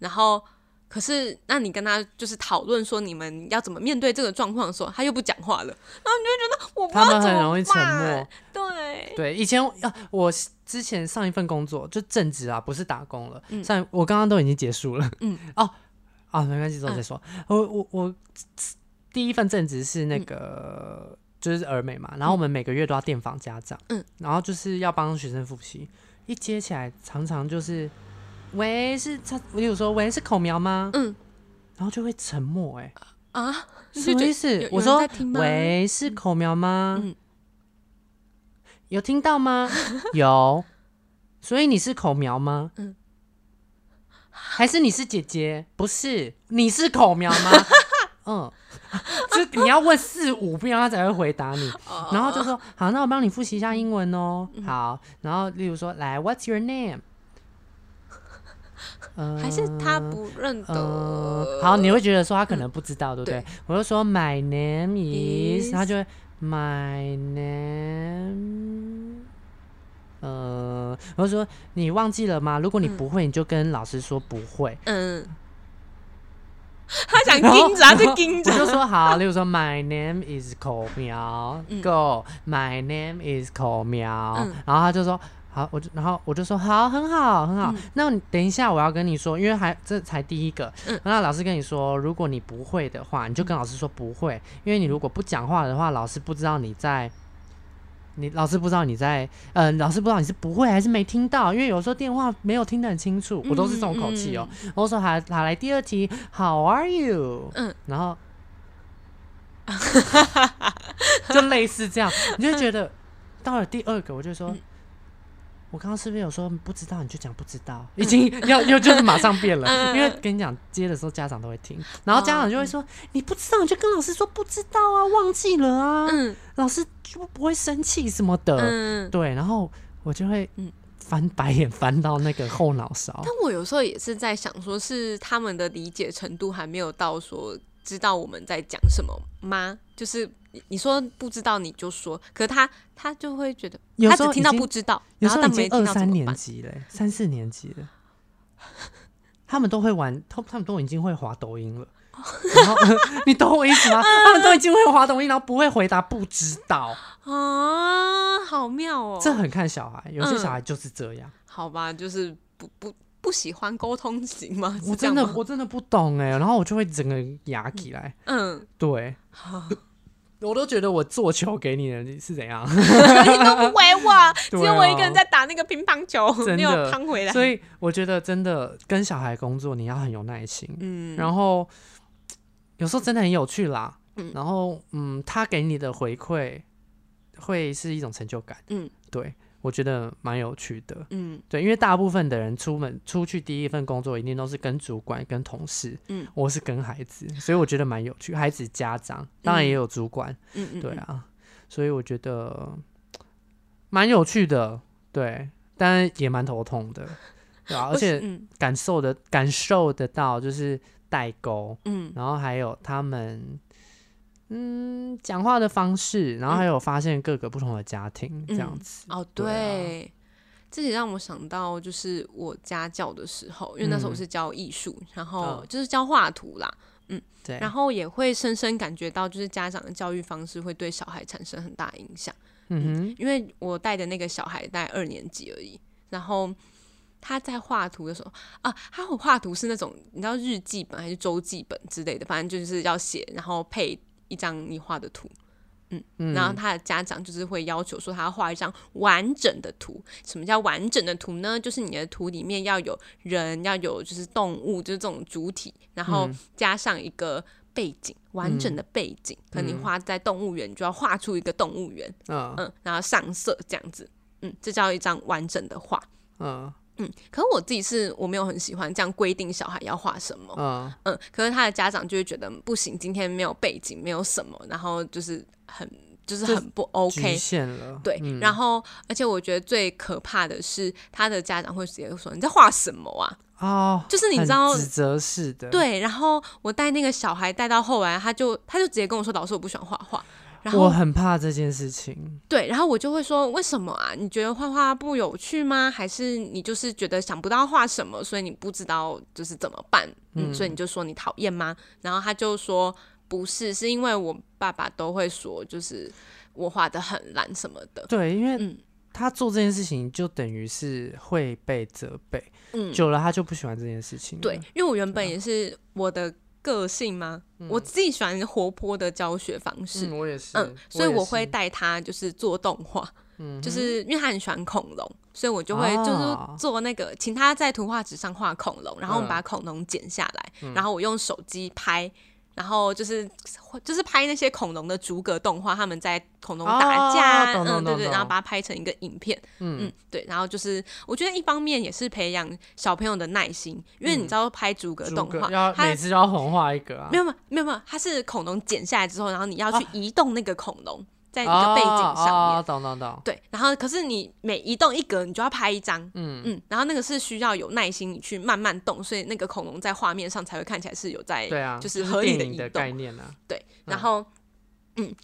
[SPEAKER 1] 然后可是那你跟他就是讨论说你们要怎么面对这个状况的时候，他又不讲话了，然后你就会觉得我不
[SPEAKER 2] 他
[SPEAKER 1] 知道
[SPEAKER 2] 们
[SPEAKER 1] 怎
[SPEAKER 2] 很
[SPEAKER 1] 么
[SPEAKER 2] 容易沉默
[SPEAKER 1] 办。。对，
[SPEAKER 2] 对，以前啊，我之前上一份工作就正职啊，不是打工了。上我
[SPEAKER 1] 嗯
[SPEAKER 2] 哦刚刚都已经结束了。嗯，哦，啊，没关系，之后再说。我我我第一份正职是
[SPEAKER 1] 嗯
[SPEAKER 2] 那个、就是儿美嘛，然后我们每个月都要电访家长，
[SPEAKER 1] 嗯，
[SPEAKER 2] 然后就是要帮学生复习，一接起来常常就是喂是他，例如说喂是口苗吗？
[SPEAKER 1] 嗯，
[SPEAKER 2] 然后就会沉默、哎，
[SPEAKER 1] 啊，
[SPEAKER 2] 什么意
[SPEAKER 1] 有有
[SPEAKER 2] 思
[SPEAKER 1] 人？
[SPEAKER 2] 我说
[SPEAKER 1] 在听吗
[SPEAKER 2] 喂是口苗吗？
[SPEAKER 1] 嗯
[SPEAKER 2] 有听到 吗？有，所以你是口苗吗？
[SPEAKER 1] 嗯
[SPEAKER 2] 还是你是姐姐？不是，你是口苗吗？ 嗯，就你要问四五遍，他才会回答你。
[SPEAKER 1] 哦嗯
[SPEAKER 2] 然后就说好，那我帮你复习一下英文哦。好，然后例如说，来，What's your name？呃
[SPEAKER 1] 还是他不认得
[SPEAKER 2] 呃，，好，你会觉得说他可能不知道，对不对？
[SPEAKER 1] 对
[SPEAKER 2] 我就说 My name is，
[SPEAKER 1] Is-
[SPEAKER 2] 他就会 My name。呃，我就说你忘记了吗？如果你不会，你就跟老师说不会。
[SPEAKER 1] 嗯， 他想
[SPEAKER 2] 然后
[SPEAKER 1] 盯着，他
[SPEAKER 2] 然
[SPEAKER 1] 就
[SPEAKER 2] 后
[SPEAKER 1] 盯着
[SPEAKER 2] 我，就说好，例如说 My name is 口苗、
[SPEAKER 1] 嗯
[SPEAKER 2] g o My name is 口苗，
[SPEAKER 1] 嗯
[SPEAKER 2] 然后他就说。好，我就然后我就说好，很好，很
[SPEAKER 1] 嗯
[SPEAKER 2] 好。那你等一下我要跟你说，因为还这才第一个。
[SPEAKER 1] 嗯
[SPEAKER 2] 那老师跟你说，如果你不会的话，你就跟老师说不会，因为你如果不讲话的话，老师不知道你在，你老师不知道你在，呃，老师不知道你是不会还是没听到，因为有时候电话没有听得很清楚，我都是这种口气哦、然后说好，好来第二题，How are you？
[SPEAKER 1] 嗯，
[SPEAKER 2] 然后 就类似这样，你就会觉得到了第二个，我就
[SPEAKER 1] 嗯
[SPEAKER 2] 说。我刚刚是不是有说不知道？你就讲不知道，
[SPEAKER 1] 嗯
[SPEAKER 2] 已经要要就是马上 变了，因为跟你讲接的时候家长都会听，然后家长就会
[SPEAKER 1] 嗯
[SPEAKER 2] 说、你不知道你就跟老师说不知道啊，忘记了啊，
[SPEAKER 1] 嗯
[SPEAKER 2] 老师就不会生气什么的，
[SPEAKER 1] 嗯。
[SPEAKER 2] 对，然后我就会
[SPEAKER 1] 嗯
[SPEAKER 2] 翻白眼翻到那个后脑勺，
[SPEAKER 1] 但我有时候也是在想，说是他们的理解程度还没有到说知道我们在讲什么吗？就是你你说不知道你就说，可是他他就会觉得
[SPEAKER 2] 有
[SPEAKER 1] 他
[SPEAKER 2] 时
[SPEAKER 1] 只
[SPEAKER 2] 候
[SPEAKER 1] 听
[SPEAKER 2] 已
[SPEAKER 1] 到
[SPEAKER 2] 经
[SPEAKER 1] 不知道，
[SPEAKER 2] 有
[SPEAKER 1] 然
[SPEAKER 2] 时候已
[SPEAKER 1] 后但没
[SPEAKER 2] 经
[SPEAKER 1] 听
[SPEAKER 2] 二
[SPEAKER 1] 到怎
[SPEAKER 2] 三
[SPEAKER 1] 么
[SPEAKER 2] 年
[SPEAKER 1] 办？
[SPEAKER 2] 级嘞，三四年级了， 他们都会玩，他他们都已经会滑抖 音了。然后 你懂我意思吗？他们都已经会滑抖音，然后不会回答不知道，
[SPEAKER 1] 哦啊，好妙哦！
[SPEAKER 2] 这很看小孩，有些
[SPEAKER 1] 嗯
[SPEAKER 2] 小孩就是这样。
[SPEAKER 1] 好吧，就是不不不喜欢沟通型吗？
[SPEAKER 2] 我
[SPEAKER 1] 嗯是这
[SPEAKER 2] 真
[SPEAKER 1] 样
[SPEAKER 2] 的
[SPEAKER 1] 吗
[SPEAKER 2] 我真的不懂哎，然后我就会整个牙起来，
[SPEAKER 1] 嗯，
[SPEAKER 2] 对。我都觉得我做球给你了，你是怎样？
[SPEAKER 1] 你都不回我，只
[SPEAKER 2] 对
[SPEAKER 1] 有我一个人
[SPEAKER 2] 啊
[SPEAKER 1] 在打那个乒乓球，
[SPEAKER 2] 真
[SPEAKER 1] 没有
[SPEAKER 2] 的
[SPEAKER 1] 乓回来。
[SPEAKER 2] 所以我觉得真的跟小孩工作，你要很有耐心。
[SPEAKER 1] 嗯，
[SPEAKER 2] 然后有时候真的很有趣啦。
[SPEAKER 1] 嗯
[SPEAKER 2] 然后嗯，他给你的回馈会是一种成就感。
[SPEAKER 1] 嗯，
[SPEAKER 2] 对，我觉得蛮有趣的。
[SPEAKER 1] 嗯
[SPEAKER 2] 对，因为大部分的人出门出去第一份工作，一定都是跟主管、跟同事，
[SPEAKER 1] 嗯，
[SPEAKER 2] 我是跟孩子，所以我觉得蛮有趣。孩子、家长，当然也有主管，
[SPEAKER 1] 嗯嗯，
[SPEAKER 2] 对啊，所以我觉得蛮有趣的，对，但也蛮头痛的，对啊， 而
[SPEAKER 1] 我是，
[SPEAKER 2] 且
[SPEAKER 1] 嗯
[SPEAKER 2] 感受的感受得到就是代沟，
[SPEAKER 1] 嗯
[SPEAKER 2] 然后还有他们嗯讲话的方式，然后还有发现各个不同的家庭这样
[SPEAKER 1] 嗯
[SPEAKER 2] 子，
[SPEAKER 1] 哦
[SPEAKER 2] 对啊
[SPEAKER 1] 对。这也让我想到，就是我家教的时候，因为那时候我
[SPEAKER 2] 嗯
[SPEAKER 1] 是教艺术，然后
[SPEAKER 2] 嗯
[SPEAKER 1] 就是教画图啦，
[SPEAKER 2] 对，
[SPEAKER 1] 然后也会深深感觉到，就是家长的教育方式会对小孩产生很大影响。
[SPEAKER 2] 嗯
[SPEAKER 1] 因为我带的那个小孩带二年级而已，然后他在画图的时候啊，他画图是那种你知道日记本还是周记本之类的，反正就是要写，然后配一张你画的图。
[SPEAKER 2] 哼，
[SPEAKER 1] 然后
[SPEAKER 2] 嗯
[SPEAKER 1] 他的家长就是会要求说他要画一张完整的图。什么叫完整的图呢？就是你的图里面要有人，要有就是动物，就是这种主体，然后加上一个背景，完整的背景。可能你画在动物园，就要画出一个动物园，
[SPEAKER 2] 嗯
[SPEAKER 1] 嗯，然后上色这样子，嗯，这叫一张完整的画。
[SPEAKER 2] 嗯
[SPEAKER 1] 嗯，可我自己是我没有很喜欢这样规定小孩要画什么，
[SPEAKER 2] 嗯
[SPEAKER 1] 嗯，可是他的家长就会觉得不行，今天没有背景，没有什么，然后就是很就是
[SPEAKER 2] 这
[SPEAKER 1] 很不
[SPEAKER 2] 局
[SPEAKER 1] OK，
[SPEAKER 2] 限了，
[SPEAKER 1] 对，
[SPEAKER 2] 嗯
[SPEAKER 1] 然后而且我觉得最可怕的是，他的家长会直接说你在画什么啊？
[SPEAKER 2] 哦，
[SPEAKER 1] 就是你知
[SPEAKER 2] 很
[SPEAKER 1] 道
[SPEAKER 2] 指责式的，
[SPEAKER 1] 对，然后我带那个小孩带到后来，他就他就直接跟我说老师我不喜欢画画，然
[SPEAKER 2] 我
[SPEAKER 1] 后
[SPEAKER 2] 很怕这件事情，
[SPEAKER 1] 对，然后我就会说为什么啊？你觉得画画不有趣吗？还是你就是觉得想不到画什么，所以你不知道就是怎么办？嗯，所以你就说你讨厌吗？然后他就说不是，是因为我爸爸都会说就是我画的很烂什么的，
[SPEAKER 2] 对，因为
[SPEAKER 1] 嗯
[SPEAKER 2] 他做这件事情就等于是会被责备，
[SPEAKER 1] 嗯。
[SPEAKER 2] 久了他就不喜欢这件事情了，啊
[SPEAKER 1] 对，因为我原本也是我的个性吗？我自己喜欢活泼的教学方式，
[SPEAKER 2] 嗯嗯，我也是，
[SPEAKER 1] 嗯，所以
[SPEAKER 2] 也
[SPEAKER 1] 我会
[SPEAKER 2] 是
[SPEAKER 1] 带他就是做动画，
[SPEAKER 2] 嗯
[SPEAKER 1] 就是因为他很喜欢恐龙，所以我就会
[SPEAKER 2] 哦
[SPEAKER 1] 就是做那个，请他在图画纸上画恐龙，然后我
[SPEAKER 2] 嗯
[SPEAKER 1] 们把恐龙剪下来，然后我用手机拍。然后就是就是拍那些恐龙的逐格动画，他们在恐龙打架，
[SPEAKER 2] 哦懂懂
[SPEAKER 1] 嗯，对
[SPEAKER 2] 懂
[SPEAKER 1] 对，
[SPEAKER 2] 懂
[SPEAKER 1] 然后把它拍成一个影片，嗯嗯，对，然后就是我觉得一方面也是培养小朋友的耐心，因为你知道拍逐格
[SPEAKER 2] 嗯逐
[SPEAKER 1] 动
[SPEAKER 2] 个
[SPEAKER 1] 画，
[SPEAKER 2] 要
[SPEAKER 1] 它
[SPEAKER 2] 每次都要红画一个啊，
[SPEAKER 1] 没有没有没有没有，它是恐龙剪下来之后，然后你要去移动那个恐龙，在一
[SPEAKER 2] 哦
[SPEAKER 1] 个背景上面。
[SPEAKER 2] 哦懂懂懂，
[SPEAKER 1] 对，然后可是你每移动一格，你就要拍一张，嗯嗯，然后那个是需要有耐心，你去慢慢动，所以那个恐龙在画面上才会看起来是有在，
[SPEAKER 2] 对啊，
[SPEAKER 1] 就是合理
[SPEAKER 2] 电
[SPEAKER 1] 的
[SPEAKER 2] 影
[SPEAKER 1] 移
[SPEAKER 2] 的
[SPEAKER 1] 动
[SPEAKER 2] 概念啊，
[SPEAKER 1] 对，然后嗯，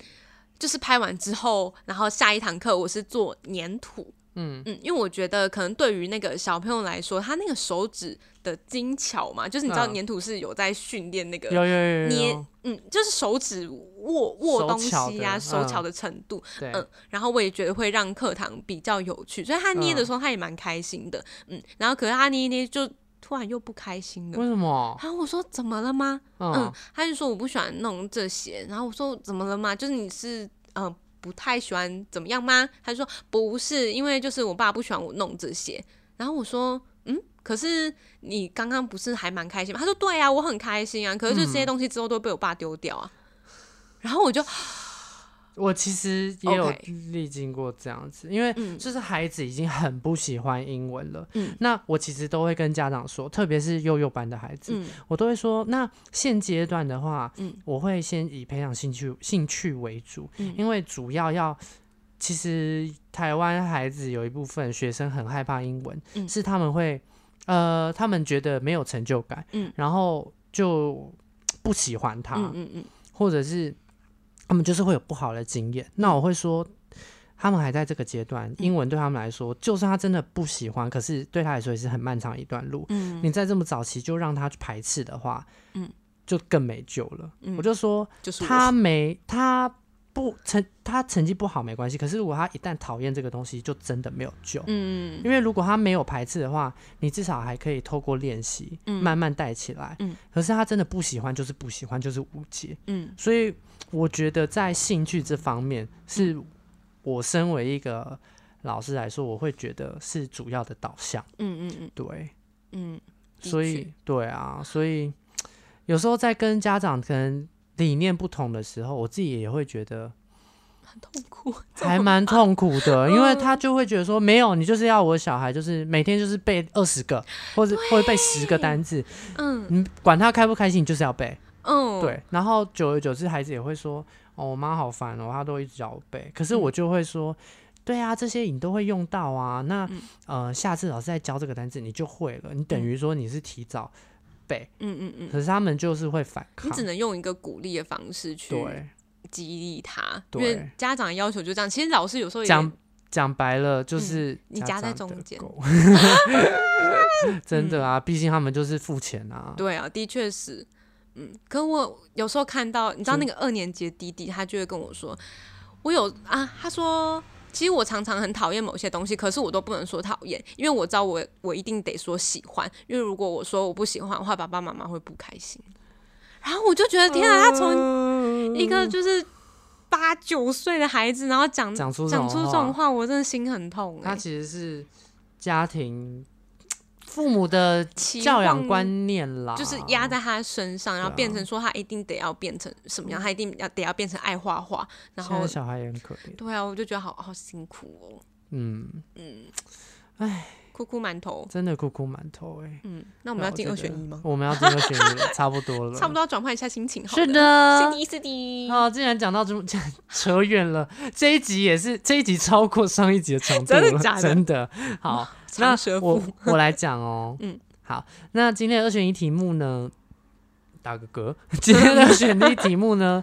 [SPEAKER 1] 就是拍完之后，然后下一堂课我是做粘土，
[SPEAKER 2] 嗯
[SPEAKER 1] 嗯，因为我觉得可能对于那个小朋友来说，他那个手指的精巧嘛，就是你知道
[SPEAKER 2] 嗯
[SPEAKER 1] 粘土是有在训练那个
[SPEAKER 2] 有有有有
[SPEAKER 1] 呃捏
[SPEAKER 2] 有，
[SPEAKER 1] 嗯，就是手指握握
[SPEAKER 2] 手
[SPEAKER 1] 东
[SPEAKER 2] 巧
[SPEAKER 1] 西
[SPEAKER 2] 的
[SPEAKER 1] 呀、手
[SPEAKER 2] 嗯
[SPEAKER 1] 巧的程度，
[SPEAKER 2] 对，
[SPEAKER 1] 嗯，然后我也觉得会让课堂比较有趣，所以他捏的
[SPEAKER 2] 嗯
[SPEAKER 1] 时候他也蛮开心的，嗯，然后可是他捏一捏就突然又不开心了
[SPEAKER 2] 为，什么？
[SPEAKER 1] 然后我说怎么了吗？嗯
[SPEAKER 2] 嗯，，
[SPEAKER 1] 他就说我不喜欢弄这些，然后我说怎么了吗？就是你是嗯、呃不太喜欢怎么样吗？他就说不是，因为就是我爸不喜欢我弄这些，然后我说嗯。可是你刚刚不是还蛮开心吗？他说对啊，我很开心啊。可是就这些东西之后都被我爸丢掉啊。然后我就
[SPEAKER 2] 我其实也有
[SPEAKER 1] OK
[SPEAKER 2] 历经过这样子，因为
[SPEAKER 1] 嗯
[SPEAKER 2] 就是孩子已经很不喜欢英文了。
[SPEAKER 1] 嗯
[SPEAKER 2] 那我其实都会跟家长说，特别是幼幼班的孩子，
[SPEAKER 1] 嗯
[SPEAKER 2] 我都会说，那现阶段的话，
[SPEAKER 1] 嗯
[SPEAKER 2] 我会先以培养兴趣兴趣为主，
[SPEAKER 1] 嗯
[SPEAKER 2] 因为主要要。其实台湾孩子有一部分学生很害怕英文，
[SPEAKER 1] 嗯
[SPEAKER 2] 是他们会，呃，他们觉得没有成就感，
[SPEAKER 1] 嗯
[SPEAKER 2] 然后就不喜欢它，
[SPEAKER 1] 嗯嗯嗯
[SPEAKER 2] 或者是他们就是会有不好的经验。那我会说，他们还在这个阶段，
[SPEAKER 1] 嗯
[SPEAKER 2] 英文对他们来说，就算他真的不喜欢，可是对他来说也是很漫长一段路。
[SPEAKER 1] 嗯
[SPEAKER 2] 你在这么早期就让他去排斥的话，
[SPEAKER 1] 嗯，
[SPEAKER 2] 就更没救了。
[SPEAKER 1] 嗯
[SPEAKER 2] 我就说，
[SPEAKER 1] 就是我
[SPEAKER 2] 他没他不成他成绩不好没关系，可是如果他一旦讨厌这个东西，就真的没有救。
[SPEAKER 1] 嗯
[SPEAKER 2] 因为如果他没有排斥的话，你至少还可以透过练习、慢慢带起来。
[SPEAKER 1] 嗯
[SPEAKER 2] 可是他真的不喜欢，就是不喜欢，就是无解。
[SPEAKER 1] 嗯
[SPEAKER 2] 所以我觉得在兴趣这方面，是
[SPEAKER 1] 嗯
[SPEAKER 2] 我身为一个老师来说，我会觉得是主要的导向。
[SPEAKER 1] 嗯嗯嗯
[SPEAKER 2] 对，
[SPEAKER 1] 嗯，的
[SPEAKER 2] 所
[SPEAKER 1] 确
[SPEAKER 2] 以对啊，所以有时候在跟家长可能理念不同的时候，我自己也会觉得
[SPEAKER 1] 很痛苦，
[SPEAKER 2] 还蛮痛苦的，因
[SPEAKER 1] 嗯
[SPEAKER 2] 为他就会觉得说，没有你就是要我小孩就是每天就是背二十个，或者或者背十个单字，
[SPEAKER 1] 嗯
[SPEAKER 2] 你管他开不开心，你就是要背。
[SPEAKER 1] 嗯，
[SPEAKER 2] 对，然后久而久之，孩子也会说：“哦，我妈好烦哦，她都一直叫我背。”可
[SPEAKER 1] 嗯
[SPEAKER 2] 是我就会说：“对啊，这些你都会用到啊。那、
[SPEAKER 1] 嗯
[SPEAKER 2] 呃，下次老师再教这个单词，你就会了。你等于说你是提早背，
[SPEAKER 1] 嗯嗯嗯，
[SPEAKER 2] 可是他们就是会反抗
[SPEAKER 1] 你。只能用一个鼓励的方式去
[SPEAKER 2] 对，
[SPEAKER 1] 激励他，因
[SPEAKER 2] 对
[SPEAKER 1] 为家长的要求就这样。其实老师有时候也
[SPEAKER 2] 讲讲白了就是、
[SPEAKER 1] 嗯你夹在中间， 嗯
[SPEAKER 2] 真的啊，毕竟他们就是付钱啊。
[SPEAKER 1] 对啊，的确是，嗯。可我有时候看到，你知道那个二年级的弟弟，他就会跟我说，我有啊，他说。其实我常常很讨厌某些东西，可是我都不能说讨厌，因为我知道我我一定得说喜欢，因为如果我说我不喜欢的话，爸爸妈妈会不开心。然后我就觉得天啊，他从
[SPEAKER 2] 从
[SPEAKER 1] 一个就是八九岁的孩子，然后讲
[SPEAKER 2] 讲出
[SPEAKER 1] 讲出这种
[SPEAKER 2] 话
[SPEAKER 1] 话，我真的心很痛、欸。
[SPEAKER 2] 他其实是家庭父母的
[SPEAKER 1] 期
[SPEAKER 2] 教养
[SPEAKER 1] 望
[SPEAKER 2] 观念啦，
[SPEAKER 1] 就是压在他身上，然后
[SPEAKER 2] 啊对啊嗯
[SPEAKER 1] 变成说他一定得要变成什么样，他一定要得要变成爱画画，然
[SPEAKER 2] 现在
[SPEAKER 1] 后
[SPEAKER 2] 小孩也很可怜，
[SPEAKER 1] 对啊，我就觉得好好辛苦哦，
[SPEAKER 2] 嗯，
[SPEAKER 1] 哭哭馒头。
[SPEAKER 2] 真的哭哭馒头哎、
[SPEAKER 1] 嗯，那
[SPEAKER 2] 我
[SPEAKER 1] 我们要进二选一吗？
[SPEAKER 2] 我们要进二选一了，差不多了，
[SPEAKER 1] 差不多要转换一下心情好了，
[SPEAKER 2] 是的
[SPEAKER 1] 是。的，是的，
[SPEAKER 2] 哦，竟然讲到这么 扯远了，这一集也是这一集超过上一集的长度了，
[SPEAKER 1] 真的假的
[SPEAKER 2] 真的好，那
[SPEAKER 1] 长舌妇
[SPEAKER 2] 我 我来讲哦，嗯，好，那今天的二选一题目呢，打个嗝， 今天的二选一题目呢，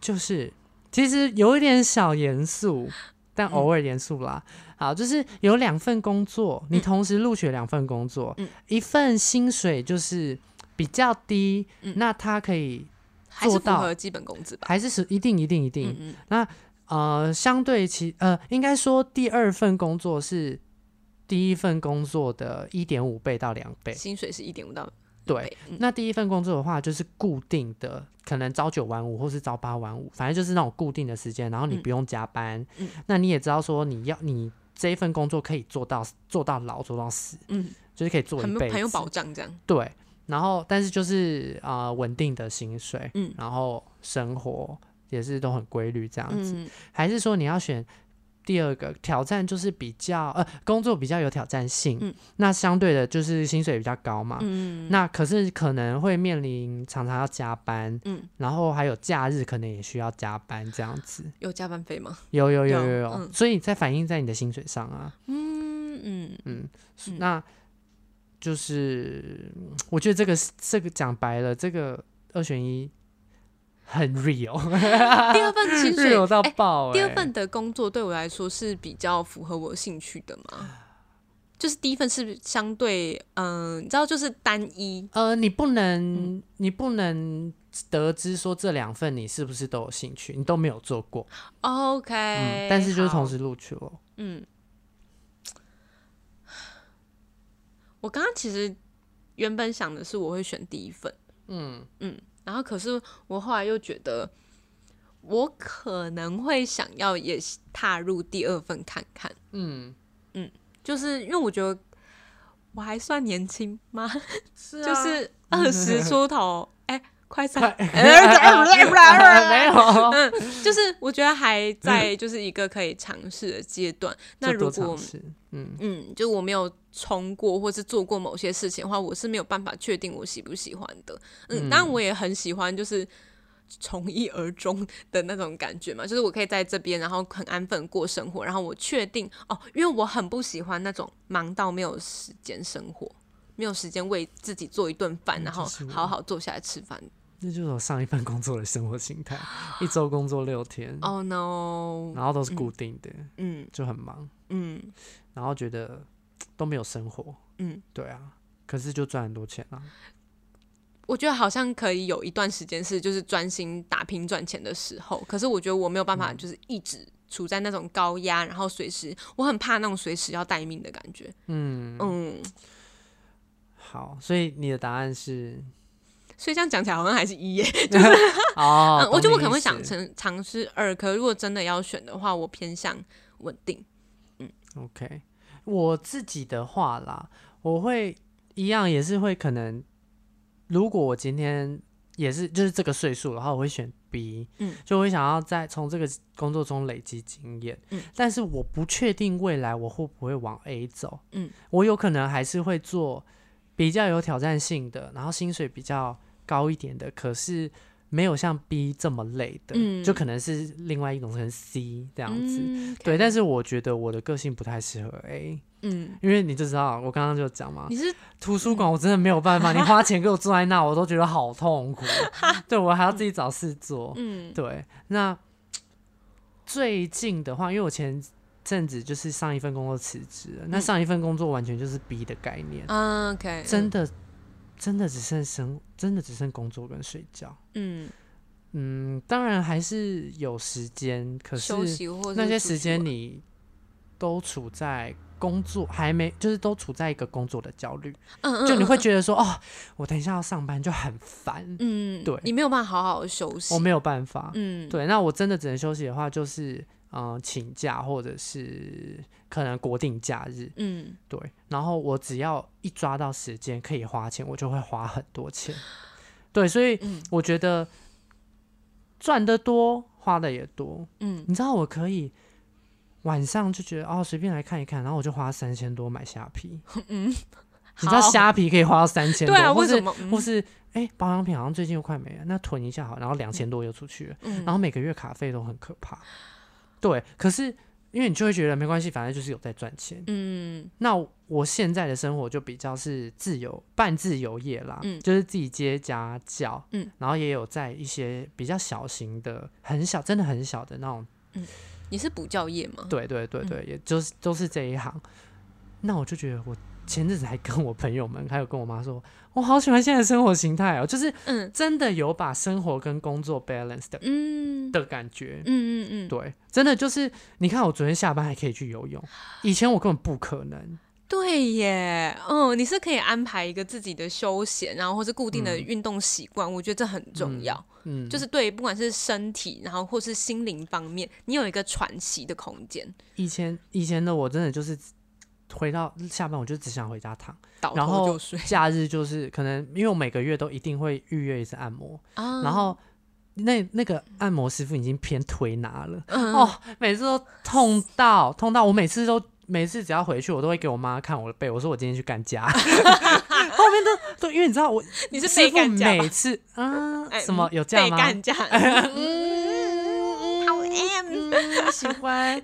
[SPEAKER 2] 就是其实有一点小严肃，
[SPEAKER 1] 嗯
[SPEAKER 2] 但偶尔严肃啦。好，就是有两份工作，你同时录取两份工作，
[SPEAKER 1] 嗯
[SPEAKER 2] 一份薪水就是比较低，
[SPEAKER 1] 嗯
[SPEAKER 2] 那它可以
[SPEAKER 1] 还是
[SPEAKER 2] 做
[SPEAKER 1] 符
[SPEAKER 2] 到
[SPEAKER 1] 合基本工资吧。
[SPEAKER 2] 还是是一定一定一定，
[SPEAKER 1] 嗯嗯
[SPEAKER 2] 呃，相对其呃，应该说第二份工作是第一份工作的一点五倍到两倍
[SPEAKER 1] 嗯，，薪水是一点五到
[SPEAKER 2] 对，那第一份工作的话，就是固定的，可能朝九晚五，或是朝八晚五，反正就是那种固定的时间，然后你不用加班。
[SPEAKER 1] 嗯
[SPEAKER 2] 那你也知道说，你要你这一份工作可以做到做到老，做到死，
[SPEAKER 1] 嗯，
[SPEAKER 2] 就是可以做
[SPEAKER 1] 很
[SPEAKER 2] 一
[SPEAKER 1] 有
[SPEAKER 2] 辈子，
[SPEAKER 1] 很有保障这样。
[SPEAKER 2] 对，然后但是就是啊，呃稳、定的薪水，
[SPEAKER 1] 嗯
[SPEAKER 2] 然后生活也是都很规律这样子。
[SPEAKER 1] 嗯
[SPEAKER 2] 还是说你要选第二个挑战，就是比较呃工作比较有挑战性，
[SPEAKER 1] 嗯
[SPEAKER 2] 那相对的就是薪水也比较高嘛。
[SPEAKER 1] 嗯
[SPEAKER 2] 啊那可是可能会面临常常要加班，
[SPEAKER 1] 嗯，
[SPEAKER 2] 然后还有假日可能也需要加班这样子。
[SPEAKER 1] 有加班费吗？
[SPEAKER 2] 有有有
[SPEAKER 1] 有
[SPEAKER 2] 有有，
[SPEAKER 1] 嗯
[SPEAKER 2] 所以才反映在你的薪水上啊。
[SPEAKER 1] 嗯嗯
[SPEAKER 2] 嗯，是
[SPEAKER 1] 嗯
[SPEAKER 2] 那就是嗯我觉得这个是这个讲白了，这个二选一很 real，real
[SPEAKER 1] 第二 份薪水
[SPEAKER 2] 啊到
[SPEAKER 1] 哎
[SPEAKER 2] 爆、欸
[SPEAKER 1] 第二份的工作对我来说是比较符合我兴趣的嘛，就是第一份是相对，嗯、你知道，就是单一，
[SPEAKER 2] 呃，你不能，你不能得知说这两份你是不是都有兴趣，你都没有做过，
[SPEAKER 1] OK，、
[SPEAKER 2] 嗯，但是就是同
[SPEAKER 1] 好，
[SPEAKER 2] 时录取了，
[SPEAKER 1] 嗯，我刚刚其实原本想的是我会选第一份，
[SPEAKER 2] 嗯，
[SPEAKER 1] 嗯，然后可是我后来又觉得，我可能会想要也踏入第二份看看，
[SPEAKER 2] 嗯，
[SPEAKER 1] 就是因为我觉得我还算年轻吗？
[SPEAKER 2] 是
[SPEAKER 1] 就是二十出头，哎、快三，
[SPEAKER 2] 没有，
[SPEAKER 1] 嗯，就是我觉得还在就是一个可以尝试的阶段。那
[SPEAKER 2] 就多
[SPEAKER 1] 如果
[SPEAKER 2] 尝试嗯
[SPEAKER 1] 嗯，就我没有冲过或是做过某些事情的话，我是没有办法确定我喜不喜欢的。嗯，当然我也很喜欢，就是。从一而终的那种感觉嘛，就是我可以在这边，然后很安分过生活，然后我确定哦，因为我很不喜欢那种忙到没有时间生活，没有时间为自己做一顿
[SPEAKER 2] 嗯
[SPEAKER 1] 饭，然后
[SPEAKER 2] 这是我
[SPEAKER 1] 好好坐下来吃饭。
[SPEAKER 2] 这就是我上一份工作的生活形态，一周工作六天，
[SPEAKER 1] Oh no！
[SPEAKER 2] 然后都是固定的，
[SPEAKER 1] 嗯
[SPEAKER 2] 就很忙，
[SPEAKER 1] 嗯
[SPEAKER 2] 然后觉得都没有生活，
[SPEAKER 1] 嗯，
[SPEAKER 2] 对啊，可是就赚很多钱啊，
[SPEAKER 1] 我觉得好像可以有一段时间是就是专心打拼赚钱的时候，可是我觉得我没有
[SPEAKER 2] 嗯
[SPEAKER 1] 办法就是一直处在那种高压，然后随时我很怕那种随时要待命的感觉。
[SPEAKER 2] 嗯，
[SPEAKER 1] 嗯，
[SPEAKER 2] 好，所以你的答案是
[SPEAKER 1] 所以这样讲起来好像还是一耶。
[SPEAKER 2] 哦
[SPEAKER 1] 嗯，我觉得我可能会
[SPEAKER 2] 想
[SPEAKER 1] 想尝尝试二，可如果真的要选的话，我偏向稳定。
[SPEAKER 2] OK，我自己的话啦，我会一样也是会可能，如果我今天也是就是这个岁数的话，我会选 B，
[SPEAKER 1] 嗯，
[SPEAKER 2] 就我会想要在从这个工作中累积经验，
[SPEAKER 1] 嗯，
[SPEAKER 2] 但是我不确定未来我会不会往 A 走，
[SPEAKER 1] 嗯，
[SPEAKER 2] 我有可能还是会做比较有挑战性的，然后薪水比较高一点的，可是。没有像 B 这么累的，
[SPEAKER 1] 嗯
[SPEAKER 2] 就可能是另外一种，可能 C 这
[SPEAKER 1] 这
[SPEAKER 2] 样子。
[SPEAKER 1] 嗯、
[SPEAKER 2] 对，但
[SPEAKER 1] 是
[SPEAKER 2] 是我觉得我的个性不太适合 A，
[SPEAKER 1] 嗯，
[SPEAKER 2] 因为你就知道，我刚刚就讲嘛
[SPEAKER 1] 你，是
[SPEAKER 2] 图书馆我真的没有办法，你花钱给我坐在那，我都觉得好痛 苦。对我还要自己找事做。
[SPEAKER 1] 嗯
[SPEAKER 2] 对，那最近的话，因为我前阵子就是上一份工作辞职了，那
[SPEAKER 1] 嗯
[SPEAKER 2] 上一份工作完全就是 B 的概念，
[SPEAKER 1] 啊 OK
[SPEAKER 2] 哦真的真的只剩生，真的只剩工作跟睡觉。
[SPEAKER 1] 嗯
[SPEAKER 2] 嗯，当然还是有时间，可是
[SPEAKER 1] 休息或者
[SPEAKER 2] 那些时间你都处在工作还没，就是都处在一个工作的焦虑，
[SPEAKER 1] 嗯嗯
[SPEAKER 2] 就你会
[SPEAKER 1] 嗯
[SPEAKER 2] 觉得说，哦，我等一下要上班就很烦，
[SPEAKER 1] 嗯
[SPEAKER 2] 对
[SPEAKER 1] 你没有办法好好地休息。
[SPEAKER 2] 我没有办法。
[SPEAKER 1] 嗯
[SPEAKER 2] 对，那我真的只能休息的话，就是嗯、呃请假或者是可能国定假日，
[SPEAKER 1] 嗯
[SPEAKER 2] 对。然后我只要一抓到时间可以花钱，我就会花很多钱。对，所以
[SPEAKER 1] 嗯
[SPEAKER 2] 我觉得赚的多，花的也多，
[SPEAKER 1] 嗯
[SPEAKER 2] 你知道我可以晚上就觉得哦，随便来看一看，然后我就花三千多买虾皮。
[SPEAKER 1] 嗯，
[SPEAKER 2] 你知道
[SPEAKER 1] 好
[SPEAKER 2] 虾皮可以花到三千
[SPEAKER 1] 对
[SPEAKER 2] 多，
[SPEAKER 1] 啊，
[SPEAKER 2] 或
[SPEAKER 1] 为什
[SPEAKER 2] 是
[SPEAKER 1] 么？
[SPEAKER 2] 或是哎、保养品好像最近又快没了，那囤一下好，然后两千多又出去了，
[SPEAKER 1] 嗯
[SPEAKER 2] 然后每个月卡费都很可怕。对，可是因为你就会觉得没关系，反正就是有在赚钱。
[SPEAKER 1] 嗯
[SPEAKER 2] 那我现在的生活就比较是自由半自由业啦，
[SPEAKER 1] 嗯
[SPEAKER 2] 就是自己接家教，
[SPEAKER 1] 嗯
[SPEAKER 2] 然后也有在一些比较小型的、很小、真的很小的那种
[SPEAKER 1] 你是补教业吗？
[SPEAKER 2] 对对对对，
[SPEAKER 1] 嗯
[SPEAKER 2] 也就是都是这一行。那我就觉得，我前阵子还跟我朋友们，还有跟我妈说，我好喜欢现在的生活形态哦，就是
[SPEAKER 1] 嗯
[SPEAKER 2] 真的有把生活跟工作 balance 的
[SPEAKER 1] 嗯
[SPEAKER 2] 的感觉。
[SPEAKER 1] 嗯嗯嗯，
[SPEAKER 2] 对，真的就是你看，我昨天下班还可以去游泳，以前我根本不可能。
[SPEAKER 1] 对耶，嗯，你是可以安排一个自己的休闲，然后或是固定的运动习惯，我觉得这很重要。
[SPEAKER 2] 嗯，
[SPEAKER 1] 就是对，不管是身体，然后或是心灵方面，你有一个喘息的空间。
[SPEAKER 2] 以前以前的我真的就是回到下班，我就只想回家躺，
[SPEAKER 1] 倒
[SPEAKER 2] 然
[SPEAKER 1] 头
[SPEAKER 2] 后
[SPEAKER 1] 就睡
[SPEAKER 2] 假日就是可能因为我每个月都一定会预约一次按摩，
[SPEAKER 1] 啊
[SPEAKER 2] 然后那那个按摩师傅已经偏推拿了，
[SPEAKER 1] 嗯
[SPEAKER 2] 哦，每次都痛到痛到我每次都。每次只要回去，我都会给我妈看我的背，我说我今天去干家，后面都都因为你知道我
[SPEAKER 1] 你是
[SPEAKER 2] 师
[SPEAKER 1] 被
[SPEAKER 2] 傅
[SPEAKER 1] 干架吧
[SPEAKER 2] 每次啊
[SPEAKER 1] 哎
[SPEAKER 2] 什么有这样
[SPEAKER 1] 被
[SPEAKER 2] 吗？
[SPEAKER 1] 干架，
[SPEAKER 2] 嗯，
[SPEAKER 1] 讨 厌。
[SPEAKER 2] 嗯喜欢，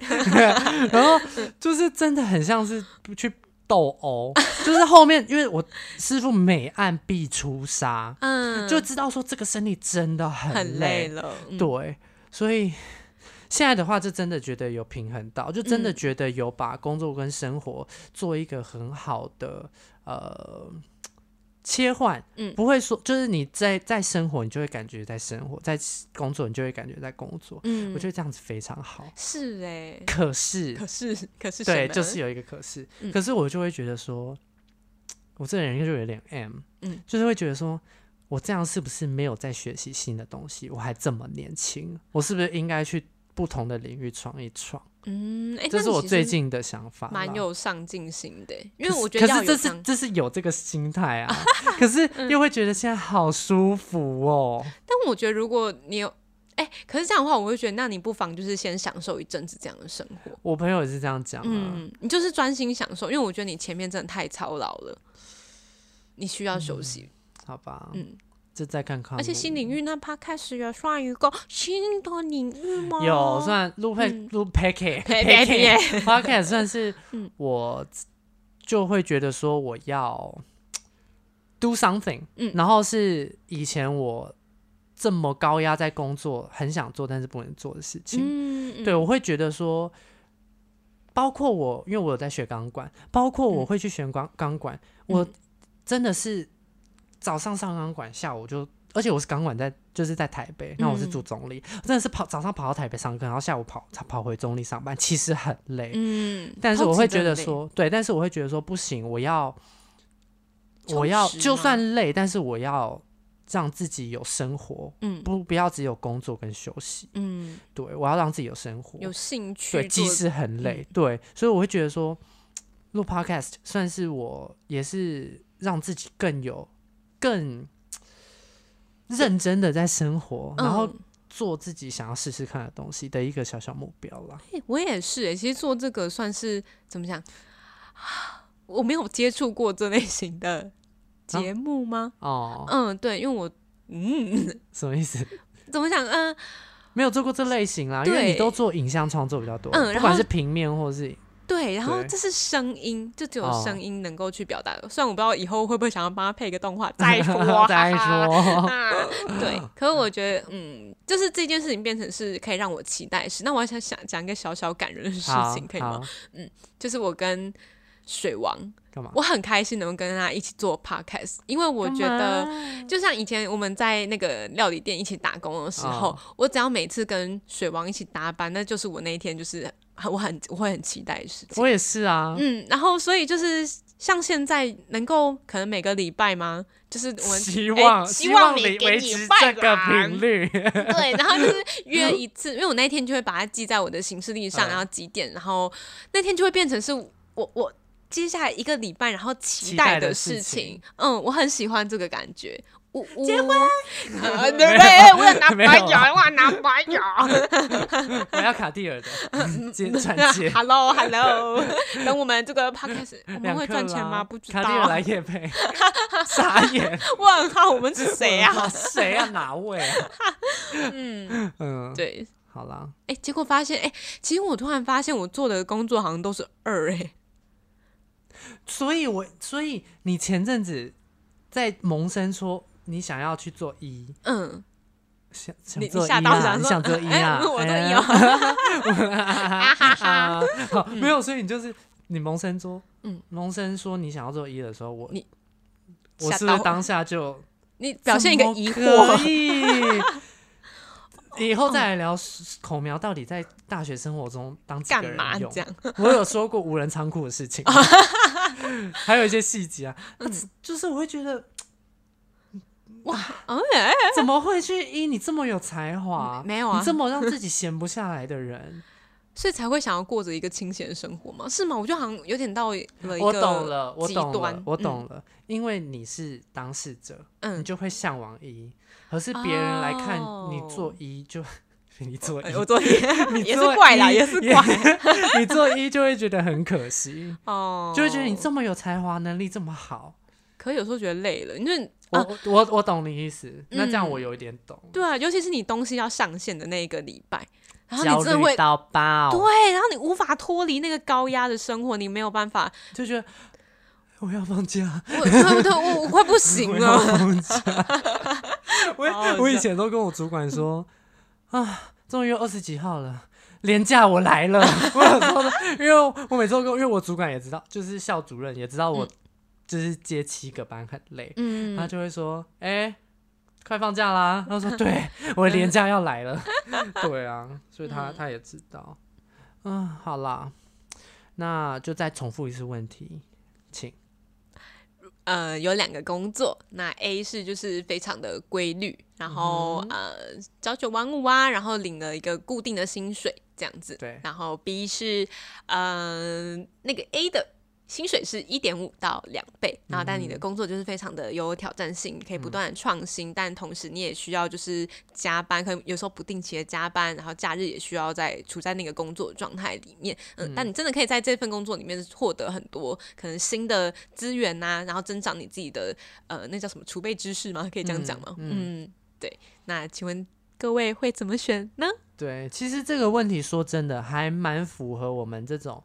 [SPEAKER 2] 然后就是真的很像是去斗殴，就是后面因为我师傅每按必出痧，
[SPEAKER 1] 嗯，
[SPEAKER 2] 就知道说这个身体真的
[SPEAKER 1] 很
[SPEAKER 2] 累，
[SPEAKER 1] 累了。嗯
[SPEAKER 2] 对，所以现在的话，就真的觉得有平衡到，就真
[SPEAKER 1] 嗯
[SPEAKER 2] 的觉得有把工作跟生活做一个很好的呃切换，
[SPEAKER 1] 嗯
[SPEAKER 2] 不会说就是你在在生活，你就会感觉在生活，在工作你就会感觉在工作，
[SPEAKER 1] 嗯
[SPEAKER 2] 我觉得这样子非常好。
[SPEAKER 1] 是哎，
[SPEAKER 2] 可是，
[SPEAKER 1] 可是可是什
[SPEAKER 2] 对，
[SPEAKER 1] 么
[SPEAKER 2] 就是有一个可是，
[SPEAKER 1] 嗯
[SPEAKER 2] 可是我就会觉得说，我这个人就有点 M，
[SPEAKER 1] 嗯
[SPEAKER 2] 就是会觉得说。我这样是不是没有在学习新的东西？我还这么年轻，我是不是应该去不同的领域闯一闯？
[SPEAKER 1] 嗯，哎，
[SPEAKER 2] 这
[SPEAKER 1] 那
[SPEAKER 2] 是
[SPEAKER 1] 你
[SPEAKER 2] 我
[SPEAKER 1] 其
[SPEAKER 2] 最
[SPEAKER 1] 实
[SPEAKER 2] 近的想法啦。
[SPEAKER 1] 蛮有上进心的欸，
[SPEAKER 2] 可
[SPEAKER 1] 因
[SPEAKER 2] 是，
[SPEAKER 1] 为我觉得
[SPEAKER 2] 可是
[SPEAKER 1] 要
[SPEAKER 2] 这
[SPEAKER 1] 有嗯
[SPEAKER 2] 是
[SPEAKER 1] 上，
[SPEAKER 2] 这是有这个心态 啊，可是又会觉得现在好舒服哦。
[SPEAKER 1] 但我觉得如果你有。哎、可是这样的话，我会觉得，那你不妨就是先享受一阵子这样的生活，
[SPEAKER 2] 我朋友也是这样讲啊，
[SPEAKER 1] 嗯，你就是专心享受，因为我觉得你前面真的太操劳了，你需要
[SPEAKER 2] 嗯
[SPEAKER 1] 休息，
[SPEAKER 2] 好吧，
[SPEAKER 1] 嗯
[SPEAKER 2] 就再看看我。
[SPEAKER 1] 而且新领域那趴开始有算一个新的领域吗？
[SPEAKER 2] 有算录配
[SPEAKER 1] 嗯
[SPEAKER 2] 录 p a c k e t
[SPEAKER 1] 呸
[SPEAKER 2] p a c
[SPEAKER 1] 呸
[SPEAKER 2] k e
[SPEAKER 1] 呸
[SPEAKER 2] t p o d c a s t 算是
[SPEAKER 1] 嗯
[SPEAKER 2] 我就会觉得说我要 do something，
[SPEAKER 1] 嗯
[SPEAKER 2] 然后是以前我这么高压在工作，很想做但是不能做的事情。
[SPEAKER 1] 嗯，
[SPEAKER 2] 对，我会觉得说，包括我，因为我有在学钢管，包括我会去学钢钢管，我
[SPEAKER 1] 嗯
[SPEAKER 2] 真的是早上上钢管，下午就，而且我是钢管在就是在台北，那我
[SPEAKER 1] 嗯
[SPEAKER 2] 是住中立，我真的是跑早上跑到台北上课，然后下午跑跑回中立上班，其实很累，
[SPEAKER 1] 嗯，
[SPEAKER 2] 但是我会觉得
[SPEAKER 1] 超级的累，
[SPEAKER 2] 说，对，但是我会觉得说不行，我要
[SPEAKER 1] 充
[SPEAKER 2] 我要
[SPEAKER 1] 实
[SPEAKER 2] 就
[SPEAKER 1] 吗
[SPEAKER 2] 算累，但是我要让自己有生活。
[SPEAKER 1] 嗯
[SPEAKER 2] 不，不要只有工作跟休息。
[SPEAKER 1] 嗯，
[SPEAKER 2] 对我要让自己有生活，
[SPEAKER 1] 有兴趣
[SPEAKER 2] 对，即
[SPEAKER 1] 做嗯
[SPEAKER 2] 使很累，对，所以我会觉得说，录 podcast 算是我也是让自己更有更认真的在生活，然后
[SPEAKER 1] 嗯
[SPEAKER 2] 做自己想要试试看的东西的一个小小目标啦。
[SPEAKER 1] 欸我也是哎、其实做这个算是怎么讲？ 我没有接触过这类型的节目吗？
[SPEAKER 2] 啊哦，
[SPEAKER 1] 嗯，对，因为我嗯，
[SPEAKER 2] 什么意思？
[SPEAKER 1] 怎么讲？嗯
[SPEAKER 2] 没有做过这类型啦，因为你
[SPEAKER 1] 对
[SPEAKER 2] 都做影像创作比较多，
[SPEAKER 1] 嗯然
[SPEAKER 2] 不管
[SPEAKER 1] 后
[SPEAKER 2] 是平面或是
[SPEAKER 1] 对，然后
[SPEAKER 2] 对
[SPEAKER 1] 这是声音，就只有
[SPEAKER 2] 哦
[SPEAKER 1] 声音能够去表达的。虽然我不知道以后会不会想要帮他配一个动画，再说
[SPEAKER 2] 再说，
[SPEAKER 1] 啊， 对，可是我觉得，嗯，就是这件事情变成是可以让我期待的事。那我还想想讲一个小小感人的 事
[SPEAKER 2] 好
[SPEAKER 1] 情，可以
[SPEAKER 2] 好
[SPEAKER 1] 吗？就是我跟水王，
[SPEAKER 2] 干嘛？
[SPEAKER 1] 我很开心能跟他一起做 podcast，因为我觉得
[SPEAKER 2] 干嘛
[SPEAKER 1] 就像以前我们在那个料理店一起打工的时候，
[SPEAKER 2] 哦
[SPEAKER 1] 我只要每次跟水王一起搭班，那就是我那一天就是很我很我会很期待的事情。
[SPEAKER 2] 我也是啊，
[SPEAKER 1] 嗯，然后所以就是像现在能够可能每个礼拜吗？就是我们
[SPEAKER 2] 希
[SPEAKER 1] 哎
[SPEAKER 2] 望
[SPEAKER 1] 希
[SPEAKER 2] 望
[SPEAKER 1] 望你给
[SPEAKER 2] 维
[SPEAKER 1] 你
[SPEAKER 2] 持
[SPEAKER 1] 拜
[SPEAKER 2] 这个
[SPEAKER 1] 访
[SPEAKER 2] 频率。
[SPEAKER 1] 对，然后就是约一次，因为我那一天就会把它记在我的行事历上，
[SPEAKER 2] 嗯
[SPEAKER 1] 然后几点，然后那天就会变成是我我接下来一个礼拜，然后期
[SPEAKER 2] 期待
[SPEAKER 1] 待
[SPEAKER 2] 的
[SPEAKER 1] 的
[SPEAKER 2] 事
[SPEAKER 1] 事
[SPEAKER 2] 情
[SPEAKER 1] 情。嗯，我很喜欢这个感觉。呜呜，结婚， 呃、对不对？我要男
[SPEAKER 2] 没
[SPEAKER 1] 朋
[SPEAKER 2] 有啊
[SPEAKER 1] 友，我要男朋友。
[SPEAKER 2] 我要卡蒂尔 的接串接
[SPEAKER 1] Hello Hello，等 我们这个 podcast 我们
[SPEAKER 2] 两
[SPEAKER 1] 会
[SPEAKER 2] 克
[SPEAKER 1] 赚钱
[SPEAKER 2] 拉
[SPEAKER 1] 吗？不知
[SPEAKER 2] 卡蒂尔来
[SPEAKER 1] 道。
[SPEAKER 2] 夜配，傻眼，
[SPEAKER 1] 我很好，我们是 谁啊？
[SPEAKER 2] 哇？ 谁啊？哪位 啊？嗯 嗯，
[SPEAKER 1] 对，
[SPEAKER 2] 好啦，
[SPEAKER 1] 哎、结果发现，哎、其实我突然发现我做的工作好像都是二、哎。
[SPEAKER 2] 所以我所以你前阵子在萌生说你想要去做医，
[SPEAKER 1] 嗯，
[SPEAKER 2] 想想
[SPEAKER 1] 你
[SPEAKER 2] 做
[SPEAKER 1] 你
[SPEAKER 2] 医
[SPEAKER 1] 吓到
[SPEAKER 2] 啊，
[SPEAKER 1] 想
[SPEAKER 2] 你
[SPEAKER 1] 说
[SPEAKER 2] 想做医啊？
[SPEAKER 1] 哎我做
[SPEAKER 2] 哎
[SPEAKER 1] 医
[SPEAKER 2] 呀
[SPEAKER 1] 哦
[SPEAKER 2] 啊哈哈！ 好，没有，所以你就是你萌生说，嗯
[SPEAKER 1] 嗯，
[SPEAKER 2] 萌生说你想要做医的时候，我
[SPEAKER 1] 你
[SPEAKER 2] 我
[SPEAKER 1] 吓
[SPEAKER 2] 是不是
[SPEAKER 1] 到
[SPEAKER 2] 当下就
[SPEAKER 1] 你表现一个疑惑，哦
[SPEAKER 2] 惑。 以后再来聊口苗到底在大学生活中当几个
[SPEAKER 1] 干
[SPEAKER 2] 人
[SPEAKER 1] 嘛
[SPEAKER 2] 用
[SPEAKER 1] 这样？
[SPEAKER 2] 我有说过无人仓库的事情，还有一些细节啊，那就是我会觉得
[SPEAKER 1] 嗯，哎
[SPEAKER 2] 怎么会去依你这么有才华，
[SPEAKER 1] 没有啊
[SPEAKER 2] 你这么让自己闲不下来的人，
[SPEAKER 1] 所以才会想要过着一个清闲生活嘛？是吗？我就好 像有点到了一个
[SPEAKER 2] 我懂了，我
[SPEAKER 1] 极
[SPEAKER 2] 懂了
[SPEAKER 1] 端，
[SPEAKER 2] 我懂了，因为你是当事者，你
[SPEAKER 1] 嗯，
[SPEAKER 2] 就会向往一，可是别人来看你
[SPEAKER 1] 哦
[SPEAKER 2] 做一就 你做一
[SPEAKER 1] 哎，我 昨天也是怪啦，
[SPEAKER 2] 一
[SPEAKER 1] 也是怪
[SPEAKER 2] 你做一就会觉得很可惜，
[SPEAKER 1] 哦，
[SPEAKER 2] 就会觉得你这么有才华，能力这么好。
[SPEAKER 1] 可有时候觉得累了，你就
[SPEAKER 2] 我、
[SPEAKER 1] 啊
[SPEAKER 2] 我我懂你意思，那这样
[SPEAKER 1] 嗯
[SPEAKER 2] 我有一点懂，
[SPEAKER 1] 对啊，尤其是你东西要上线的那一个礼拜，然后
[SPEAKER 2] 焦
[SPEAKER 1] 你真的会
[SPEAKER 2] 虑到爆，
[SPEAKER 1] 对，然啊后你无法脱离那个高压的生活，你没有办法，
[SPEAKER 2] 就觉得我要放假，
[SPEAKER 1] 我对不对？我我快不 行
[SPEAKER 2] 我要
[SPEAKER 1] 了。
[SPEAKER 2] 放 假。我
[SPEAKER 1] 啊好好
[SPEAKER 2] 我以
[SPEAKER 1] 笑
[SPEAKER 2] 前都跟我主管说啊，终于二十几号了。廉假我来了， 我有说的，因为我每次都跟，因为我主管也知道，就是校主任也知道我，就是接七个班很累，
[SPEAKER 1] 嗯
[SPEAKER 2] 他，就会说：“哎、快放假啦！”他说：“ 对，我的年假要来了。”对啊，所以他他也知道。嗯，好啦，那就再重复一次问题，请。
[SPEAKER 1] 呃，有两个工作，那 A 是就是非常的规律，然后、
[SPEAKER 2] 嗯
[SPEAKER 1] 呃朝九晚五啊，然后领了一个固定的薪水这样子。
[SPEAKER 2] 对
[SPEAKER 1] 然后 B 是嗯、呃那个 A 的。薪水是一点五到两倍，然后但你的工作就是非常的有挑战性，你可以不断的创新，但同时你也需要就是加班，可能有时候不定期的加班，然后假日也需要在处在那个工作状态里面，嗯，但你真的可以在这份工作里面获得很多可能新的资源呐、然后增长你自己的呃那叫什么储备知识吗？可以这样讲吗？嗯对。那请问各位会怎么选呢？
[SPEAKER 2] 对，其实这个问题说真的还蛮符合我们这种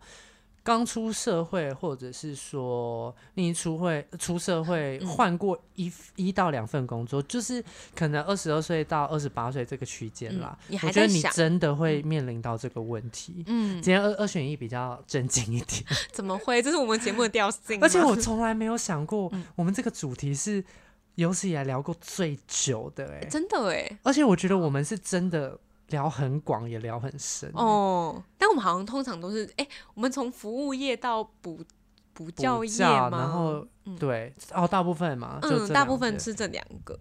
[SPEAKER 2] 刚出社会，或者是说你出会出社会
[SPEAKER 1] 嗯
[SPEAKER 2] 换过一、一到两份工作，就是可能二十二岁到二十八岁这个区间啦
[SPEAKER 1] 嗯、你
[SPEAKER 2] 我
[SPEAKER 1] 还
[SPEAKER 2] 觉得
[SPEAKER 1] 在
[SPEAKER 2] 你
[SPEAKER 1] 想
[SPEAKER 2] 真的会面临到这个问题。
[SPEAKER 1] 嗯，
[SPEAKER 2] 今天二二选一比较正经一点，
[SPEAKER 1] 怎么会？这是我们节目的调性吗。
[SPEAKER 2] 而且我从来没有想过，
[SPEAKER 1] 嗯
[SPEAKER 2] 我们这个主题是有史以来聊过最久的哎、
[SPEAKER 1] 真的哎。
[SPEAKER 2] 而且我觉得我们是真的聊很广，也聊很深欸。
[SPEAKER 1] 哦，但我们好像通常都是哎、我们从服务业到补补
[SPEAKER 2] 补
[SPEAKER 1] 教业
[SPEAKER 2] 教
[SPEAKER 1] 吗？
[SPEAKER 2] 然后对哦，大部分嘛，就
[SPEAKER 1] 嗯，
[SPEAKER 2] 这
[SPEAKER 1] 大
[SPEAKER 2] 两
[SPEAKER 1] 部分
[SPEAKER 2] 个
[SPEAKER 1] 是这两个。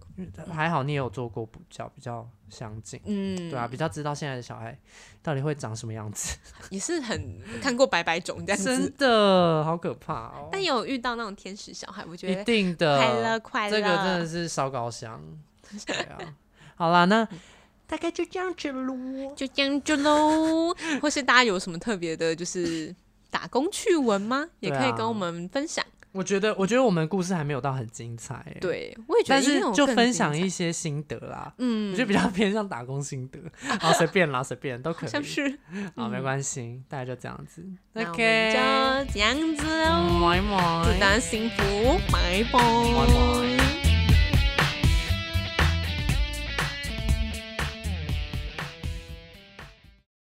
[SPEAKER 2] 还好，你也有做过补教，比较相近。
[SPEAKER 1] 嗯，
[SPEAKER 2] 对啊，比较知道现在的小孩到底会长什么样 子，
[SPEAKER 1] 也是很看过白白种这样子
[SPEAKER 2] 真，的好可怕哦！
[SPEAKER 1] 但也有遇到那种天使小孩，我觉
[SPEAKER 2] 一
[SPEAKER 1] 得
[SPEAKER 2] 定的，
[SPEAKER 1] 快乐快乐。
[SPEAKER 2] 这个真的是烧高香。对啊，好啦，那
[SPEAKER 1] 嗯
[SPEAKER 2] 大概就这样子喽。
[SPEAKER 1] 就这样就 喽。或是大家有什么特别的，就是打工趣闻吗？
[SPEAKER 2] 啊
[SPEAKER 1] 也可以跟我们分享。
[SPEAKER 2] 我觉得，我觉得我们故事还没有到很精彩耶，
[SPEAKER 1] 对，我也觉得
[SPEAKER 2] 但
[SPEAKER 1] 一定
[SPEAKER 2] 是
[SPEAKER 1] 有
[SPEAKER 2] 就
[SPEAKER 1] 更
[SPEAKER 2] 分
[SPEAKER 1] 精
[SPEAKER 2] 享
[SPEAKER 1] 彩
[SPEAKER 2] 一些心得啦。我觉得
[SPEAKER 1] 嗯，
[SPEAKER 2] 比较偏向打工心得，好随便啦，随便都可
[SPEAKER 1] 好像
[SPEAKER 2] 以，
[SPEAKER 1] 是。嗯
[SPEAKER 2] 好没关系，大概就这样子。
[SPEAKER 1] 那我
[SPEAKER 2] OK，
[SPEAKER 1] 们就这样子喽，
[SPEAKER 2] 嗯拜拜
[SPEAKER 1] 祝大家幸福，拜
[SPEAKER 2] 拜
[SPEAKER 1] 拜
[SPEAKER 2] 拜